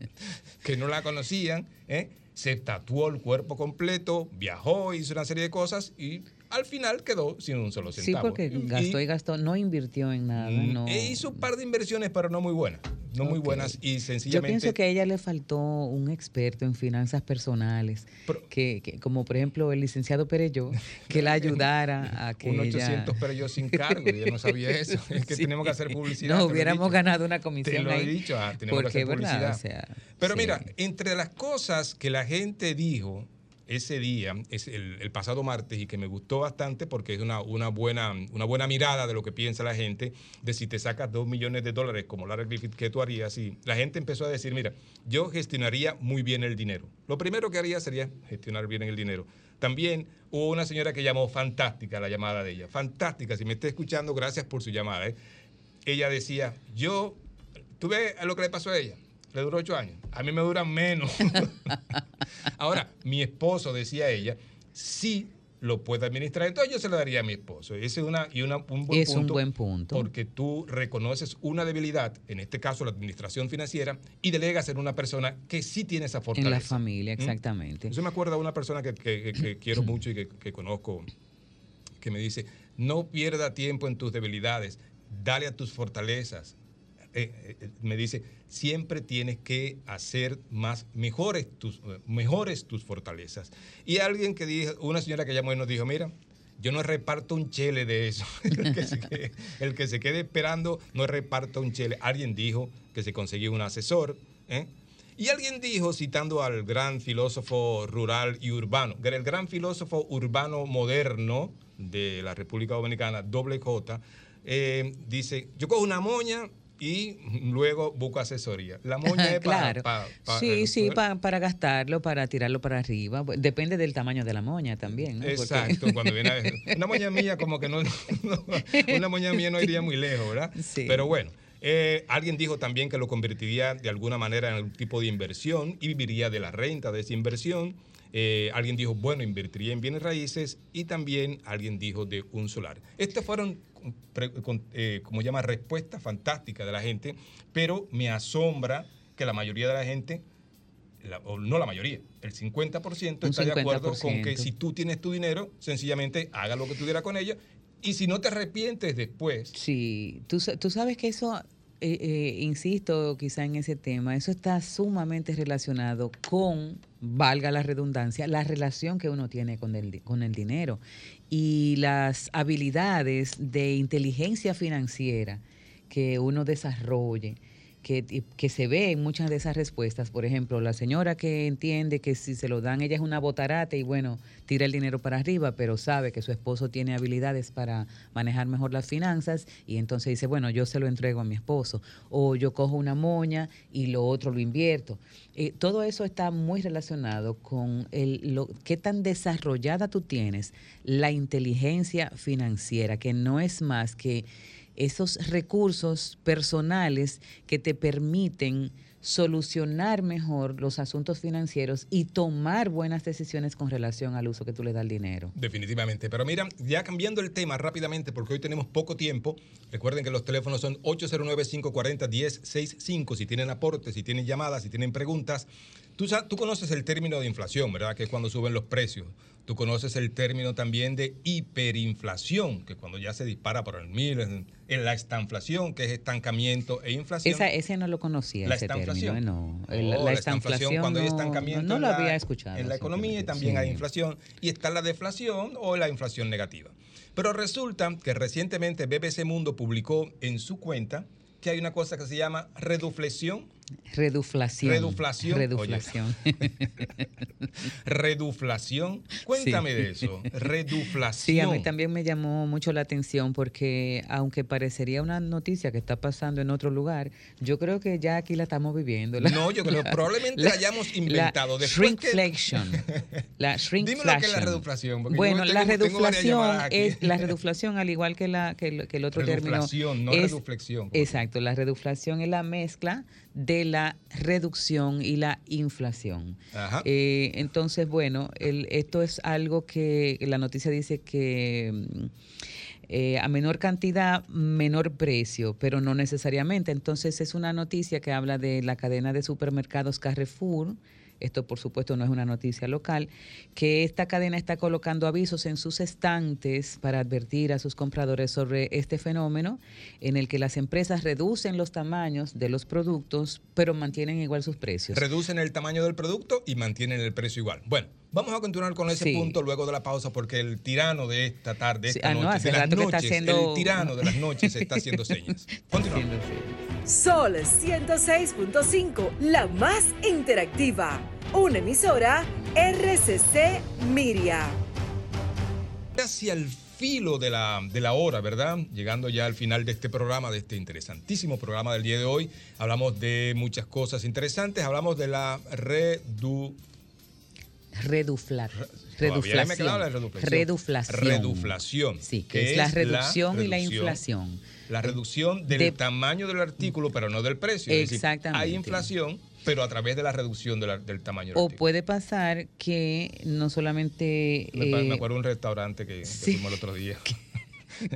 S23: que no la conocían, ¿eh? se tatuó el cuerpo completo, viajó, hizo una serie de cosas y al final quedó sin un solo
S24: Sí,
S23: centavo.
S24: porque
S23: Y-
S24: gastó y gastó, no invirtió en nada. No.
S23: e hizo un par de inversiones, pero no muy buenas. No muy
S24: Ok.
S23: buenas y
S24: Yo
S23: sencillamente.
S24: pienso que a ella le faltó un experto en finanzas personales, que, que- como por ejemplo el licenciado Pereyó, que la ayudara a que
S23: un
S24: ella-
S23: 800 pero yo sin cargo, yo no sabía eso. Es que
S24: Sí.
S23: tenemos que hacer publicidad. te
S24: No
S23: lo he
S24: hubiéramos
S23: dicho.
S24: ganado una
S23: Te
S24: comisión
S23: lo he
S24: ahí,
S23: dicho, ah, tenemos
S24: porque,
S23: que hacer
S24: ¿verdad?
S23: publicidad.
S24: O sea,
S23: Pero
S24: sí.
S23: mira, entre las cosas que la gente dijo ese día, es el, el pasado martes, y que me gustó bastante porque es una, una, buena, una buena mirada de lo que piensa la gente, de si te sacas dos millones de dólares como Lara Griffith, ¿qué tú harías? Y la gente empezó a decir, mira, yo gestionaría muy bien el dinero. Lo primero que haría sería gestionar bien el dinero. También hubo una señora que llamó fantástica la llamada de ella. Fantástica, si me está escuchando, gracias por su llamada. ¿eh? Ella decía, yo ¿Tú ves lo que le pasó a ella? Le duró ocho años. A mí me duran menos. Ahora, mi esposo, decía ella, sí lo puede administrar. Entonces yo se lo daría a mi esposo. Ese es, una, y una- un buen
S24: es
S23: punto.
S24: un buen punto.
S23: Porque tú reconoces una debilidad, en este caso la administración financiera, y delegas en una persona que sí tiene esa fortaleza.
S24: En la familia,
S23: ¿Mm?
S24: exactamente.
S23: Yo me acuerdo de una persona que, que- que- que quiero mucho y que, que conozco, que me dice, no pierda tiempo en tus debilidades, dale a tus fortalezas. Eh, eh, eh, me dice, siempre tienes que hacer más mejores tus, eh, mejores tus fortalezas. Y alguien que dijo, una señora que llamó y nos dijo, mira, yo no reparto un chele de eso. el, que se quede, el que se quede esperando no reparta un chele. Alguien dijo que se conseguía un asesor. ¿eh? Y alguien dijo, citando al gran filósofo rural y urbano, el gran filósofo urbano moderno de la República Dominicana, doble J, eh, dice, yo cojo una moña y luego busco asesoría. La moña es para-
S24: claro.
S23: para... para-
S24: sí, sí,
S23: pues.
S24: pa- para gastarlo, para tirarlo para arriba. Bu- Depende del tamaño de la moña también, ¿no? Porque-
S23: Exacto, cuando viene a- una moña mía como que no, no- una moña mía no iría muy lejos, ¿verdad? Pero bueno, eh, alguien dijo también que lo convertiría de alguna manera en algún tipo de inversión y viviría de la renta de esa inversión. Eh, alguien dijo, bueno, invertiría en bienes raíces y también alguien dijo de un solar. Estas fueron, pre- con- eh, como llama, respuestas fantásticas de la gente, pero me asombra que la mayoría de la gente la- o no la mayoría, el 50%
S24: Un
S23: está de acuerdo con
S24: 50%.
S23: que si tú tienes tu dinero, sencillamente haga lo que tú quieras con ella y si no te arrepientes después,
S24: Sí, tú, sa- tú sabes que eso, eh, eh, insisto quizá en ese tema, eso está sumamente relacionado con, valga la redundancia, la relación que uno tiene con el, di- con el dinero y las habilidades de inteligencia financiera que uno desarrolle. Que, que se ve en muchas de esas respuestas. Por ejemplo, la señora que entiende que si se lo dan, ella es una botarate y bueno, tira el dinero para arriba, pero sabe que su esposo tiene habilidades para manejar mejor las finanzas y entonces dice, bueno, yo se lo entrego a mi esposo o yo cojo una moña y lo otro lo invierto. Eh, todo eso está muy relacionado con el, lo, qué tan desarrollada tú tienes la inteligencia financiera, que no es más que esos recursos personales que te permiten solucionar mejor los asuntos financieros y tomar buenas decisiones con relación al uso que tú le das al dinero.
S23: Definitivamente. Pero mira, ya cambiando el tema rápidamente, porque hoy tenemos poco tiempo. Recuerden que los teléfonos son 809-540-1065. Si tienen aportes, si tienen llamadas, si tienen preguntas. Tú, sa- tú conoces el término de inflación, ¿verdad? Que es cuando suben los precios. Tú conoces el término también de hiperinflación, que es cuando ya se dispara por el mil. En, en la estanflación, que es estancamiento e inflación.
S24: Esa, ese no lo conocía,
S23: La
S24: ese término. ¿eh?
S23: estanflación.
S24: No,
S23: Oh,
S24: El-
S23: la estanflación, cuando hay
S24: no-
S23: estancamiento
S24: No,
S23: en
S24: lo
S23: la-
S24: había escuchado.
S23: en la economía y
S24: simplemente.
S23: también
S24: Sí.
S23: hay inflación y está la deflación o la inflación negativa. Pero resulta que recientemente BBC Mundo publicó en su cuenta que hay una cosa que se llama reduflexión,
S24: Reduflación.
S23: Reduflación.
S24: Reduflación.
S23: reduflación. Cuéntame
S24: Sí.
S23: de eso, reduflación.
S24: Sí, a mí también me llamó mucho la atención porque aunque parecería una noticia que está pasando en otro lugar, yo creo que ya aquí la estamos viviendo. La-
S23: No, yo creo probablemente la hayamos inventado.
S24: La
S23: Después que-
S24: shrinkflation. La
S23: Dime lo que es la
S24: shrinkflation.
S23: reduflación, porque yo
S24: Bueno,
S23: tengo-
S24: la
S23: tengo varias
S24: reduflación
S23: llamadas aquí.
S24: es la reduflación al igual que la que el, que el otro
S23: Reduflación, no
S24: término es-
S23: reduflexión.
S24: Exacto, la reduflación es la mezcla de la reducción y la inflación.
S23: Ajá.
S24: Eh, entonces, bueno, el- esto es algo que la noticia dice que mm, eh, a menor cantidad, menor precio, pero no necesariamente. Entonces es una noticia que habla de la cadena de supermercados Carrefour esto por supuesto no es una noticia local, que esta cadena está colocando avisos en sus estantes para advertir a sus compradores sobre este fenómeno en el que las empresas reducen los tamaños de los productos, pero mantienen igual sus precios.
S23: Reducen el tamaño del producto y mantienen el precio igual. Bueno, vamos a continuar con ese
S24: Sí.
S23: punto luego de la pausa porque el tirano de esta tarde,
S24: Sí,
S23: esta
S24: ah, no,
S23: noche,
S24: hace
S23: de las
S24: rato que está
S23: noches,
S24: haciendo-
S23: el tirano de las noches está haciendo señas. Continuamos.
S32: Sol 106.5, la más interactiva. Una emisora RCC Miria.
S23: hacia el filo de la, de la hora, ¿verdad? Llegando ya al final de este programa, de este interesantísimo programa del día de hoy. Hablamos de muchas cosas interesantes. Hablamos de la redu...
S24: Reduflar.
S23: Todavía me
S24: Reduflación.
S23: quedaba la reduflación.
S24: Reduflación.
S23: Reduflación,
S24: Sí, que, es, la reducción y la inflación.
S23: La reducción del
S24: De-
S23: tamaño del artículo, pero no del precio. Es decir,
S24: Exactamente.
S23: hay inflación, pero a través de la reducción de la- del tamaño del
S24: O
S23: artículo.
S24: puede pasar que no solamente...
S23: Me, pa-
S24: eh,
S23: me acuerdo de un restaurante que, que fuimos el otro día.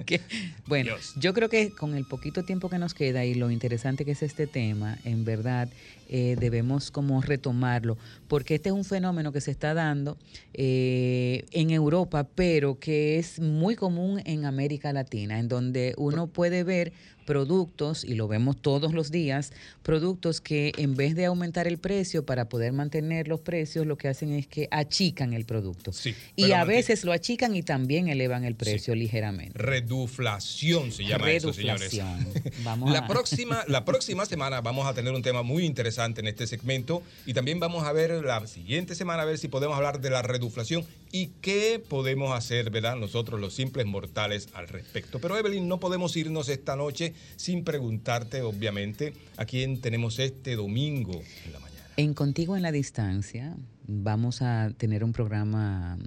S24: que- bueno, yo creo que con el poquito tiempo que nos queda y lo interesante que es este tema, en verdad eh, debemos como retomarlo, porque este es un fenómeno que se está dando eh, en Europa, pero que es muy común en América Latina, en donde uno puede ver productos, y lo vemos todos los días, productos que en vez de aumentar el precio para poder mantener los precios, lo que hacen es que achican el producto. y
S23: pero
S24: a
S23: mantiene-
S24: veces lo achican y también elevan el precio ligeramente.
S23: Reduflación se llama eso, señores.
S24: Reduflación. Vamos
S23: la,
S24: a-
S23: próxima, la próxima semana vamos a tener un tema muy interesante en este segmento y también vamos a ver la siguiente semana a ver si podemos hablar de la reduflación y qué podemos hacer, ¿verdad? Nosotros los simples mortales al respecto. Pero Evelyn, no podemos irnos esta noche sin preguntarte, obviamente, a quién tenemos este domingo en la mañana.
S24: En Contigo en la Distancia vamos a tener un programa mm,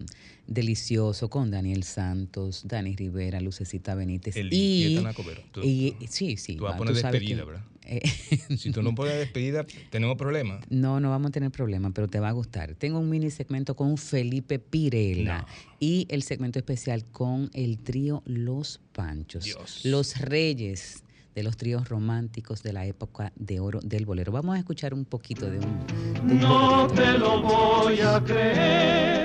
S24: delicioso con Daniel Santos, Dani Rivera, Lucecita Benítez.
S23: Eligieta Nacobero. Tú-
S24: y- sí, sí.
S23: Tú vas a
S24: va,
S23: poner
S24: sabes que-
S23: despedida, ¿verdad?
S24: Eh,
S23: Si tú no pones despedida, tenemos problemas.
S24: No, no vamos a tener problema, pero te va a gustar. Tengo un mini segmento con Felipe Pirela y el segmento especial con el trío Los Panchos,
S5: Dios.
S24: los reyes de los tríos románticos de la época de oro del bolero. Vamos a escuchar un poquito de un... de un
S1: No
S24: bolero.
S1: te lo voy a creer.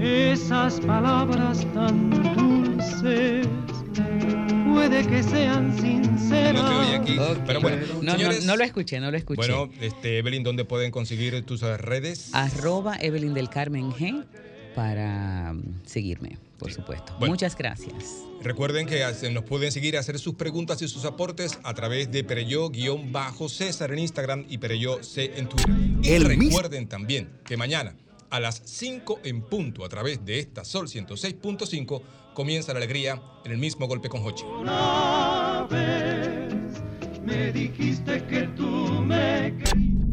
S1: Esas palabras tan dulces puede que sean sinceras.
S23: No te oye aquí. Pero bueno,
S24: No, no,
S23: señores,
S24: no lo escuché, no lo escuché.
S23: Bueno, este, Evelyn, ¿dónde pueden conseguir tus eh, redes?
S24: Arroba Evelyn del Carmen G para mm, seguirme, por supuesto.
S23: Bueno.
S24: Muchas gracias.
S23: Recuerden que hace- nos pueden seguir a hacer sus preguntas y sus aportes a través de Pereyó-César en Instagram y Pereyó-C en Twitter. Y recuerden también que mañana a las 5 en punto a través de esta Sol 106.5 comienza la alegría en el mismo golpe con Hochi.
S1: Una vez me dijiste que tú me